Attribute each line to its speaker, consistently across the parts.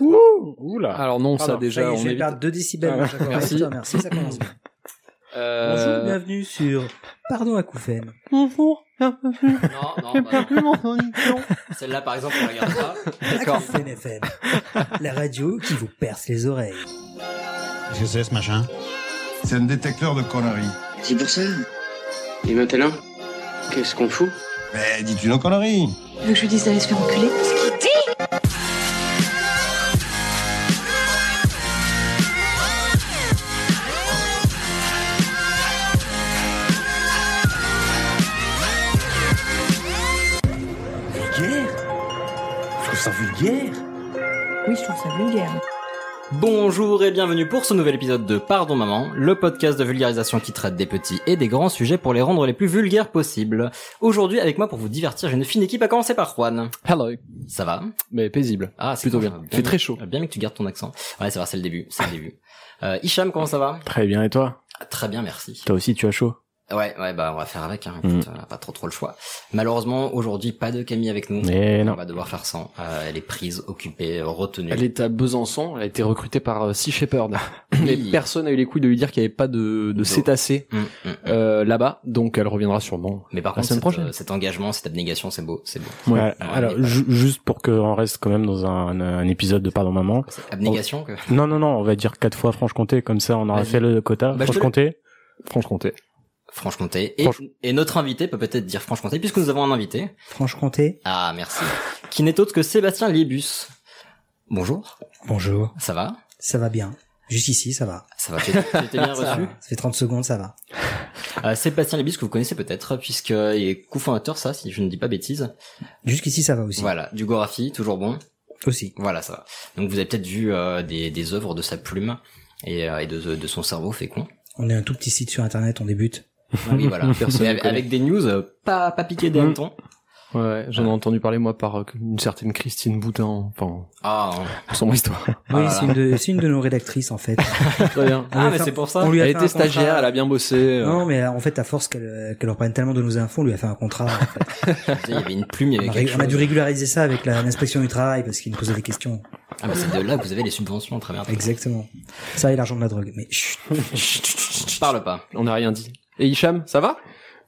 Speaker 1: Ouh, oula.
Speaker 2: Alors non, ça
Speaker 3: Pardon,
Speaker 2: déjà,
Speaker 3: y est,
Speaker 2: on
Speaker 3: je vais
Speaker 2: évite.
Speaker 3: perdre deux décibels.
Speaker 2: Ah,
Speaker 3: à chaque fois.
Speaker 2: merci.
Speaker 3: Putain, merci, ça commence bien. Bonjour,
Speaker 2: Euh,
Speaker 3: bienvenue sur Pardon à Couffen.
Speaker 4: Bonjour, bienvenue.
Speaker 5: Non, non, bah, non.
Speaker 4: Plus mon émission.
Speaker 5: celle-là par exemple, on regarde pas.
Speaker 3: D'accord. FM, la radio qui vous perce les oreilles.
Speaker 6: Qu'est-ce que c'est ce machin
Speaker 7: C'est un détecteur de conneries.
Speaker 8: C'est pour ça.
Speaker 9: Et maintenant, qu'est-ce qu'on fout
Speaker 7: Mais dis-tu nos conneries
Speaker 10: Tu veux que je lui dise d'aller se faire enculer
Speaker 3: Vulgaire Je trouve ça vulgaire
Speaker 10: Oui, je trouve ça vulgaire.
Speaker 5: Bonjour et bienvenue pour ce nouvel épisode de Pardon Maman, le podcast de vulgarisation qui traite des petits et des grands sujets pour les rendre les plus vulgaires possibles. Aujourd'hui, avec moi pour vous divertir, j'ai une fine équipe à commencer par Juan.
Speaker 2: Hello.
Speaker 5: Ça va
Speaker 2: Mais paisible.
Speaker 5: Ah, c'est
Speaker 2: Plutôt
Speaker 5: cool,
Speaker 2: bien.
Speaker 5: ça va
Speaker 2: Fait très chaud.
Speaker 5: Bien que tu gardes ton accent. Ouais, ça va, c'est le début, c'est le début. Euh, Hicham, comment ça va
Speaker 1: Très bien, et toi
Speaker 5: Ah, Très bien, merci.
Speaker 1: Toi aussi, tu as chaud Mm.
Speaker 5: Ouais, ouais, bah on va faire avec, hein. écoute, on a pas trop trop le choix. Malheureusement, aujourd'hui, pas de Camille avec nous.
Speaker 1: Eh
Speaker 5: On
Speaker 1: non.
Speaker 5: va devoir faire sans. Euh, elle est prise, occupée, retenue.
Speaker 2: Elle est à Besançon, elle a été recrutée par euh, Sea Shepherd. Mais
Speaker 5: Oui.
Speaker 2: personne n'a eu les couilles de lui dire qu'il n'y avait pas de, de
Speaker 5: D'eau.
Speaker 2: cétacés
Speaker 5: Hum, hum.
Speaker 2: euh, là-bas, donc elle reviendra sûrement.
Speaker 5: Mais par
Speaker 2: La
Speaker 5: contre,
Speaker 2: semaine
Speaker 5: cet,
Speaker 2: prochaine.
Speaker 5: euh, cet engagement, cette abnégation, c'est beau, c'est beau.
Speaker 1: Ouais,
Speaker 5: Ouais,
Speaker 1: alors,
Speaker 5: on est pas
Speaker 1: ju- juste pour qu'on reste quand même dans un, un épisode de Pardon Maman.
Speaker 5: C'est abnégation que.
Speaker 1: Non, non, non, on va dire quatre fois Franche-Comté, comme ça on aura
Speaker 5: Vas-y.
Speaker 1: fait le quota.
Speaker 5: Bah, je te
Speaker 1: Franche-Comté
Speaker 2: Franche-Comté.
Speaker 5: Franche-Comté. Et,
Speaker 1: Franche-
Speaker 5: et notre invité peut peut-être dire Franche-Comté, puisque nous avons un invité.
Speaker 3: Franche-Comté,
Speaker 5: Ah, merci. qui n'est autre que Sébastien Liebus. Bonjour.
Speaker 3: bonjour.
Speaker 5: Ça va
Speaker 3: Ça va bien. Jusqu'ici, ça va.
Speaker 5: Ça va, tu tu étais bien
Speaker 2: Ah.
Speaker 3: Ça,
Speaker 5: reçu.
Speaker 3: va. ça fait 30 secondes, ça va.
Speaker 5: Euh, Sébastien Liebus, que vous connaissez peut-être, puisqu'il est cofondateur, ça, si je ne dis pas bêtise.
Speaker 3: Jusqu'ici, ça va aussi.
Speaker 5: Voilà, du Gorafi, toujours bon.
Speaker 3: Aussi.
Speaker 5: Voilà, ça va. Donc vous avez peut-être vu euh, des, des œuvres de sa plume et, euh, et de, de son cerveau fécond.
Speaker 3: On est un tout petit site sur internet, on débute.
Speaker 5: Oui, voilà.
Speaker 2: Personne
Speaker 5: Mais
Speaker 2: ne
Speaker 5: avec,
Speaker 2: connaît.
Speaker 5: avec des news euh, pas, pas piquées des
Speaker 2: Mm.
Speaker 5: hannetons.
Speaker 2: Ouais, j'en ai entendu parler moi par euh, une certaine Christine Boutin, enfin,
Speaker 5: Ah, on-
Speaker 2: son histoire.
Speaker 3: Oui,
Speaker 5: Voilà.
Speaker 3: c'est une, de- c'est une de nos rédactrices, en fait.
Speaker 2: Très bien.
Speaker 3: On lui a fait un- on lui a
Speaker 2: Elle
Speaker 3: fait un
Speaker 2: était stagiaire,
Speaker 3: contrat.
Speaker 2: elle a bien bossé. euh.
Speaker 3: Non, mais euh, en fait, à force qu'elle euh, qu'elle reprenne tellement de nos infos, on lui a fait un contrat. en
Speaker 5: je
Speaker 3: fait.
Speaker 5: disais, il y avait une plume, il y
Speaker 3: On
Speaker 5: avait
Speaker 3: a,
Speaker 5: quelque
Speaker 3: ré- on a dû
Speaker 5: chose.
Speaker 3: régulariser ça avec la- l'inspection du travail parce qu'il nous posait des questions.
Speaker 5: Ah, bah, c'est de là que vous avez les subventions, très bien.
Speaker 3: Exactement. Ça et l'argent de la drogue. Mais chut,
Speaker 5: Je parle pas.
Speaker 2: On n'a rien dit. Et Hicham, ça va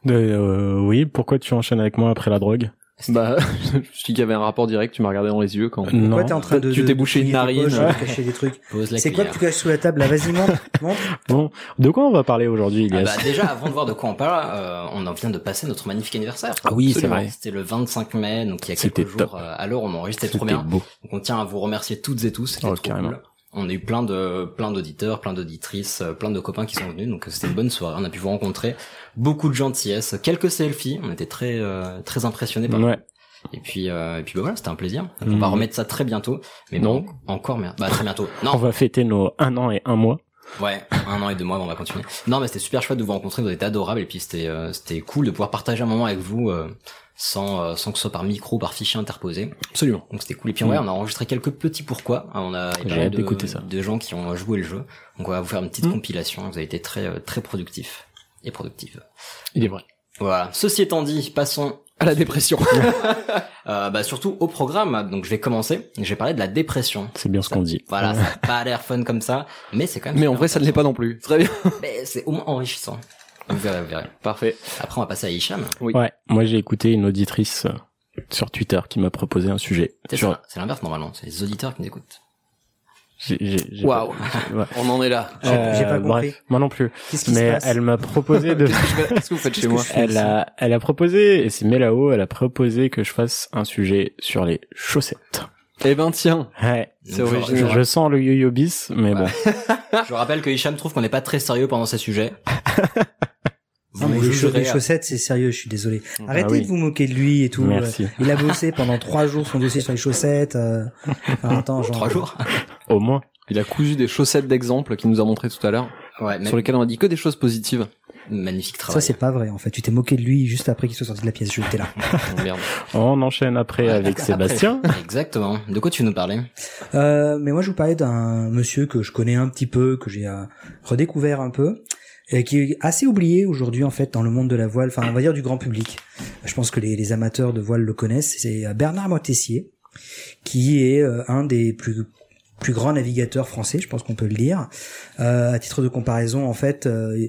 Speaker 1: Euh, oui, pourquoi tu enchaînes avec moi après la drogue
Speaker 2: Bah, je dis qu'il y avait un rapport direct, tu m'as regardé dans les yeux quand... Bah,
Speaker 1: Non.
Speaker 3: pourquoi t'es en train de
Speaker 2: Tu
Speaker 3: de-
Speaker 2: t'es bouché
Speaker 3: de
Speaker 2: une
Speaker 3: fouiller
Speaker 2: narine.
Speaker 3: tes poches, de cacher des trucs
Speaker 5: Pose la
Speaker 3: C'est quoi que
Speaker 5: cuillère.
Speaker 3: tu caches sous la table La vas-y montre. montre.
Speaker 1: Bon, de quoi on va parler aujourd'hui,
Speaker 5: Ah
Speaker 1: Ilias
Speaker 5: bah, déjà, avant de voir de quoi on parle, euh, on en vient de passer notre magnifique anniversaire.
Speaker 1: Ah oui, c'est
Speaker 5: Absolument.
Speaker 1: vrai.
Speaker 5: C'était le 25 mai, donc il y a
Speaker 1: C'était
Speaker 5: quelques jours.
Speaker 1: top.
Speaker 5: euh, à l'heure, on enregistrait trop
Speaker 1: C'était
Speaker 5: bien.
Speaker 1: beau.
Speaker 5: Donc on tient à vous remercier toutes et tous. C'était
Speaker 1: Oh,
Speaker 5: trop
Speaker 1: carrément.
Speaker 5: cool. On a eu plein de plein d'auditeurs, plein d'auditrices, euh, plein de copains qui sont venus. Donc euh, c'était une bonne soirée. On a pu vous rencontrer beaucoup de gentillesse, quelques selfies. On était très euh, très impressionnés par.
Speaker 1: Ouais.
Speaker 5: Et puis euh, et puis bah voilà, c'était un plaisir. On
Speaker 1: Mhm.
Speaker 5: va remettre ça très bientôt. Mais
Speaker 1: Non.
Speaker 5: bon, encore mais bah très bientôt.
Speaker 1: On
Speaker 5: Non,
Speaker 1: va fêter nos un an et un mois.
Speaker 5: ouais, un an et deux mois, on va continuer. Non, mais c'était super chouette de vous rencontrer. Vous êtes adorables et puis c'était euh, c'était cool de pouvoir partager un moment avec vous. euh, sans, euh, sans que ce soit par micro, par fichier interposé.
Speaker 2: Absolument.
Speaker 5: Donc c'était cool. Et puis ouais, on a enregistré quelques petits pourquoi. Ah, On a
Speaker 1: J'ai
Speaker 5: parlé
Speaker 1: hâte
Speaker 5: de-
Speaker 1: d'écouter ça.
Speaker 5: de gens qui ont joué le jeu. Donc on va vous faire une petite
Speaker 1: Mm.
Speaker 5: compilation. Vous avez été très euh, très productifs et productive.
Speaker 2: Il est vrai.
Speaker 5: Voilà. Ceci étant dit, passons
Speaker 2: À la dépression.
Speaker 5: euh, bah, surtout au programme. Donc je vais commencer. Je vais parler de la dépression.
Speaker 1: C'est bien ce qu'on dit.
Speaker 5: Voilà, ça n'a pas l'air fun comme ça, mais c'est quand même.
Speaker 2: mais en vrai, ça ne l'est pas non plus. Très bien.
Speaker 5: super. Mais c'est au moins enrichissant. Vous verrez, vous verrez.
Speaker 2: Parfait.
Speaker 5: Après, on va passer à Hicham.
Speaker 2: Oui.
Speaker 1: Ouais, moi j'ai écouté une auditrice euh, sur Twitter qui m'a proposé un sujet.
Speaker 5: C'est
Speaker 1: Sur-
Speaker 5: ça, c'est l'inverse normalement. C'est les auditeurs qui nous écoutent.
Speaker 1: j'ai- j'ai- j'ai
Speaker 2: Waouh.
Speaker 1: pas- ouais.
Speaker 2: On en est là.
Speaker 3: J'ai- j'ai pas
Speaker 1: Euh,
Speaker 3: compris.
Speaker 1: bref, moi non plus.
Speaker 3: Qu'est-ce qui se
Speaker 1: Mais
Speaker 3: passe
Speaker 1: elle m'a proposé de...
Speaker 2: Qu'est-ce que vous faites chez moi
Speaker 1: Elle a, elle a proposé, et c'est Mélao, elle a proposé que je fasse un sujet sur les chaussettes.
Speaker 2: Eh ben tiens.
Speaker 1: Ouais.
Speaker 2: C'est
Speaker 5: Donc, je-
Speaker 1: Je,
Speaker 2: original.
Speaker 1: je sens le yo-yo bis, mais
Speaker 5: Ouais.
Speaker 1: bon.
Speaker 5: Je rappelle que Hicham trouve qu'on n'est pas très sérieux pendant ces sujets.
Speaker 3: Non, mais les, cha-
Speaker 5: jugerez
Speaker 3: les chaussettes, c'est sérieux, je suis désolé. Arrêtez
Speaker 1: oui.
Speaker 3: de vous moquer de lui et tout.
Speaker 1: Merci.
Speaker 3: Euh, Il a bossé pendant trois jours son dossier sur les chaussettes. euh, enfin, attends, genre,
Speaker 5: trois jours.
Speaker 1: Au moins.
Speaker 2: Il a cousu des chaussettes d'exemple qu'il nous a montré tout à l'heure,
Speaker 5: Ouais, mais
Speaker 2: sur lesquelles on a dit que des choses positives.
Speaker 5: magnifique
Speaker 3: euh, Ça,
Speaker 5: travail.
Speaker 3: c'est pas vrai, en fait. Tu t'es moqué de lui juste après qu'il soit sorti de la pièce. Je t'ai là.
Speaker 2: Oh, merde.
Speaker 1: On enchaîne après avec Sébastien.
Speaker 5: Exactement. De quoi tu nous parlais
Speaker 3: Euh, mais moi, je vous parlais d'un monsieur que je connais un petit peu, que j'ai euh, redécouvert un peu, et qui est assez oublié aujourd'hui, en fait, dans le monde de la voile, enfin, on va dire du grand public. Je pense que les, les amateurs de voile le connaissent. C'est euh, Bernard Montessier, qui est euh, un des plus plus grands navigateurs français, je pense qu'on peut le dire. Euh, à titre de comparaison, en fait, euh,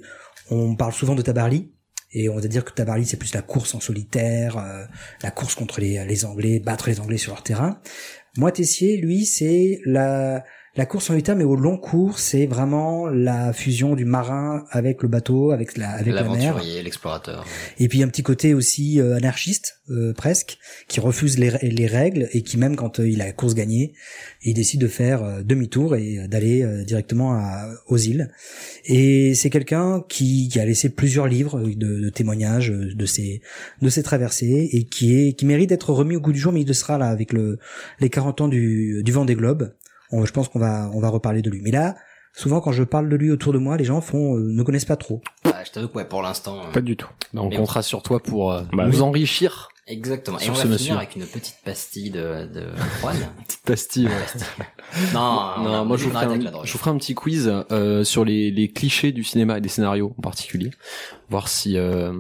Speaker 3: on parle souvent de Tabarly. Et on va dire que Tabarly, c'est plus la course en solitaire, euh, la course contre les, les Anglais, battre les Anglais sur leur terrain. Moi, Tessier, lui, c'est la, la course en solitaire, mais au long cours, c'est vraiment la fusion du marin avec le bateau, avec la, avec la mer.
Speaker 5: L'aventurier, l'explorateur.
Speaker 3: Et puis un petit côté aussi euh, anarchiste, euh, presque, qui refuse les, les règles et qui même quand euh, il a la course gagnée, il décide de faire euh, demi-tour et euh, d'aller euh, directement à, aux îles. Et c'est quelqu'un qui, qui a laissé plusieurs livres euh, de, de témoignages euh, de ses, de ses traversées et qui, est, qui mérite d'être remis au goût du jour, mais il le sera là avec le, les 40 ans du, du Vendée Globe. On, je pense qu'on va, on va reparler de lui. Mais là, souvent quand je parle de lui autour de moi, les gens font, euh, ne connaissent pas trop.
Speaker 5: Ah, je t'avoue que ouais, pour l'instant. euh,
Speaker 1: Pas du tout.
Speaker 2: Bah, on
Speaker 5: Mais
Speaker 2: comptera sur toi pour euh,
Speaker 1: Bah
Speaker 2: nous
Speaker 1: oui.
Speaker 2: enrichir.
Speaker 5: Exactement. Et
Speaker 2: Sur
Speaker 5: on va
Speaker 2: ce
Speaker 5: finir
Speaker 2: monsieur.
Speaker 5: avec une petite pastille de, de Juan.
Speaker 2: Petite pastille. ouais.
Speaker 5: non,
Speaker 2: non,
Speaker 5: Ah, on-
Speaker 2: moi je
Speaker 5: on
Speaker 2: vous, ferai
Speaker 5: arrête
Speaker 2: un,
Speaker 5: avec la drogue.
Speaker 2: je vous ferai un petit quiz euh, sur les, les clichés du cinéma et des scénarios en particulier. Voir si euh,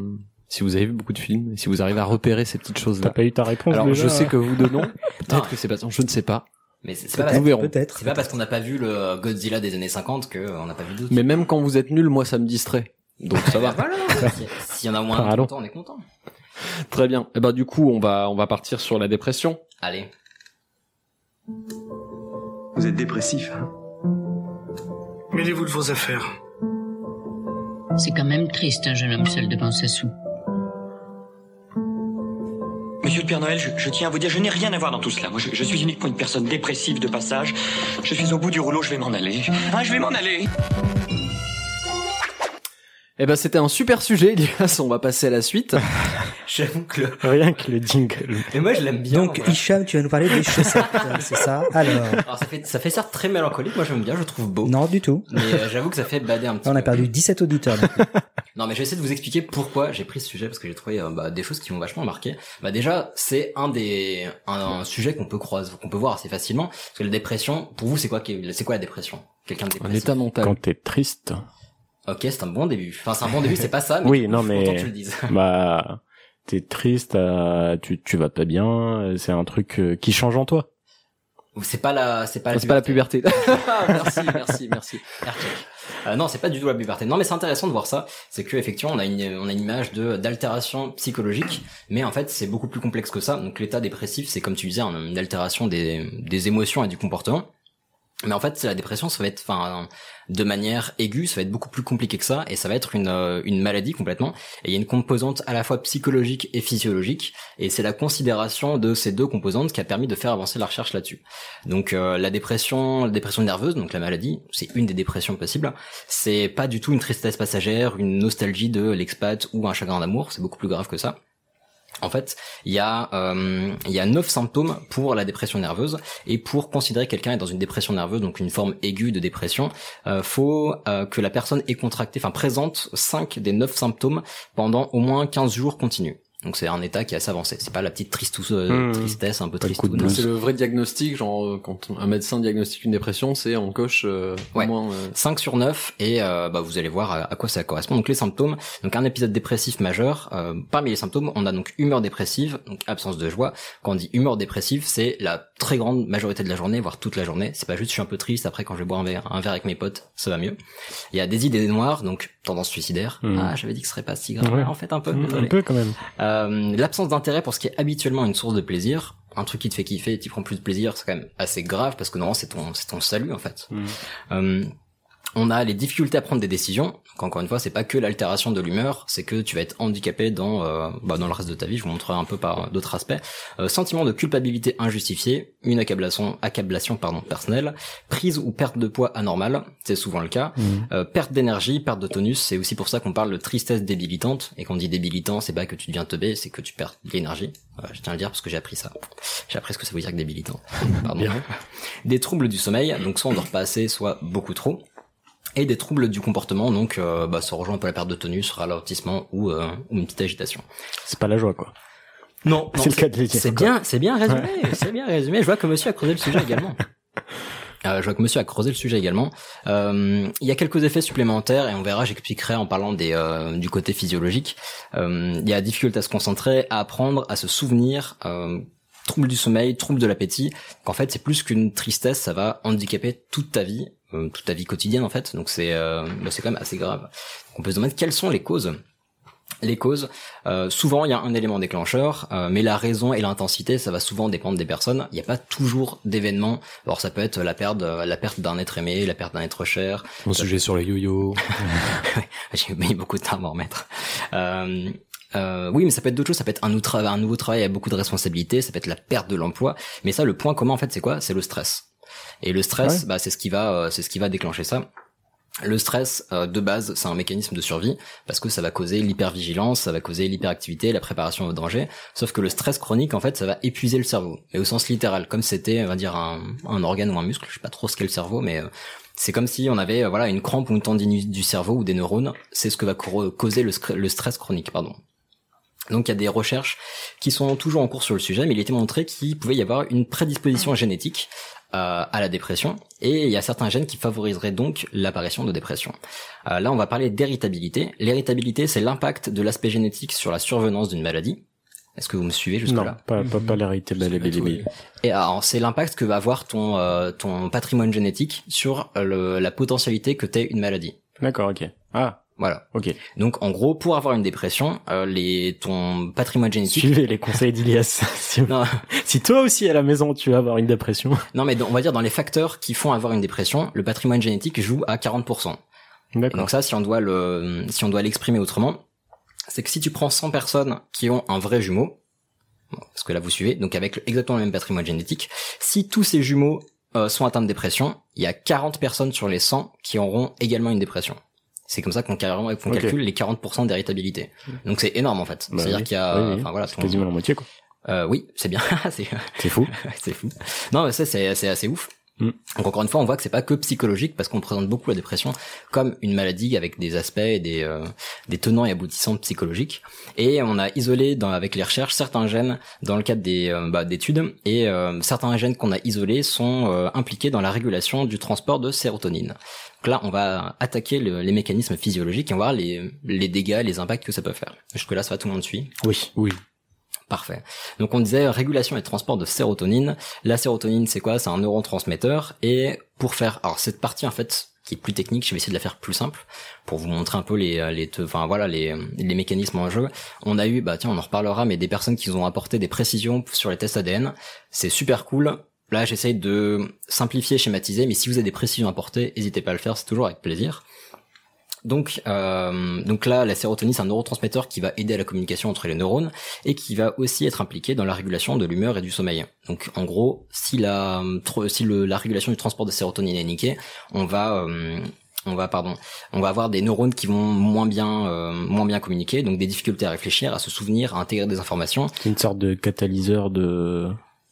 Speaker 2: si vous avez vu beaucoup de films et si vous arrivez à repérer ces petites
Speaker 1: T'as
Speaker 2: choses-là.
Speaker 1: pas eu ta réponse
Speaker 2: Bah. Alors
Speaker 1: déjà hein.
Speaker 2: je sais que vous deux non.
Speaker 5: Non.
Speaker 2: Peut-être que c'est pas. Je ne sais pas.
Speaker 5: Mais c'est c'est pas,
Speaker 2: Nous
Speaker 5: parce-
Speaker 2: verrons.
Speaker 3: Peut-être.
Speaker 5: c'est pas parce qu'on n'a pas vu le Godzilla des années 50 que euh, on n'a pas vu d'autres.
Speaker 2: Mais même quand vous êtes nul, moi ça me distrait. Donc ça va.
Speaker 5: Voilà. Si- S'il y en a moins,
Speaker 2: Ah,
Speaker 5: un
Speaker 2: allons.
Speaker 5: content, on est content.
Speaker 2: Très bien. Et ben du coup on va on va partir sur la dépression.
Speaker 5: Allez.
Speaker 8: Vous êtes dépressif, hein Mêlez-vous de vos affaires.
Speaker 11: C'est quand même triste, un jeune homme seul devant sa soupe.
Speaker 8: Monsieur le Père Noël, je, je tiens à vous dire, je n'ai rien à voir dans tout cela. Moi, je, je suis uniquement une personne dépressive de passage. Je suis au bout du rouleau, je vais m'en aller. Hein, je vais m'en aller
Speaker 2: Eh ben c'était un super sujet, Elias. On va passer à la suite.
Speaker 5: J'avoue que le...
Speaker 1: Rien que le jingle.
Speaker 5: Mais moi je l'aime bien.
Speaker 3: Donc
Speaker 5: voilà.
Speaker 3: Hicham, tu vas nous parler des chaussettes, c'est ça Alors,
Speaker 5: Alors, ça fait, ça fait certes très mélancolique, moi j'aime bien, je trouve beau.
Speaker 3: non du tout.
Speaker 5: Mais euh, j'avoue que ça fait bader un petit
Speaker 3: Là, on a
Speaker 5: peu.
Speaker 3: perdu 17 auditeurs. d'un coup.
Speaker 5: Non, mais je vais essayer de vous expliquer pourquoi j'ai pris ce sujet parce que j'ai trouvé euh, bah, des choses qui m'ont vachement marqué. Bah déjà, c'est un des un, un sujet qu'on peut croiser, qu'on peut voir assez facilement. Parce que la dépression, pour vous, c'est quoi qui- C'est quoi la dépression Quelqu'un de
Speaker 2: Un
Speaker 5: dépressif.
Speaker 2: état mental.
Speaker 1: Quand t'es triste.
Speaker 5: Ok, c'est un bon début. Enfin, c'est un bon début, c'est pas ça. Mais
Speaker 1: Oui,
Speaker 5: faut-
Speaker 1: non,
Speaker 5: faut
Speaker 1: mais-
Speaker 5: autant que tu le dises.
Speaker 1: bah t'es triste euh, tu tu vas pas bien euh, c'est un truc euh, qui change en toi
Speaker 5: Ou C'est pas la, c'est pas la.
Speaker 2: Ah, C'est pas la
Speaker 5: puberté.
Speaker 2: puberté. merci, merci, merci.
Speaker 5: Air check. Euh, non, c'est pas du tout la puberté. Non, mais c'est intéressant de voir ça. C'est que effectivement, on a une, on a une image de d'altération psychologique, mais en fait, c'est beaucoup plus complexe que ça. Donc, l'état dépressif, c'est comme tu disais, hein, une altération des, des émotions et du comportement. Mais en fait, c'est la dépression, ça va être, enfin, de manière aiguë, ça va être beaucoup plus compliqué que ça, et ça va être une, euh, une maladie complètement. Et il y a une composante à la fois psychologique et physiologique, et c'est la considération de ces deux composantes qui a permis de faire avancer la recherche là-dessus. Donc euh, la dépression, la dépression nerveuse, donc la maladie, c'est une des dépressions possibles. C'est pas du tout une tristesse passagère, une nostalgie de l'expat ou un chagrin d'amour. C'est beaucoup plus grave que ça. En fait, il y a euh, il y a neuf symptômes pour la dépression nerveuse et pour considérer que quelqu'un est dans une dépression nerveuse, donc une forme aiguë de dépression, euh, faut euh, que la personne ait contracté, enfin présente cinq des neuf symptômes pendant au moins 15 jours continus. Donc c'est un état qui est assez avancé. C'est pas la petite tristousse, euh,
Speaker 1: Mmh.
Speaker 5: tristesse un peu
Speaker 1: Pas le coup de
Speaker 5: tristoune.
Speaker 1: blues.
Speaker 2: C'est le vrai diagnostic, genre euh, quand un médecin diagnostique une dépression, c'est on coche euh,
Speaker 5: Ouais.
Speaker 2: au moins. euh,
Speaker 5: 5 sur 9 et euh, bah, vous allez voir à, à quoi ça correspond. Donc les symptômes, donc un épisode dépressif majeur, euh, parmi les symptômes on a donc humeur dépressive, donc absence de joie. Quand on dit humeur dépressive c'est la très grande majorité de la journée, voire toute la journée. C'est pas juste je suis un peu triste, après quand je vais boire un verre, un verre avec mes potes, ça va mieux. Il y a des idées noires, donc tendance suicidaire.
Speaker 1: Mhm.
Speaker 5: Ah j'avais dit que ce serait pas si grave,
Speaker 1: Ouais. Mmh.
Speaker 5: en fait un peu.
Speaker 1: un
Speaker 5: désolé.
Speaker 1: peu quand même
Speaker 5: Euh, l'absence d'intérêt pour ce qui est habituellement une source de plaisir. Un truc qui te fait kiffer et t'y prends plus de plaisir, c'est quand même assez grave parce que normalement c'est ton, c'est ton salut en fait.
Speaker 1: Mm.
Speaker 5: Euh, on a les difficultés à prendre des décisions. Donc encore une fois, c'est pas que l'altération de l'humeur, c'est que tu vas être handicapé dans euh, bah, dans le reste de ta vie. Je vous montrerai un peu par euh, d'autres aspects. Euh, sentiment de culpabilité injustifiée, une accablation, accablation pardon personnelle, prise ou perte de poids anormale, c'est souvent le cas. Euh, perte d'énergie, perte de tonus, c'est aussi pour ça qu'on parle de tristesse débilitante. Et qu'on dit débilitant, c'est pas que tu deviens teubé, c'est que tu perds de l'énergie. Euh, je tiens à le dire parce que j'ai appris ça. J'ai appris ce que ça veut dire que débilitant. Pardon. Des troubles du sommeil, donc soit on dort pas assez, soit beaucoup trop. Et des troubles du comportement, donc euh, bah, ça rejoint un peu la perte de tonus, ralentissement ou, euh, ou une petite agitation.
Speaker 1: c'est pas la joie quoi
Speaker 5: Non,
Speaker 1: c'est le cas de le dire
Speaker 5: c'est
Speaker 1: quoi.
Speaker 5: bien, c'est bien résumé, c'est bien résumé. Je vois que monsieur a creusé le sujet également. Euh, je vois que monsieur a creusé le sujet également. Euh, il y a quelques effets supplémentaires et on verra, j'expliquerai en parlant des, euh, du côté physiologique. Euh, il y a difficulté à se concentrer, à apprendre, à se souvenir. Euh, trouble du sommeil, trouble de l'appétit, qu'en fait c'est plus qu'une tristesse, ça va handicaper toute ta vie, euh, toute ta vie quotidienne en fait, donc c'est euh, bah, c'est quand même assez grave. Donc, on peut se demander quelles sont les causes les causes. Euh, souvent, il y a un élément déclencheur, euh, mais la raison et l'intensité, ça va souvent dépendre des personnes. Il n'y a pas toujours d'événements. Alors, ça peut être la perte, euh, la perte d'un être aimé, la perte d'un être cher.
Speaker 2: Mon
Speaker 5: Ça-
Speaker 2: sujet sur les yo-yo.
Speaker 5: J'ai mis beaucoup de temps à m'en remettre. Euh, euh, oui, mais ça peut être d'autres choses. Ça peut être un, nou- tra- un nouveau travail avec beaucoup de responsabilités. Ça peut être la perte de l'emploi. Mais ça, le point commun, en fait, c'est quoi C'est le stress. Et le stress,
Speaker 1: Ouais.
Speaker 5: bah, c'est ce qui va, euh, c'est ce qui va déclencher ça. Le stress, euh, de base, c'est un mécanisme de survie parce que ça va causer l'hypervigilance, ça va causer l'hyperactivité, la préparation au danger. Sauf que le stress chronique, en fait, ça va épuiser le cerveau. Et au sens littéral, comme c'était, on va dire, un, un organe ou un muscle, je sais pas trop ce qu'est le cerveau, mais euh, c'est comme si on avait euh, voilà une crampe ou une tendinite du cerveau ou des neurones. C'est ce que va cro- causer le, scr- le stress chronique, pardon. Donc il y a des recherches qui sont toujours en cours sur le sujet, mais il était montré qu'il pouvait y avoir une prédisposition génétique euh, à la dépression, et il y a certains gènes qui favoriseraient donc l'apparition de dépression. Euh, là, on va parler d'héritabilité. L'héritabilité, c'est l'impact de l'aspect génétique sur la survenance d'une maladie. Est-ce que vous me suivez
Speaker 1: non,
Speaker 5: jusque-là
Speaker 1: pas, pas, pas l'arité, bah, les bébés.
Speaker 5: et euh, alors, c'est l'impact que va avoir ton euh, ton patrimoine génétique sur euh, le- la potentialité que t'aies une maladie.
Speaker 1: D'accord, ok. Ah,
Speaker 5: Voilà.
Speaker 1: ok.
Speaker 5: Donc, en gros, pour avoir une dépression, euh, les ton patrimoine génétique.
Speaker 1: Suivez les conseils d'Ilias. si,
Speaker 5: Non,
Speaker 1: si toi aussi à la maison tu vas avoir une dépression.
Speaker 5: non, mais dans- on va dire dans les facteurs qui font avoir une dépression, le patrimoine génétique joue à 40%. Et
Speaker 1: D'accord.
Speaker 5: donc ça, si on doit le, si on doit l'exprimer autrement, c'est que si tu prends 100 personnes qui ont un vrai jumeau, bon, parce que là vous suivez, donc avec exactement le même patrimoine génétique, si tous ces jumeaux euh, sont atteints de dépression, il y a 40 personnes sur les 100 qui auront également une dépression. C'est comme ça qu'on carrément- qu'on
Speaker 1: Ok. Mmh.
Speaker 5: calcule les 40% d'héritabilité. Donc c'est énorme en fait.
Speaker 1: Bah
Speaker 5: C'est-à-dire
Speaker 1: oui.
Speaker 5: qu'il y a,
Speaker 1: Oui, oui.
Speaker 5: enfin voilà,
Speaker 1: C'est
Speaker 5: ton-
Speaker 1: quasiment la moitié, quoi.
Speaker 5: euh, oui, c'est bien. c'est
Speaker 1: C'est fou.
Speaker 5: c'est fou. Non, mais ça, c'est c'est assez ouf.
Speaker 1: Mm.
Speaker 5: Donc encore une fois, on voit que c'est pas que psychologique parce qu'on présente beaucoup la dépression comme une maladie avec des aspects, et des euh, des tenants et aboutissants psychologiques. Et on a isolé dans, avec les recherches certains gènes dans le cadre des euh, bah, d'études et euh, certains gènes qu'on a isolés sont euh, impliqués dans la régulation du transport de sérotonine. Donc là, on va attaquer le- les mécanismes physiologiques et on va voir les les dégâts, les impacts que ça peut faire. Jusque là, ça va tout le monde suit.
Speaker 1: Oui. Oui.
Speaker 5: Parfait. Donc on disait euh, régulation et transport de sérotonine. La sérotonine, c'est quoi C'est un neurotransmetteur. Et pour faire, alors cette partie en fait qui est plus technique, je vais essayer de la faire plus simple pour vous montrer un peu les, euh, les, te- enfin voilà les, les mécanismes en jeu. On a eu, bah tiens, on en reparlera, mais des personnes qui nous ont apporté des précisions sur les tests ADN. C'est super cool. Là, j'essaye de simplifier, schématiser, mais si vous avez des précisions à apporter, n'hésitez pas à le faire, c'est toujours avec plaisir. Donc, euh, donc là, la sérotonine, c'est un neurotransmetteur qui va aider à la communication entre les neurones et qui va aussi être impliqué dans la régulation de l'humeur et du sommeil. Donc, en gros, si la, tro- si le- la régulation du transport de sérotonine est niquée, on va, euh, on va, pardon, on va avoir des neurones qui vont moins bien, euh, moins bien communiquer, donc des difficultés à réfléchir, à se souvenir, à intégrer des informations.
Speaker 1: C'est une sorte de catalyseur de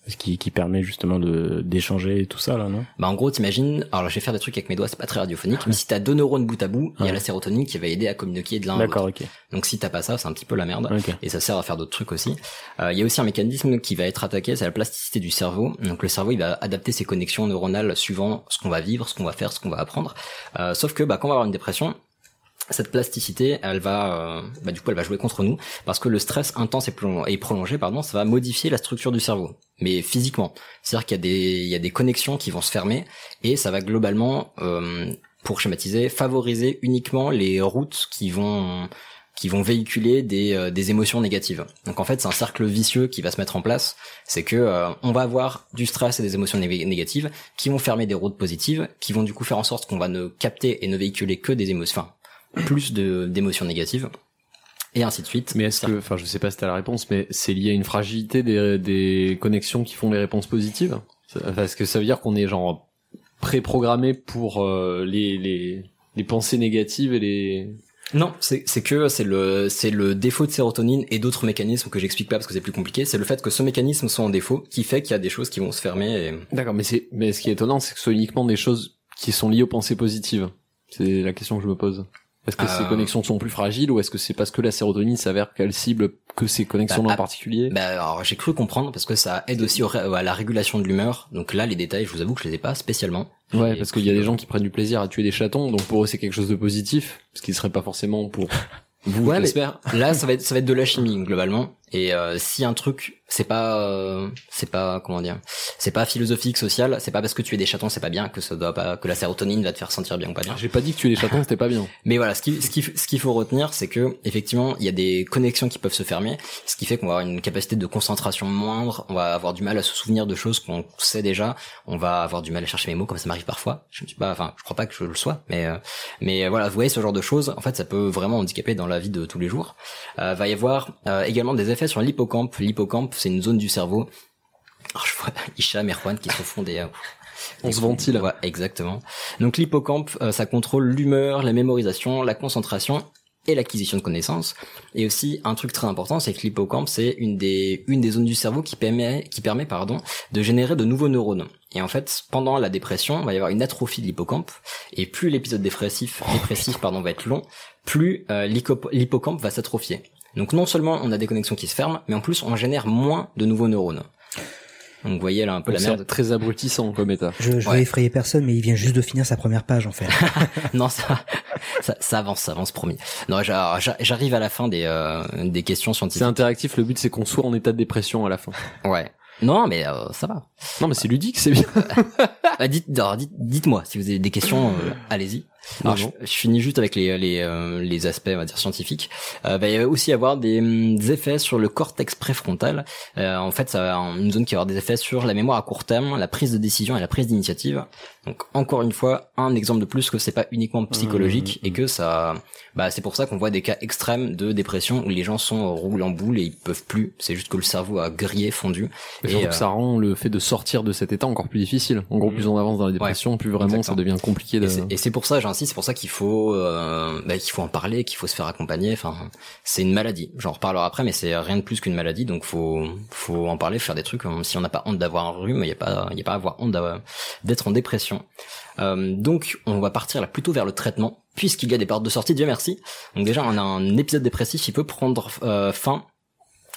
Speaker 1: ce qui, qui permet justement de d'échanger et tout ça là, non
Speaker 5: Bah en gros, t'imagines, alors là, je vais faire des trucs avec mes doigts, c'est pas très radiophonique, mais si t'as deux neurones bout à bout, il y a
Speaker 1: Ouais.
Speaker 5: la sérotonine qui va aider à communiquer de l'un à l'autre.
Speaker 1: D'accord, ok.
Speaker 5: Donc si t'as pas ça, c'est un petit peu la merde.
Speaker 1: Ok.
Speaker 5: Et ça sert à faire d'autres trucs aussi. Euh, Il y a aussi un mécanisme qui va être attaqué, c'est la plasticité du cerveau. Donc le cerveau, il va adapter ses connexions neuronales suivant ce qu'on va vivre, ce qu'on va faire, ce qu'on va apprendre. Euh, sauf que bah, quand on va avoir une dépression, cette plasticité, elle va, euh, bah, du coup, elle va jouer contre nous parce que le stress intense et, plon- et prolongé, pardon, ça va modifier la structure du cerveau, mais physiquement. C'est-à-dire qu'il y a des, il y a des connexions qui vont se fermer et ça va globalement, euh, pour schématiser, favoriser uniquement les routes qui vont qui vont véhiculer des, euh, des émotions négatives. Donc en fait, c'est un cercle vicieux qui va se mettre en place. C'est que euh, on va avoir du stress et des émotions né- négatives qui vont fermer des routes positives, qui vont du coup faire en sorte qu'on va ne capter et ne véhiculer que des émotions, enfin plus de d'émotions négatives, et ainsi de suite.
Speaker 2: Mais est-ce que, enfin, je sais pas si t'as la réponse, mais c'est lié à une fragilité des, des connexions qui font les réponses positives Parce que ça veut dire qu'on est genre préprogrammé pour euh, les, les, les pensées négatives et les.
Speaker 5: Non, c'est c'est que c'est le c'est le défaut de sérotonine et d'autres mécanismes que j'explique pas parce que c'est plus compliqué. C'est le fait que ce mécanisme soit en défaut qui fait qu'il y a des choses qui vont se fermer. Et...
Speaker 2: D'accord, mais c'est, mais ce qui est étonnant, c'est que ce soit uniquement des choses qui sont liées aux pensées positives. C'est la question que je me pose. Est-ce que ces
Speaker 5: Euh.
Speaker 2: connexions sont plus fragiles ou est-ce que c'est parce que la sérotonine s'avère qu'elle cible que ces connexions-là
Speaker 5: Bah,
Speaker 2: en particulier
Speaker 5: Bah alors j'ai cru comprendre parce que ça aide aussi au ré- à la régulation de l'humeur. Donc là les détails, je vous avoue que je les ai pas spécialement.
Speaker 2: Ouais,
Speaker 5: Et
Speaker 2: parce qu'il y a des gens qui prennent du plaisir à tuer des chatons, donc pour eux c'est quelque chose de positif, ce qui serait pas forcément pour vous,
Speaker 5: Ouais, mais-
Speaker 2: j'espère.
Speaker 5: Là ça va être ça va être de la chimie globalement. Et euh, si un truc, c'est pas, euh, c'est pas comment dire, c'est pas philosophique, social, c'est pas parce que tu es des chatons, c'est pas bien que ça doit pas, que la sérotonine va te faire sentir bien ou pas bien.
Speaker 2: Ah, J'ai pas dit que tu es des chatons, c'était pas bien.
Speaker 5: Mais voilà, ce qui, ce qui, ce qu'il faut retenir, c'est que effectivement, il y a des connexions qui peuvent se fermer, ce qui fait qu'on va avoir une capacité de concentration moindre, on va avoir du mal à se souvenir de choses qu'on sait déjà, on va avoir du mal à chercher mes mots, comme ça m'arrive parfois. Je ne suis pas, enfin, je crois pas que je le sois, mais euh, mais voilà, vous voyez ce genre de choses, en fait, ça peut vraiment handicaper dans la vie de tous les jours. Euh, va y avoir euh, également des effets sur l'hippocampe. L'hippocampe, c'est une zone du cerveau. Alors, je vois Hicham et Erwan qui se font des, euh,
Speaker 2: On se ventile.
Speaker 5: Ouais, exactement. Donc l'hippocampe, euh, ça contrôle l'humeur, la mémorisation, la concentration et l'acquisition de connaissances. Et aussi un truc très important, c'est que l'hippocampe, c'est une des une des zones du cerveau qui permet qui permet pardon de générer de nouveaux neurones. Et en fait, pendant la dépression, il va y avoir une atrophie de l'hippocampe. Et plus l'épisode dépressif
Speaker 2: Oh,
Speaker 5: dépressif pardon va être long, plus euh, l'hicco- l'hippocampe va s'atrophier. Donc non seulement on a des connexions qui se ferment, mais en plus on génère moins de nouveaux neurones. Donc vous voyez là un peu
Speaker 2: Donc
Speaker 5: la
Speaker 2: c'est
Speaker 5: merde.
Speaker 2: très abrutissant comme état.
Speaker 3: Je, je vais effrayer personne, mais il vient juste de finir sa première page en fait.
Speaker 5: non, ça, ça, ça avance, ça avance, promis. Non, j'a- j'a- j'arrive à la fin des, euh, des questions
Speaker 2: C'est
Speaker 5: scientifiques.
Speaker 2: interactif, le but c'est qu'on soit en état de dépression à la fin.
Speaker 5: Ouais. Non, mais euh, ça va.
Speaker 2: Non, mais c'est ludique, c'est bien.
Speaker 5: Bah, dites, alors, dites, dites-moi si vous avez des questions, euh, allez-y.
Speaker 2: Non,
Speaker 5: Alors, je,
Speaker 2: non.
Speaker 5: je finis juste avec les les, euh, les aspects, on va dire scientifiques. Euh, bah, il va aussi y avoir des, hum, des effets sur le cortex préfrontal. Euh, en fait, ça va une zone qui va avoir des effets sur la mémoire à court terme, la prise de décision et la prise d'initiative. Donc encore une fois, un exemple de plus que c'est pas uniquement psychologique et que ça, bah c'est pour ça qu'on voit des cas extrêmes de dépression où les gens sont roulés en boule et ils peuvent plus. C'est juste que le cerveau a grillé, fondu.
Speaker 2: Mais
Speaker 5: Et,
Speaker 2: surtout
Speaker 5: euh, Mm.
Speaker 2: que ça rend le fait de sortir de cet état encore plus difficile. En gros, plus on avance dans la dépression, plus vraiment ça devient compliqué de...
Speaker 5: Et c'est- Et c'est pour ça, j'insiste, c'est pour ça qu'il faut, euh, bah, qu'il faut en parler, qu'il faut se faire accompagner. Enfin, c'est une maladie. J'en reparlerai après, mais c'est rien de plus qu'une maladie. Donc, faut, faut en parler, faire des trucs. Hein. Si on n'a pas honte d'avoir un rhume, il n'y a pas, il y a pas à avoir honte d'avoir- d'être en dépression. Euh, donc, on va partir là plutôt vers le traitement, puisqu'il y a des portes de sortie. Dieu merci. Donc déjà, on a un épisode dépressif qui peut prendre euh, fin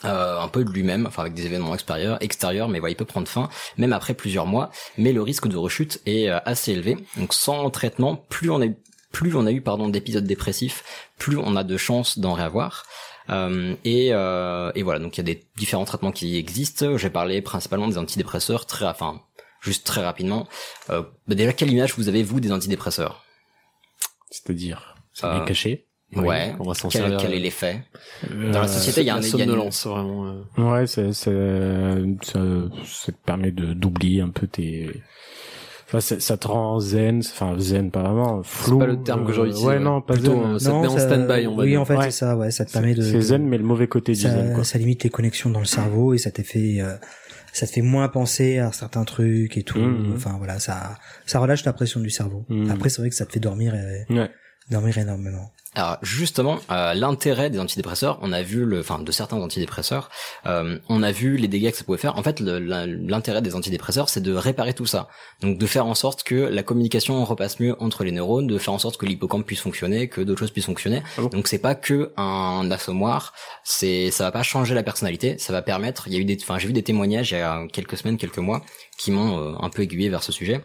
Speaker 5: euh, un peu de lui-même, enfin avec des événements extérieurs, extérieurs, mais voilà, il peut prendre fin même après plusieurs mois, mais le risque de rechute est euh, assez élevé. Donc sans traitement, plus on a eu, plus on a eu pardon d'épisodes dépressifs, plus on a de chances d'en réavoir. Euh, et, euh, et voilà, donc il y a des différents traitements qui existent. J'ai parlé principalement des antidépresseurs, très, enfin juste très rapidement. Euh, bah déjà, quelle image vous avez vous des antidépresseurs
Speaker 1: C'est-à-dire,
Speaker 5: Euh,
Speaker 1: ça vient caché.
Speaker 5: Ouais.
Speaker 2: on va s'en
Speaker 5: quel,
Speaker 2: servir.
Speaker 5: quel est l'effet
Speaker 1: Euh,
Speaker 5: Dans la société, il y a un
Speaker 2: la
Speaker 5: il y a une-
Speaker 2: somnolence, vraiment. euh.
Speaker 1: Ouais, ça, ça, ça, ça te permet de d'oublier un peu tes. Enfin, ça, ça te rend zen, enfin zen pas vraiment, flou.
Speaker 2: pas le terme que j'aurais
Speaker 1: euh,
Speaker 2: utilisé,
Speaker 1: Ouais,
Speaker 2: ouais.
Speaker 1: non, pas
Speaker 2: Plutôt,
Speaker 1: zen.
Speaker 2: euh, Ça te met en stand-by, on va
Speaker 3: Oui,
Speaker 2: dire.
Speaker 3: en fait,
Speaker 1: Ouais.
Speaker 3: c'est ça. Ouais, ça te permet de.
Speaker 1: C'est zen, mais le mauvais côté du zen,
Speaker 3: ça,
Speaker 1: quoi.
Speaker 3: ça limite les connexions dans le cerveau et ça te fait, euh, ça te fait moins penser à certains trucs et tout.
Speaker 1: Mhm.
Speaker 3: Enfin voilà, ça, ça relâche la pression du cerveau.
Speaker 1: Mhm.
Speaker 3: Après, c'est vrai que ça te fait dormir, et,
Speaker 1: Ouais.
Speaker 3: dormir énormément.
Speaker 5: Alors justement, euh, l'intérêt des antidépresseurs, on a vu le, enfin de certains antidépresseurs, euh, on a vu les dégâts que ça pouvait faire. En fait, le- la- l'intérêt des antidépresseurs, c'est de réparer tout ça, donc de faire en sorte que la communication repasse mieux entre les neurones, de faire en sorte que l'hippocampe puisse fonctionner, que d'autres choses puissent fonctionner.
Speaker 1: Ah bon
Speaker 5: donc c'est pas que un assommoir, c'est ça va pas changer la personnalité, ça va permettre. Il y a eu des, enfin j'ai vu des témoignages il y a quelques semaines, quelques mois, qui m'ont euh, un peu aiguillé vers ce sujet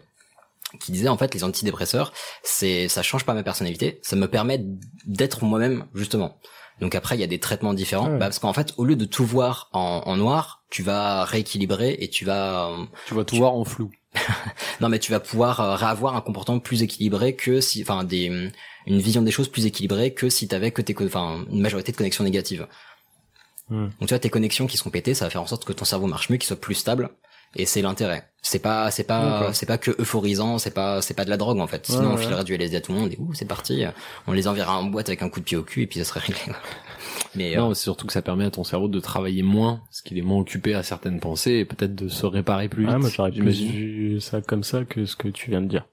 Speaker 5: qui disait en fait les antidépresseurs, c'est ça change pas ma personnalité, ça me permet d'être moi-même justement. Donc après il y a des traitements différents
Speaker 1: Ah ouais.
Speaker 5: bah, parce qu'en fait au lieu de tout voir en, en noir, tu vas rééquilibrer et tu vas euh,
Speaker 2: Tu vas tout voir en flou.
Speaker 5: non mais tu vas pouvoir euh, réavoir un comportement plus équilibré que si enfin des mm, une vision des choses plus équilibrée que si t'avais que tes co- enfin une majorité de connexions négatives.
Speaker 1: Hmm.
Speaker 5: Donc tu vois tes connexions qui sont pétées, ça va faire en sorte que ton cerveau marche mieux, qu'il soit plus stable et c'est l'intérêt. C'est pas c'est pas
Speaker 1: D'accord.
Speaker 5: c'est pas que euphorisant, c'est pas c'est pas de la drogue en fait. Sinon
Speaker 1: Ouais,
Speaker 5: on
Speaker 1: ouais.
Speaker 5: filerait du LSD à tout le monde et ouh, c'est parti, on les enverra en boîte avec un coup de pied au cul et puis ça serait réglé. Mais euh,
Speaker 2: Non, c'est surtout que ça permet à ton cerveau de travailler moins, parce qu'il est moins occupé à certaines pensées, et peut-être de se réparer plus vite.
Speaker 1: Ah, moi j'aurais plus
Speaker 2: j'imagine.
Speaker 1: vu ça comme ça que ce que tu viens de dire.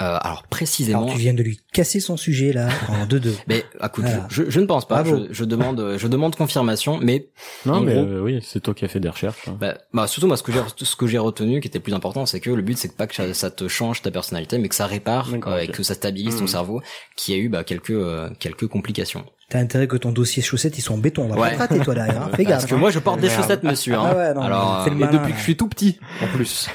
Speaker 5: euh, alors précisément
Speaker 3: Alors tu viens de lui casser son sujet là en deux deux.
Speaker 5: mais écoute,
Speaker 1: Ah.
Speaker 3: Voilà.
Speaker 5: je, je ne pense pas.
Speaker 3: Bravo.
Speaker 5: Je, je demande, je demande confirmation, mais
Speaker 1: Non,
Speaker 5: En
Speaker 1: mais
Speaker 5: gros-
Speaker 1: euh, oui, c'est toi qui as fait des recherches. hein.
Speaker 5: Bah, bah, surtout moi ce que j'ai ce que j'ai retenu qui était le plus important c'est que le but c'est que pas que ça, ça te change ta personnalité mais que ça répare
Speaker 1: D'accord,
Speaker 5: euh, et
Speaker 1: ok.
Speaker 5: que ça stabilise
Speaker 3: Hmm.
Speaker 5: ton
Speaker 1: Mhm.
Speaker 5: cerveau qui a eu bah, quelques euh, quelques complications.
Speaker 3: T'as intérêt que ton dossier chaussettes ils sont en béton. On va
Speaker 5: Ouais.
Speaker 3: pas te rater toi derrière. hein. Fais gaffe.
Speaker 5: Parce que
Speaker 3: hein.
Speaker 5: moi je porte des
Speaker 3: Merde.
Speaker 5: chaussettes monsieur hein.
Speaker 3: Ah ouais, non,
Speaker 5: Alors
Speaker 3: mais fais le
Speaker 5: euh,
Speaker 2: Et
Speaker 3: malin,
Speaker 2: depuis
Speaker 3: là.
Speaker 2: que je suis tout petit, en plus.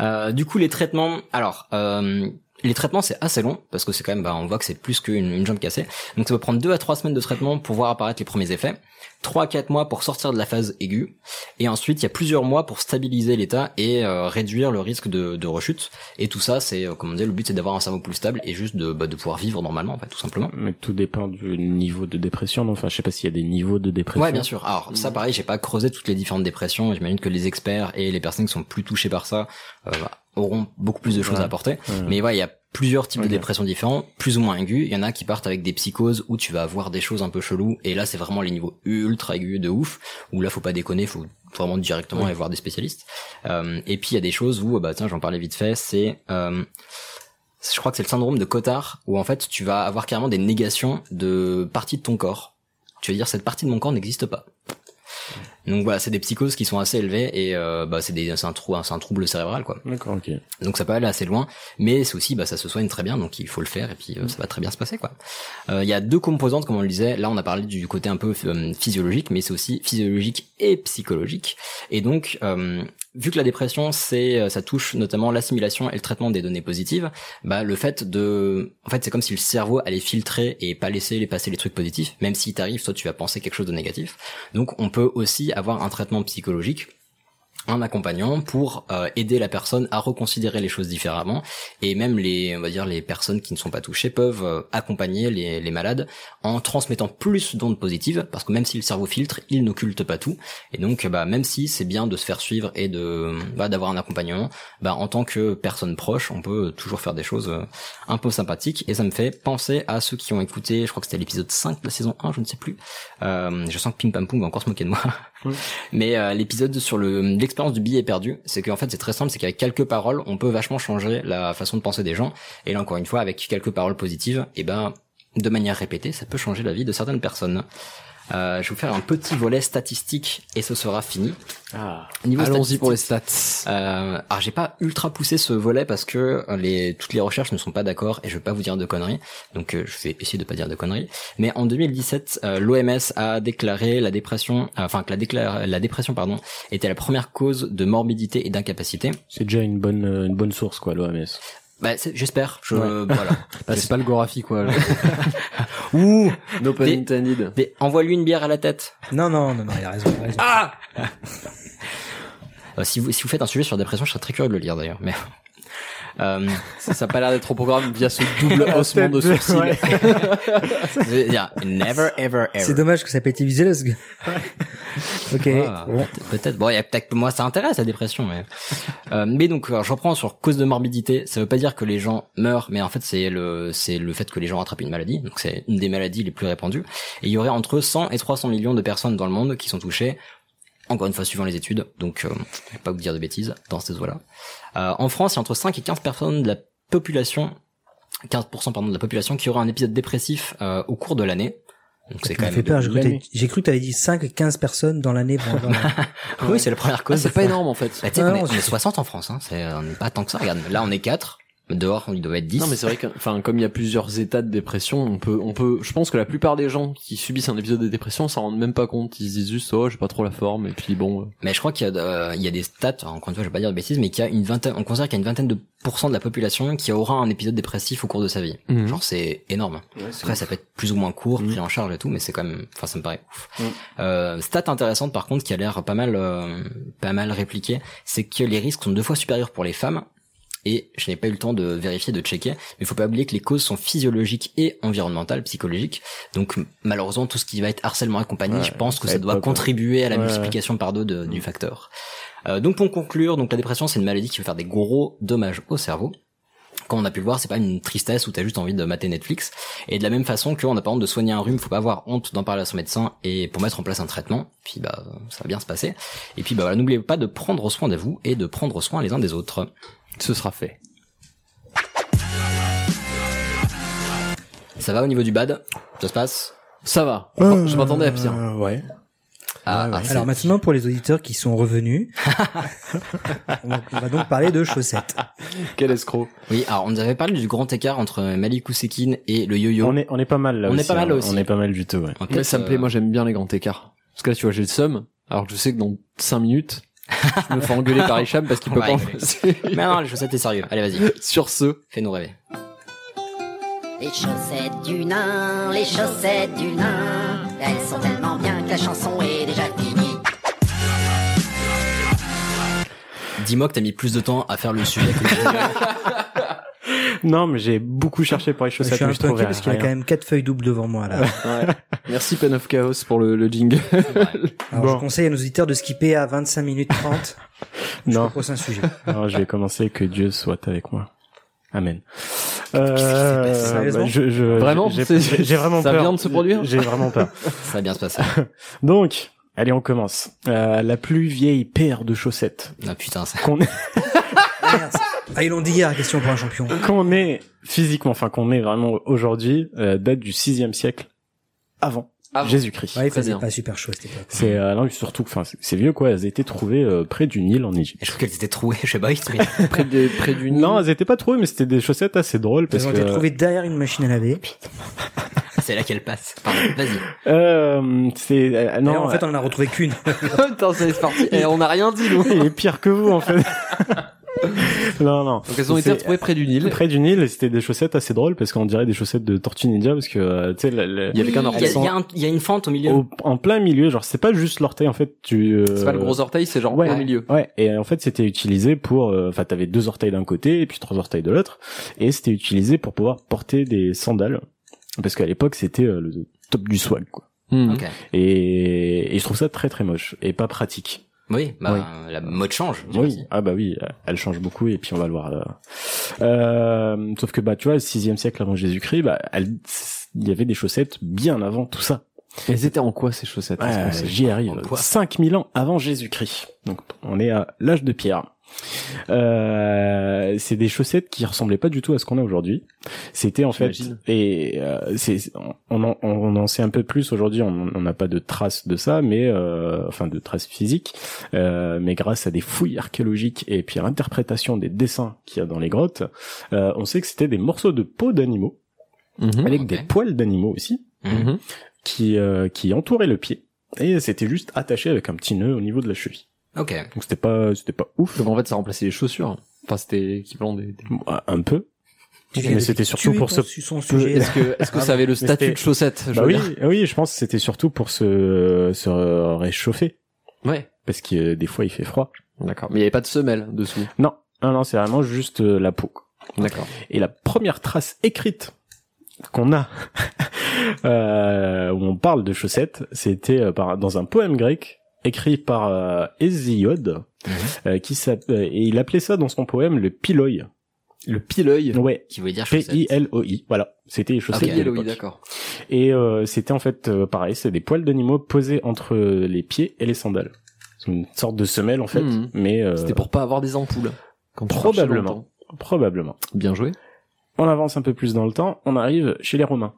Speaker 5: euh, du coup les traitements alors euh, Les traitements, c'est assez long, parce que c'est quand même, bah, on voit que c'est plus qu'une une jambe cassée. Donc ça peut prendre 2 à 3 semaines de traitement pour voir apparaître les premiers effets, 3 à 4 mois pour sortir de la phase aiguë, et ensuite il y a plusieurs mois pour stabiliser l'état et euh, réduire le risque de, de rechute. Et tout ça, c'est, euh, comment dire, le but c'est d'avoir un cerveau plus stable et juste de, bah, de pouvoir vivre normalement, en fait, tout simplement.
Speaker 1: Mais tout dépend du niveau de dépression. non Enfin, je sais pas s'il y a des niveaux de dépression.
Speaker 5: Ouais, bien sûr. Alors ça, pareil, j'ai pas creusé toutes les différentes dépressions. J'imagine que les experts et les personnes qui sont plus touchées par ça euh, auront beaucoup plus de choses
Speaker 1: Ouais.
Speaker 5: à apporter.
Speaker 1: Ouais.
Speaker 5: Mais ouais, il y a plusieurs types
Speaker 1: Hmm. Ok.
Speaker 5: de dépressions différents, plus ou moins aigus. Il y en a qui partent avec des psychoses où tu vas avoir des choses un peu cheloues. Et là, c'est vraiment les niveaux ultra aigus de ouf. Où là, faut pas déconner, faut vraiment directement
Speaker 1: Ouais.
Speaker 5: aller voir des spécialistes. Euh, et puis il y a des choses où, bah tiens, j'en parlais vite fait, c'est euh, je crois que c'est le syndrome de Cotard, où en fait tu vas avoir carrément des négations de parties de ton corps. Tu vas dire cette partie de mon corps n'existe pas. Donc voilà, c'est des psychoses qui sont assez élevées et euh, bah, c'est des- c'est un, trou, c'est un trouble cérébral quoi.
Speaker 1: D'accord, ok.
Speaker 5: Donc ça peut aller assez loin, mais c'est aussi bah ça se soigne très bien, donc il faut le faire et puis euh, ça va très bien se passer quoi. Euh, Il y a deux composantes comme on le disait. Là on a parlé du côté un peu euh, physiologique, mais c'est aussi physiologique et psychologique. Et donc euh, vu que la dépression c'est euh, ça touche notamment l'assimilation et le traitement des données positives, bah le fait de en fait c'est comme si le cerveau allait filtrer et pas laisser les passer les trucs positifs, même si t'arrives toi tu vas penser quelque chose de négatif. Donc on peut aussi avoir un traitement psychologique un accompagnant pour euh, aider la personne à reconsidérer les choses différemment et même les on va dire les personnes qui ne sont pas touchées peuvent euh, accompagner les, les malades en transmettant plus d'ondes positives parce que même si le cerveau filtre il n'occulte pas tout et donc bah même si c'est bien de se faire suivre et de bah, d'avoir un accompagnement bah en tant que personne proche on peut toujours faire des choses euh, un peu sympathiques et ça me fait penser à ceux qui ont écouté je crois que c'était l'épisode 5 de la saison 1 je ne sais plus Euh, je sens que Pim Pam Poum va encore se moquer de moi mais euh, l'épisode sur le l'expérience du billet perdu, c'est qu'en fait c'est très simple, c'est qu'avec quelques paroles, on peut vachement changer la façon de penser des gens. Et là encore une fois, avec quelques paroles positives, et ben de manière répétée, ça peut changer la vie de certaines personnes. Euh, je vais vous faire un petit volet statistique et ce sera fini.
Speaker 1: Ah.
Speaker 2: Allons-y pour les
Speaker 5: stats. Euh, alors j'ai pas ultra poussé ce volet parce que euh, les, toutes les recherches ne sont pas d'accord et je vais pas vous dire de conneries. Donc euh, je vais essayer de pas dire de conneries. Mais en 2017, l'OMS a déclaré la dépression, euh, enfin que la, déclare, la dépression pardon était la première cause de morbidité et d'incapacité.
Speaker 1: C'est déjà une bonne, euh, une bonne source, quoi, l'OMS.
Speaker 5: Bah, c'est- j'espère. Je,
Speaker 1: Ouais.
Speaker 5: Voilà.
Speaker 1: Bah, c'est pas
Speaker 5: Ah, le Gorafi quoi. Ouh, no pun intended. Mais envoie-lui une bière à la tête.
Speaker 3: Non, non, non, non, il a raison. il a raison.
Speaker 5: Ah Euh, si vous si vous faites un sujet sur la dépression, je serais très curieux de le lire d'ailleurs. Mais euh, ça n'a pas l'air d'être au programme via ce double
Speaker 2: haussement de sourcil. Ouais.
Speaker 5: never ever ever.
Speaker 3: C'est dommage que ça n'a pas été visé là. parce que- ok.
Speaker 5: Ah, peut- Peut-être. Bon, il y a peut-être que moi ça intéresse la dépression, mais. Euh, mais donc, alors, je reprends sur cause de morbidité. Ça veut pas dire que les gens meurent, mais en fait c'est le c'est le fait que les gens attrapent une maladie. Donc c'est une des maladies les plus répandues. Et il y aurait entre 100 et 300 millions de personnes dans le monde qui sont touchées. Encore une fois, suivant les études, donc euh, je vais pas vous dire de bêtises dans ces eaux-là. Euh, en France, il y a entre 5 et 15 personnes de la population, 15% pardon, de la population qui aura un épisode dépressif euh, au cours de l'année. Donc c'est
Speaker 3: Tu
Speaker 5: quand
Speaker 3: m'as
Speaker 5: même
Speaker 3: fait peur. J'ai
Speaker 5: de
Speaker 3: cru que
Speaker 5: l'année.
Speaker 3: t'avais- J'ai cru que t'avais dit 5 et 15 personnes dans l'année. Bon, dans la-
Speaker 5: Oui, c'est la première cause.
Speaker 2: Ah, c'est pas énorme en fait.
Speaker 5: Bah, tu sais,
Speaker 3: Ah
Speaker 5: on,
Speaker 3: non,
Speaker 5: est, on
Speaker 3: c'est-
Speaker 5: est 60 en France, hein. c'est, on n'est pas tant que ça. Regarde, là on est 4, dehors on doit être 10.
Speaker 2: Non mais c'est vrai que enfin comme il y a plusieurs états de dépression, on peut on peut je pense que la plupart des gens qui subissent un épisode de dépression s'en rendent même pas compte, ils se disent juste oh, j'ai pas trop la forme et puis bon euh.
Speaker 5: Mais je crois qu'il y, a, euh, il y a des stats, encore une fois je vais pas dire de bêtises, mais qu'il y a une vingtaine, on considère qu'il y a une vingtaine de pourcents de la population qui aura un épisode dépressif au cours de sa vie.
Speaker 2: Mhm.
Speaker 5: Genre c'est énorme. Après ça peut être plus ou moins court,
Speaker 1: Mmh.
Speaker 5: pris en charge et tout, mais c'est quand même, enfin ça me paraît ouf. Euh, stat intéressante par contre qui a l'air pas mal, euh, pas mal répliquée, c'est que les risques sont deux fois supérieurs pour les femmes et je n'ai pas eu le temps de vérifier, de checker, mais il faut pas oublier que les causes sont physiologiques et environnementales, psychologiques. Donc m- malheureusement, tout ce qui va être harcèlement et compagnie,
Speaker 1: Ouais,
Speaker 5: je pense que
Speaker 1: ça
Speaker 5: ça
Speaker 1: aide
Speaker 5: doit
Speaker 1: pas, quoi.
Speaker 5: contribuer à la
Speaker 1: Ouais, ouais.
Speaker 5: multiplication par deux de- du facteur. Euh, donc pour conclure, donc la dépression c'est une maladie qui peut faire des gros dommages au cerveau. Comme on a pu le voir, c'est pas une tristesse où t'as juste envie de mater Netflix. Et de la même façon qu'on a par exemple de soigner un rhume, faut pas avoir honte d'en parler à son médecin et pour mettre en place un traitement. Puis bah ça va bien se passer. Et puis bah voilà, n'oubliez pas de prendre soin de vous et de prendre soin les uns des autres.
Speaker 2: ce sera fait.
Speaker 5: Ça va au niveau du bad Ça se passe
Speaker 2: Ça va.
Speaker 3: Euh,
Speaker 2: je m'attendais à pire.
Speaker 1: ouais.
Speaker 5: Ah, ah, c'est-
Speaker 3: Alors maintenant, pour les auditeurs qui sont revenus, on on va donc parler de chaussettes.
Speaker 2: Quel escroc.
Speaker 5: Oui, alors on nous avait parlé du grand écart entre Malik Ousekine et le yo-yo.
Speaker 1: On est, on est pas mal là
Speaker 5: On
Speaker 1: aussi.
Speaker 5: est pas mal,
Speaker 1: hein.
Speaker 5: aussi.
Speaker 1: On est pas mal du tout, ouais.
Speaker 5: On va peut-être,
Speaker 2: Mais ça me
Speaker 5: euh,
Speaker 2: plaît, moi j'aime bien les grands écarts. Parce que là tu vois, j'ai le seum alors que je sais que dans 5 minutes je me fais engueuler par Hicham parce qu'il
Speaker 5: On
Speaker 2: peut
Speaker 5: va
Speaker 2: pas en
Speaker 5: rigoler.
Speaker 2: passer.
Speaker 5: Mais non, les chaussettes, t'es sérieux. Allez, vas-y,
Speaker 2: Sur ce,
Speaker 5: fais-nous rêver.
Speaker 12: Les chaussettes du nain, les chaussettes du nain, elles sont tellement bien que la chanson est déjà finie.
Speaker 5: Dis-moi que t'as mis plus de temps à faire le sujet que le jingle.
Speaker 1: Non, mais j'ai beaucoup cherché pour les chaussettes.
Speaker 3: Je suis un
Speaker 1: mais je
Speaker 3: peu inquiet
Speaker 1: trouvais
Speaker 3: parce qu'il y a
Speaker 1: rien.
Speaker 3: quand même quatre feuilles doubles devant moi là.
Speaker 2: Merci Pen of Chaos pour le, le jingle.
Speaker 3: Alors
Speaker 1: Bon.
Speaker 3: je conseille à nos auditeurs de skipper à 25 minutes 30. Je
Speaker 1: Non.
Speaker 3: propose un sujet.
Speaker 1: Alors, je vais commencer. Que Dieu soit avec moi. Amen. Euh,
Speaker 2: Sérieusement
Speaker 1: bah, je, je-
Speaker 2: Vraiment
Speaker 1: j'ai
Speaker 2: C'est-
Speaker 1: j'ai- j'ai vraiment
Speaker 2: ça
Speaker 1: peur.
Speaker 2: vient de se produire
Speaker 1: J'ai vraiment peur.
Speaker 5: Ça va bien se passer.
Speaker 1: Donc, allez, on commence. Euh, la plus vieille paire de chaussettes
Speaker 5: Ah putain, ça.
Speaker 1: qu'on
Speaker 3: Ah, ils l'ont dit hier, question pour un champion.
Speaker 1: qu'on est physiquement, enfin qu'on est vraiment aujourd'hui, euh, date du 6e siècle avant
Speaker 2: Avant.
Speaker 1: Jésus-Christ.
Speaker 3: Ouais, il
Speaker 2: Très
Speaker 3: faisait
Speaker 2: bien.
Speaker 3: pas super chaud à cette époque.
Speaker 1: C'est euh, non, surtout, que, enfin, c'est- c'est vieux quoi. Elles étaient trouvées euh, près du Nil en Égypte.
Speaker 5: Je crois qu'elles étaient trouées, je sais pas, ils trouvaient.
Speaker 2: près, des, près du nid.
Speaker 1: Non, elles étaient pas trouvées, mais c'était des chaussettes assez drôles parce
Speaker 3: Ils ont
Speaker 1: que
Speaker 3: été trouvés derrière une machine à laver.
Speaker 5: C'est là qu'elle passe. Pardon, vas-y.
Speaker 1: euh, c'est euh,
Speaker 3: Non,
Speaker 1: non.
Speaker 3: en fait, on en a retrouvé qu'une.
Speaker 2: Attends, ça c'est parti. Et on n'a rien dit, nous.
Speaker 1: euh, il est pire que vous en fait. non, non.
Speaker 2: Donc elles ont été
Speaker 1: C'est-
Speaker 2: retrouvées près du Nil.
Speaker 1: Près du Nil, et c'était des chaussettes assez drôles parce qu'on dirait des chaussettes de tortue ninja parce que euh, tu sais, la- la-
Speaker 2: Il y avait qu'un
Speaker 5: Il y, a-
Speaker 2: orteil.
Speaker 5: il y a un- il y a une fente au milieu.
Speaker 1: au- en plein milieu, genre c'est pas juste l'orteil en fait. Tu euh,
Speaker 2: C'est pas le gros orteil, c'est genre
Speaker 1: ouais.
Speaker 2: au milieu.
Speaker 1: Ouais, et euh, en fait, c'était utilisé pour, euh, enfin, t'avais deux orteils d'un côté et puis trois orteils de l'autre, et c'était utilisé pour pouvoir porter des sandales, parce qu'à l'époque, c'était euh, le top du swag, quoi.
Speaker 2: Hmm.
Speaker 5: Ok.
Speaker 1: Mm. Et, et je trouve ça très très moche et pas pratique.
Speaker 5: Oui, bah, la mode change.
Speaker 1: Oui, ah bah oui, euh, elle change beaucoup et puis on va le voir. Là. Euh, sauf que bah tu vois, le sixième siècle avant Jésus-Christ, bah elle- il y avait des chaussettes bien avant tout ça.
Speaker 2: Elles étaient en quoi ces chaussettes Est-ce qu'on
Speaker 1: Ouais,
Speaker 2: sait
Speaker 1: J'y arrive.
Speaker 5: En quoi
Speaker 1: 5000 euh, ans avant Jésus-Christ. Donc, on est à l'âge de pierre. Euh, c'est des chaussettes qui ressemblaient pas du tout à ce qu'on a aujourd'hui. C'était en fait,
Speaker 2: J'imagine.
Speaker 1: et euh, c'est, on en, on en sait un peu plus aujourd'hui. On on n'a pas de traces de ça, mais euh, enfin de traces physiques. Euh, mais grâce à des fouilles archéologiques et puis à l'interprétation des dessins qu'il y a dans les grottes, euh, on sait que c'était des morceaux de peau d'animaux
Speaker 2: Mhm.
Speaker 1: avec
Speaker 5: ok.
Speaker 1: des poils d'animaux aussi
Speaker 5: Mhm.
Speaker 2: Mhm.
Speaker 1: qui, euh, qui entourait le pied et c'était juste attaché avec un petit nœud au niveau de la cheville.
Speaker 5: Ok.
Speaker 1: Donc c'était pas c'était pas ouf
Speaker 2: Donc en fait, ça remplaçait les chaussures. Enfin, c'était l'équivalent des. des-
Speaker 1: un peu.
Speaker 3: Tu viens
Speaker 1: Mais
Speaker 3: de
Speaker 1: c'était surtout
Speaker 3: tuer
Speaker 1: pour
Speaker 3: ton-
Speaker 1: ce
Speaker 3: son sujet.
Speaker 2: Est-ce que, est-ce que ça avait le statut
Speaker 1: c'était-
Speaker 2: de chaussette je
Speaker 1: Bah
Speaker 2: veux
Speaker 1: oui,
Speaker 2: dire
Speaker 1: oui, je pense que c'était surtout pour se se réchauffer
Speaker 2: Ouais.
Speaker 1: parce que euh, des fois il fait froid.
Speaker 2: D'accord. Mais il n'y avait pas de semelle dessous.
Speaker 1: Non, non, non, c'est vraiment juste euh, la peau. quoi.
Speaker 2: D'accord.
Speaker 1: Et la première trace écrite qu'on a euh, où on parle de chaussettes, c'était euh, par- dans un poème grec écrit par euh, Hésiode
Speaker 2: Mhm.
Speaker 1: euh, qui s'app- euh, et il appelait ça dans son poème le piloi.
Speaker 2: Le pile-œil. Ah,
Speaker 1: Ouais,
Speaker 5: Qui veut dire chaussettes.
Speaker 1: P-I-L-O-I. Voilà, c'était les chaussettes.
Speaker 5: Ok,
Speaker 1: de
Speaker 2: Pile-œil,
Speaker 1: l'époque.
Speaker 2: d'accord.
Speaker 1: Et euh, c'était en fait euh, pareil, c'est des poils d'animaux posés entre les pieds et les sandales. C'est une sorte de semelle en fait,
Speaker 2: Mhm.
Speaker 1: mais euh,
Speaker 2: C'était pour pas avoir des ampoules. Quand tu
Speaker 1: Probablement.
Speaker 2: marchais longtemps.
Speaker 1: probablement.
Speaker 2: Bien joué.
Speaker 1: On avance un peu plus dans le temps, on arrive chez les Romains.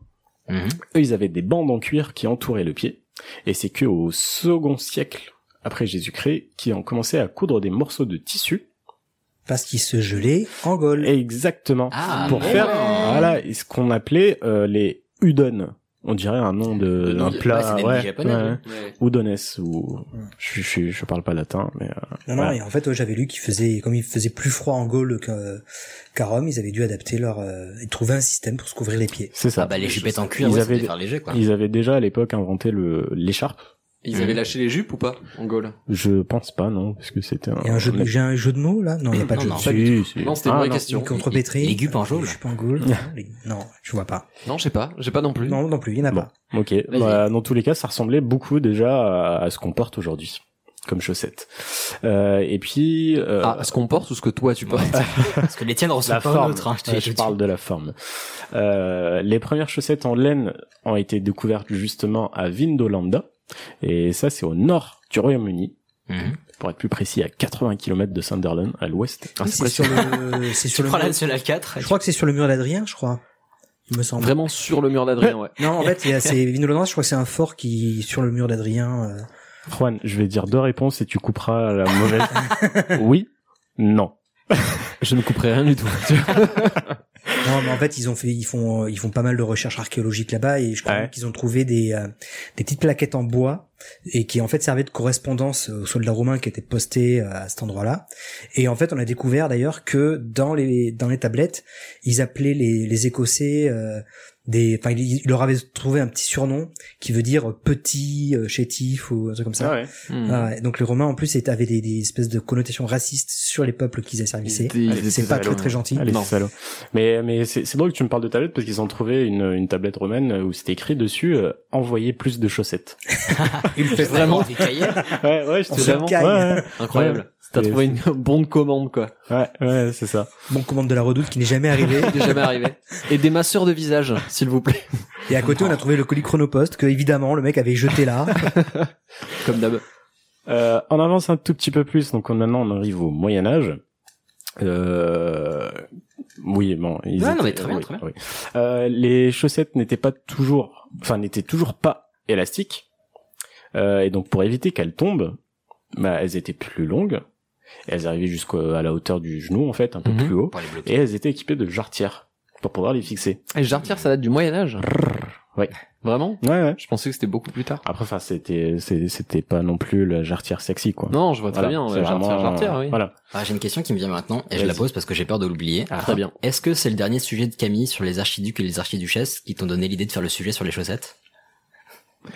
Speaker 5: Mhm.
Speaker 1: Eux, ils avaient des bandes en cuir qui entouraient le pied, et c'est que au second siècle après Jésus-Christ qu'ils ont commencé à coudre des morceaux de tissu
Speaker 3: Parce qu'il se gelait en Gaule.
Speaker 1: Exactement.
Speaker 5: Ah,
Speaker 1: pour
Speaker 5: merde.
Speaker 1: faire voilà et ce qu'on appelait euh, les udon. On dirait un nom de d'un
Speaker 5: Ouais,
Speaker 1: euh, plat
Speaker 5: c'est des
Speaker 1: ouais,
Speaker 5: japonais,
Speaker 1: ouais.
Speaker 5: ouais.
Speaker 1: Udones ou je, je je parle pas latin mais euh,
Speaker 3: Non, non,
Speaker 1: voilà.
Speaker 3: et en fait, ouais, j'avais lu qu'ils faisaient, comme il faisait plus froid en Gaule que- qu'à Rome, ils avaient dû adapter leur, euh, et trouver un système pour se couvrir les pieds.
Speaker 1: c'est ça.
Speaker 5: Ah bah les jupettes en cuir,
Speaker 1: Ils
Speaker 5: ouais, ça
Speaker 1: avaient-
Speaker 5: devait faire léger quoi.
Speaker 1: Ils avaient déjà à l'époque inventé le l'écharpe.
Speaker 2: Ils avaient lâché les jupes ou pas en Gaule
Speaker 1: Je pense pas non parce que c'était un,
Speaker 3: Et un jeu de, j'ai un jeu de mots, là? Non, il n'y a pas de
Speaker 5: Non,
Speaker 3: jeu
Speaker 5: non.
Speaker 3: de mots.
Speaker 1: Si, si.
Speaker 2: Non, c'était une
Speaker 1: Ah,
Speaker 2: vraie
Speaker 1: non.
Speaker 2: question.
Speaker 3: Contre Pétri.
Speaker 5: les guppes en Gaule.
Speaker 3: Je suis pas en Gaule. Non, les- Non, je vois pas.
Speaker 2: Non, je sais pas. J'ai pas non plus.
Speaker 3: Non, non plus, il n'y en a
Speaker 1: Bon,
Speaker 3: pas.
Speaker 1: ok.
Speaker 2: Vas-y.
Speaker 1: Bah, dans tous les cas, ça ressemblait beaucoup déjà à, à ce qu'on porte aujourd'hui comme chaussettes. Euh, et puis euh,
Speaker 2: Ah, ce qu'on porte ou ce que toi tu portes
Speaker 5: Parce que les tiennes ressemblent
Speaker 1: la
Speaker 5: pas aux
Speaker 1: forme.
Speaker 5: nôtres. Hein, je, te-
Speaker 1: Ouais,
Speaker 5: je
Speaker 1: je
Speaker 5: te dis.
Speaker 1: parle de la forme. Euh, les premières chaussettes en laine ont été découvertes justement à Vindolanda, et ça c'est au nord du Royaume-Uni,
Speaker 5: Mhm.
Speaker 1: pour être plus précis à 80 km de Sunderland à l'ouest.
Speaker 2: Ah,
Speaker 3: Oui,
Speaker 2: c'est
Speaker 3: c'est sur le, c'est
Speaker 5: Tu
Speaker 3: sur le
Speaker 5: prends la
Speaker 3: mur.
Speaker 5: nationale 4.
Speaker 3: Je crois que c'est sur le mur d'Adrien, je crois. Il me semble.
Speaker 2: Vraiment sur le mur d'Adrien, ouais.
Speaker 3: Non, en fait, il y a- c'est Vinolondra, je crois que c'est un fort qui, sur le mur d'Adrien, euh,
Speaker 1: Juan, je vais dire deux réponses et tu couperas la mauvaise. oui, non.
Speaker 2: Je ne couperai rien du tout.
Speaker 3: Non, mais en fait, ils ont fait, ils font, euh, ils font pas mal de recherches archéologiques là-bas et je crois qu'ils ont trouvé des, euh, des petites plaquettes en bois et qui en fait servaient de correspondance aux soldats romains qui étaient postés euh, à cet endroit-là. Et en fait, on a découvert d'ailleurs que dans les, dans les tablettes, ils appelaient les, les Écossais euh, des, enfin, ils ils leur avaient trouvé un petit surnom qui veut dire petit, euh, chétif ou un truc comme ça.
Speaker 1: Ah ouais.
Speaker 2: Mmh.
Speaker 1: Hmm.
Speaker 3: Ah ouais. Donc les Romains en plus étaient- avaient des, des espèces de connotations racistes sur les peuples qu'ils asservissaient.
Speaker 1: Ils étaient
Speaker 3: Ah, C'est pas
Speaker 1: salauds,
Speaker 3: très très
Speaker 1: hein.
Speaker 3: gentil.
Speaker 1: Ah, les salauds. Mais, mais c'est c'est drôle que tu me parles de tablette parce qu'ils ont trouvé une, une tablette romaine où c'était écrit dessus euh, envoyer plus de chaussettes.
Speaker 3: Il
Speaker 2: fait vraiment.
Speaker 1: ouais, ouais, je
Speaker 2: On
Speaker 1: te
Speaker 2: se
Speaker 1: vraiment-
Speaker 2: caille.
Speaker 1: ouais, ouais.
Speaker 2: Incroyable.
Speaker 1: Ouais.
Speaker 2: T'as
Speaker 1: C'est-
Speaker 2: trouvé une bonne commande, quoi.
Speaker 1: Ouais, ouais, c'est ça.
Speaker 3: Bon commande de la redoute qui n'est jamais arrivée.
Speaker 2: Qui n'est jamais arrivée. Et des masseurs de visage, s'il vous plaît.
Speaker 3: Et à côté, on a trouvé le colis Chronopost que évidemment le mec avait jeté là.
Speaker 2: Comme d'hab.
Speaker 1: Euh, on avance un tout petit peu plus, donc on, maintenant on arrive au Moyen Âge. Euh... Oui, bon. Ils
Speaker 5: Ouais, non,
Speaker 1: étaient-
Speaker 5: mais très bien,
Speaker 1: oui,
Speaker 5: très bien.
Speaker 1: oui. Euh, les chaussettes n'étaient pas toujours, enfin n'étaient toujours pas élastiques, Euh, et donc pour éviter qu'elles tombent, bah, elles étaient plus longues. Et elles arrivaient jusqu'à la hauteur du genou en fait, un peu
Speaker 5: Mhm.
Speaker 1: plus haut, et elles étaient équipées de jarretières pour pouvoir les fixer.
Speaker 2: Et Jartière, ça date du Moyen-Âge.
Speaker 1: Ouais.
Speaker 2: Vraiment
Speaker 1: Ouais, ouais.
Speaker 2: Je pensais que c'était beaucoup plus tard.
Speaker 1: Après, enfin, c'était, c'est- c'était pas non plus la jarretière sexy, quoi.
Speaker 2: Non, je vois très
Speaker 1: Voilà,
Speaker 2: bien.
Speaker 1: c'est
Speaker 2: ouais, Jartière,
Speaker 1: vraiment,
Speaker 2: Jartière, oui.
Speaker 1: Voilà.
Speaker 5: Ah, J'ai une question qui me vient maintenant et je
Speaker 1: Vas-y.
Speaker 5: la pose parce que j'ai peur de l'oublier.
Speaker 2: Très bien.
Speaker 5: Est-ce que c'est le dernier sujet de Camille sur les archiducs et les archiduchesses qui t'ont donné l'idée de faire le sujet sur les chaussettes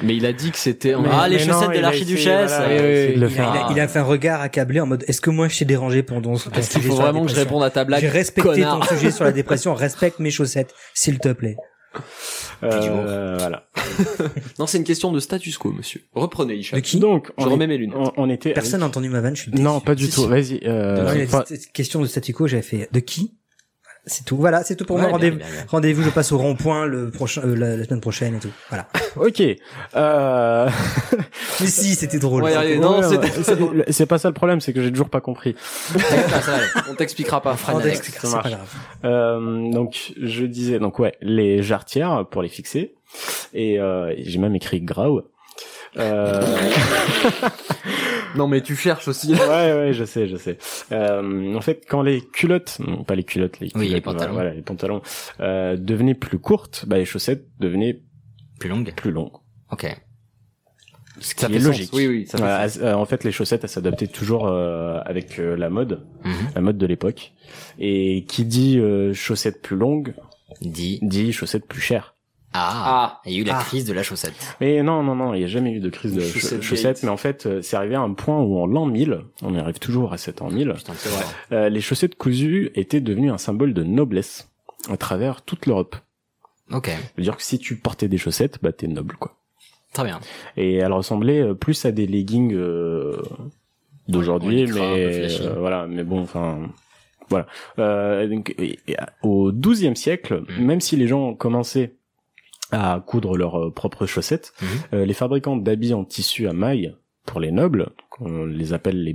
Speaker 2: Mais il a dit que c'était en-
Speaker 5: Ah, les
Speaker 2: Mais non,
Speaker 5: chaussettes
Speaker 2: il
Speaker 5: de
Speaker 2: a
Speaker 5: l'archiduchesse
Speaker 2: essayé, voilà, il a essayé de le
Speaker 3: Il a, il a- il a fait un regard accablé en mode Est-ce que moi je t'ai dérangé pendant ce
Speaker 2: Est-ce qu'il faut vraiment que je réponde à ta blague,
Speaker 3: J'ai respecté ton
Speaker 2: connard
Speaker 3: sujet sur la dépression. Respecte mes chaussettes, s'il te plaît.
Speaker 1: Euh, voilà.
Speaker 2: Non, c'est une question de status quo, monsieur. Reprenez, Isha.
Speaker 3: De qui
Speaker 1: Donc,
Speaker 2: Je
Speaker 1: on
Speaker 2: remets
Speaker 1: est-
Speaker 2: mes lunettes.
Speaker 1: On, on était.
Speaker 3: Personne n'a entendu ma vanne. Je suis
Speaker 1: Non, pas du
Speaker 3: Si,
Speaker 1: tout.
Speaker 3: si.
Speaker 1: Vas-y. euh,
Speaker 3: Non, il a dit,
Speaker 1: enfin,
Speaker 3: cette question de statu quo, j'avais fait de qui C'est tout. Voilà, c'est tout pour
Speaker 1: Ouais,
Speaker 3: moi.
Speaker 1: bien,
Speaker 3: Rendez-vous,
Speaker 1: bien, bien.
Speaker 3: rendez-vous. Je passe au rond-point le prochain, euh, la, la semaine prochaine et tout. Voilà.
Speaker 1: Ok. Euh...
Speaker 3: Mais si, c'était drôle.
Speaker 2: Ouais,
Speaker 3: C'était
Speaker 2: ouais, non,
Speaker 3: drôle.
Speaker 2: c'était-
Speaker 1: c'est- C'est pas ça le problème, c'est que j'ai toujours pas compris.
Speaker 2: On t'expliquera pas.
Speaker 3: On
Speaker 2: Fred Alex.
Speaker 3: t'expliquera,
Speaker 1: Ça
Speaker 3: c'est pas
Speaker 1: marche.
Speaker 3: grave.
Speaker 1: Euh, donc je disais donc ouais les jarretières pour les fixer et euh, j'ai même écrit grau. Euh...
Speaker 2: Non, mais tu cherches aussi.
Speaker 1: ouais ouais je sais je sais. Euh, en fait quand les culottes non, pas les culottes les
Speaker 5: Oui, les
Speaker 1: culottes,
Speaker 5: pantalons.
Speaker 1: voilà, les pantalons euh, devenaient plus courtes bah les chaussettes devenaient
Speaker 5: Plus longue
Speaker 1: plus longues.
Speaker 5: Ok.
Speaker 1: Ce qui
Speaker 2: Ça
Speaker 1: est
Speaker 2: fait sens.
Speaker 1: logique.
Speaker 2: Oui, oui, ça fait
Speaker 1: Euh, elles- euh, en fait, les chaussettes, elles s'adaptaient toujours euh, avec euh, la mode,
Speaker 5: Mhm.
Speaker 1: la mode de l'époque. Et qui dit euh, chaussettes plus longues,
Speaker 5: Dit.
Speaker 1: dit chaussettes plus chères.
Speaker 5: Ah, il y a eu la
Speaker 1: Ah.
Speaker 5: crise de la chaussette.
Speaker 1: Mais non, non, non, il n'y a jamais eu de crise de cha-
Speaker 5: Chaussette
Speaker 1: chaussettes.
Speaker 5: gate.
Speaker 1: mais en fait, euh, c'est arrivé à un point où en l'an 1000, on y arrive toujours à cet an 1000,
Speaker 5: c'est vrai.
Speaker 1: euh, les chaussettes cousues étaient devenues un symbole de noblesse à travers toute l'Europe.
Speaker 5: Ok,
Speaker 1: C'est-à-dire que si tu portais des chaussettes, bah t'es noble, quoi.
Speaker 5: très bien.
Speaker 1: et elle ressemblait euh, plus à des leggings euh, d'aujourd'hui
Speaker 5: Oui, crap, un peu
Speaker 1: mais
Speaker 5: flashy.
Speaker 1: euh, voilà mais bon enfin voilà Euh, donc, et- et au XIIe siècle
Speaker 5: Mm.
Speaker 1: même si les gens commençaient à coudre leurs euh, propres chaussettes
Speaker 5: Mm.
Speaker 1: euh, les fabricants d'habits en tissu à mailles pour les nobles on les appelle les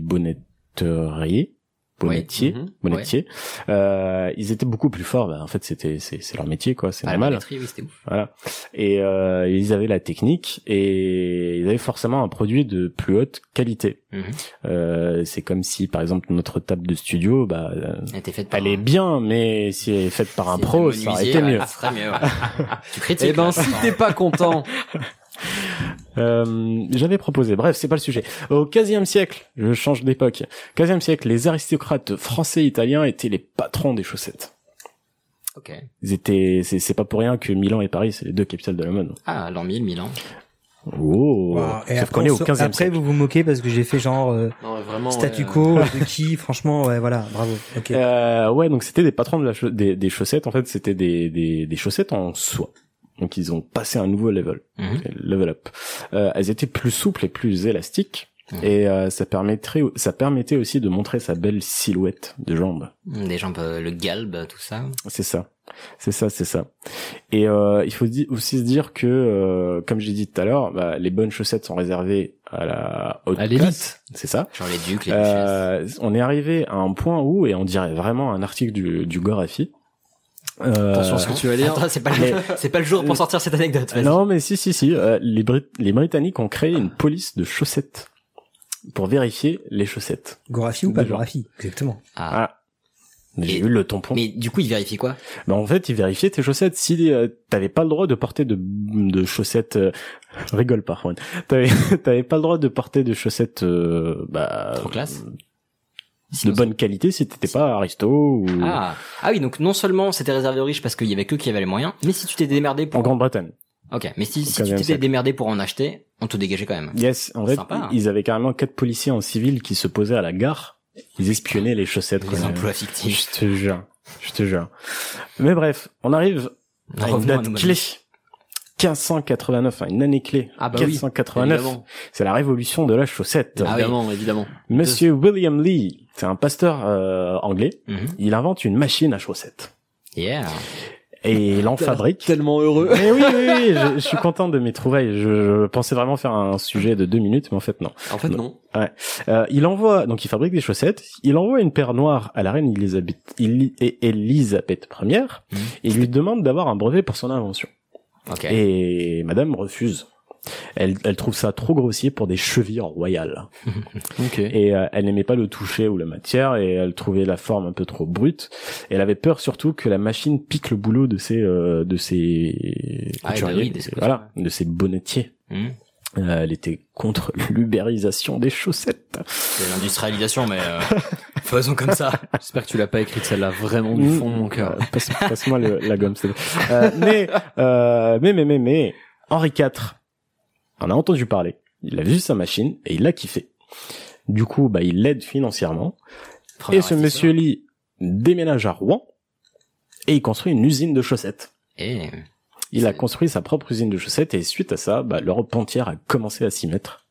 Speaker 1: bonnetteriers bonnetiers
Speaker 5: Mhm.
Speaker 1: bonnetiers euh, ils étaient beaucoup plus forts bah, en fait c'était c'est c'est leur métier quoi c'est
Speaker 5: Ah, la
Speaker 1: normal
Speaker 5: bonnetterie, oui, c'était ouf.
Speaker 1: voilà. Et euh, ils avaient la technique et ils avaient forcément un produit de plus haute qualité.
Speaker 5: Mhm.
Speaker 1: Euh, c'est comme si, par exemple, notre table de studio, bah, euh,
Speaker 5: Elle était faite par
Speaker 1: elle est bien, mais si elle est faite par un pro, ça aurait été mieux.
Speaker 5: Ça serait mieux. ouais. tu critiques. hein.
Speaker 2: Eh ben,
Speaker 5: là,
Speaker 2: si
Speaker 5: c'est
Speaker 2: t'es pas content,
Speaker 1: Euh, J'avais proposé. Bref, c'est pas le sujet. Au 15e siècle, je change d'époque. 15e siècle, les aristocrates français et italiens étaient les patrons des chaussettes.
Speaker 5: Ok.
Speaker 1: Ils étaient, c'est c'est pas pour rien que Milan et Paris, c'est les deux capitales de la mode.
Speaker 5: Ah, l'an 1000, 1000 ans.
Speaker 1: Oh.
Speaker 3: Wow. Et
Speaker 1: Sauf
Speaker 3: après,
Speaker 1: qu'on est
Speaker 3: on
Speaker 1: au
Speaker 3: se-
Speaker 1: 15e
Speaker 3: après,
Speaker 1: siècle.
Speaker 3: vous vous moquez parce que j'ai fait genre euh,
Speaker 2: Non, vraiment.
Speaker 3: statu
Speaker 2: ouais,
Speaker 3: quo euh, de qui franchement ouais voilà bravo ok
Speaker 1: Euh, ouais, donc c'était des patrons de la cha- des, des chaussettes. En fait, c'était des, des, des chaussettes en soie. Donc ils ont passé un nouveau level,
Speaker 5: Mhm.
Speaker 1: level up. Euh, elles étaient plus souples et plus élastiques. Et euh, ça permettrait, ça permettait aussi de montrer sa belle silhouette de jambes.
Speaker 5: Des jambes, euh, le galbe, tout ça.
Speaker 1: C'est ça, c'est ça, c'est ça. Et euh, il faut di- aussi se dire que, euh, comme j'ai dit tout à l'heure, bah, les bonnes chaussettes sont réservées à la haute
Speaker 2: À
Speaker 1: classe.
Speaker 2: l'élite.
Speaker 1: C'est ça.
Speaker 5: Genre les ducs, les duchesses.
Speaker 1: Euh, on est arrivé à un point où, et on dirait vraiment un article du, du Gorafi. Euh,
Speaker 2: Attention à ce que tu vas lire.
Speaker 5: Attends, c'est pas, le...
Speaker 1: mais-
Speaker 5: c'est pas le jour pour sortir cette anecdote. vas-y.
Speaker 1: non, mais si, si, si. euh, les, Brit- les Britanniques ont créé une police de chaussettes pour vérifier les chaussettes.
Speaker 3: Gorafi ou pas
Speaker 1: Déjà.
Speaker 3: Gorafi exactement
Speaker 5: Ah.
Speaker 1: Ah. J'ai eu le tampon.
Speaker 5: Mais du coup, il vérifie quoi
Speaker 1: Ben en fait, il vérifiait tes chaussettes. Si euh, t'avais pas le droit de porter de, de chaussettes, euh, rigole pas, Juan. T'avais, t'avais pas le droit de porter de chaussettes, euh, bah,
Speaker 5: Trop classe.
Speaker 1: de bonne qualité si t'étais pas aristo ou
Speaker 5: Ah. ah oui, donc non seulement c'était réservé aux riches parce qu'il y avait que eux qui avaient les moyens, mais si tu t'es démerdé pour...
Speaker 1: en Grande-Bretagne.
Speaker 5: Ok, mais si, si tu
Speaker 1: 15e
Speaker 5: t'étais
Speaker 1: siècle.
Speaker 5: démerdé pour en acheter, on te dégageait quand même.
Speaker 1: Yes, en fait,
Speaker 5: Sympa, hein.
Speaker 1: ils avaient carrément quatre policiers en civil qui se posaient à la gare. Ils espionnaient les chaussettes.
Speaker 5: Les
Speaker 1: quoi.
Speaker 5: emplois fictifs.
Speaker 1: Je te jure, je te jure. Mais bref, on arrive à une
Speaker 5: Revenons à
Speaker 1: date
Speaker 5: nos
Speaker 1: clé.
Speaker 5: manifs.
Speaker 1: 1589, hein, une année clé.
Speaker 5: Ah bah oui,
Speaker 1: 1589,
Speaker 5: évidemment.
Speaker 1: c'est la révolution de la chaussette.
Speaker 5: Ah oui.
Speaker 2: Évidemment, évidemment.
Speaker 1: Monsieur William Lee, c'est un pasteur euh, anglais. Il invente une machine à chaussettes
Speaker 5: Mhm. Yeah.
Speaker 1: et il en fabrique.
Speaker 2: Tellement heureux.
Speaker 1: Mais oui, oui, oui, je, je suis content de mes trouvailles. Je, je pensais vraiment faire un sujet de deux minutes, mais en fait non.
Speaker 2: En fait, non.
Speaker 1: Ouais. Euh, il envoie donc il fabrique des chaussettes. Il envoie une paire noire à la reine Elisabeth, Eli- et- Elisabeth Ier. et lui demande d'avoir un brevet pour son invention.
Speaker 5: Mhm. Ok.
Speaker 1: Et Madame refuse. Elle, elle trouve ça trop grossier pour des chevilles royales.
Speaker 2: Ok.
Speaker 1: Et euh, elle n'aimait pas le toucher ou la matière et elle trouvait la forme un peu trop brute. Et elle avait peur surtout que la machine pique le boulot de ses euh, de ses
Speaker 5: Ah,
Speaker 1: couturiers,
Speaker 5: bah oui, des
Speaker 1: de ses-
Speaker 5: couturiers.
Speaker 1: voilà, de ses bonnetiers.
Speaker 5: Mhm.
Speaker 1: Euh, elle était contre l'ubérisation des chaussettes.
Speaker 5: C'est l'industrialisation, mais euh, faisons comme ça.
Speaker 2: J'espère que tu l'as pas écrite celle-là vraiment du
Speaker 1: Mmh.
Speaker 2: fond de mon cœur.
Speaker 1: Euh, passe- Passe-moi le- la gomme, s'il te plaît. Euh, mais, euh, mais, mais, mais, mais, Henri IV en a entendu parler. Il a vu sa machine et il l'a kiffé. Du coup, bah, il l'aide financièrement.
Speaker 5: Premier
Speaker 1: et ce
Speaker 5: investisseur.
Speaker 1: monsieur Lee déménage à Rouen et il construit une usine de chaussettes.
Speaker 5: Eh,
Speaker 1: Il a construit sa propre usine de chaussettes et suite à ça, bah, l'Europe entière a commencé à s'y mettre.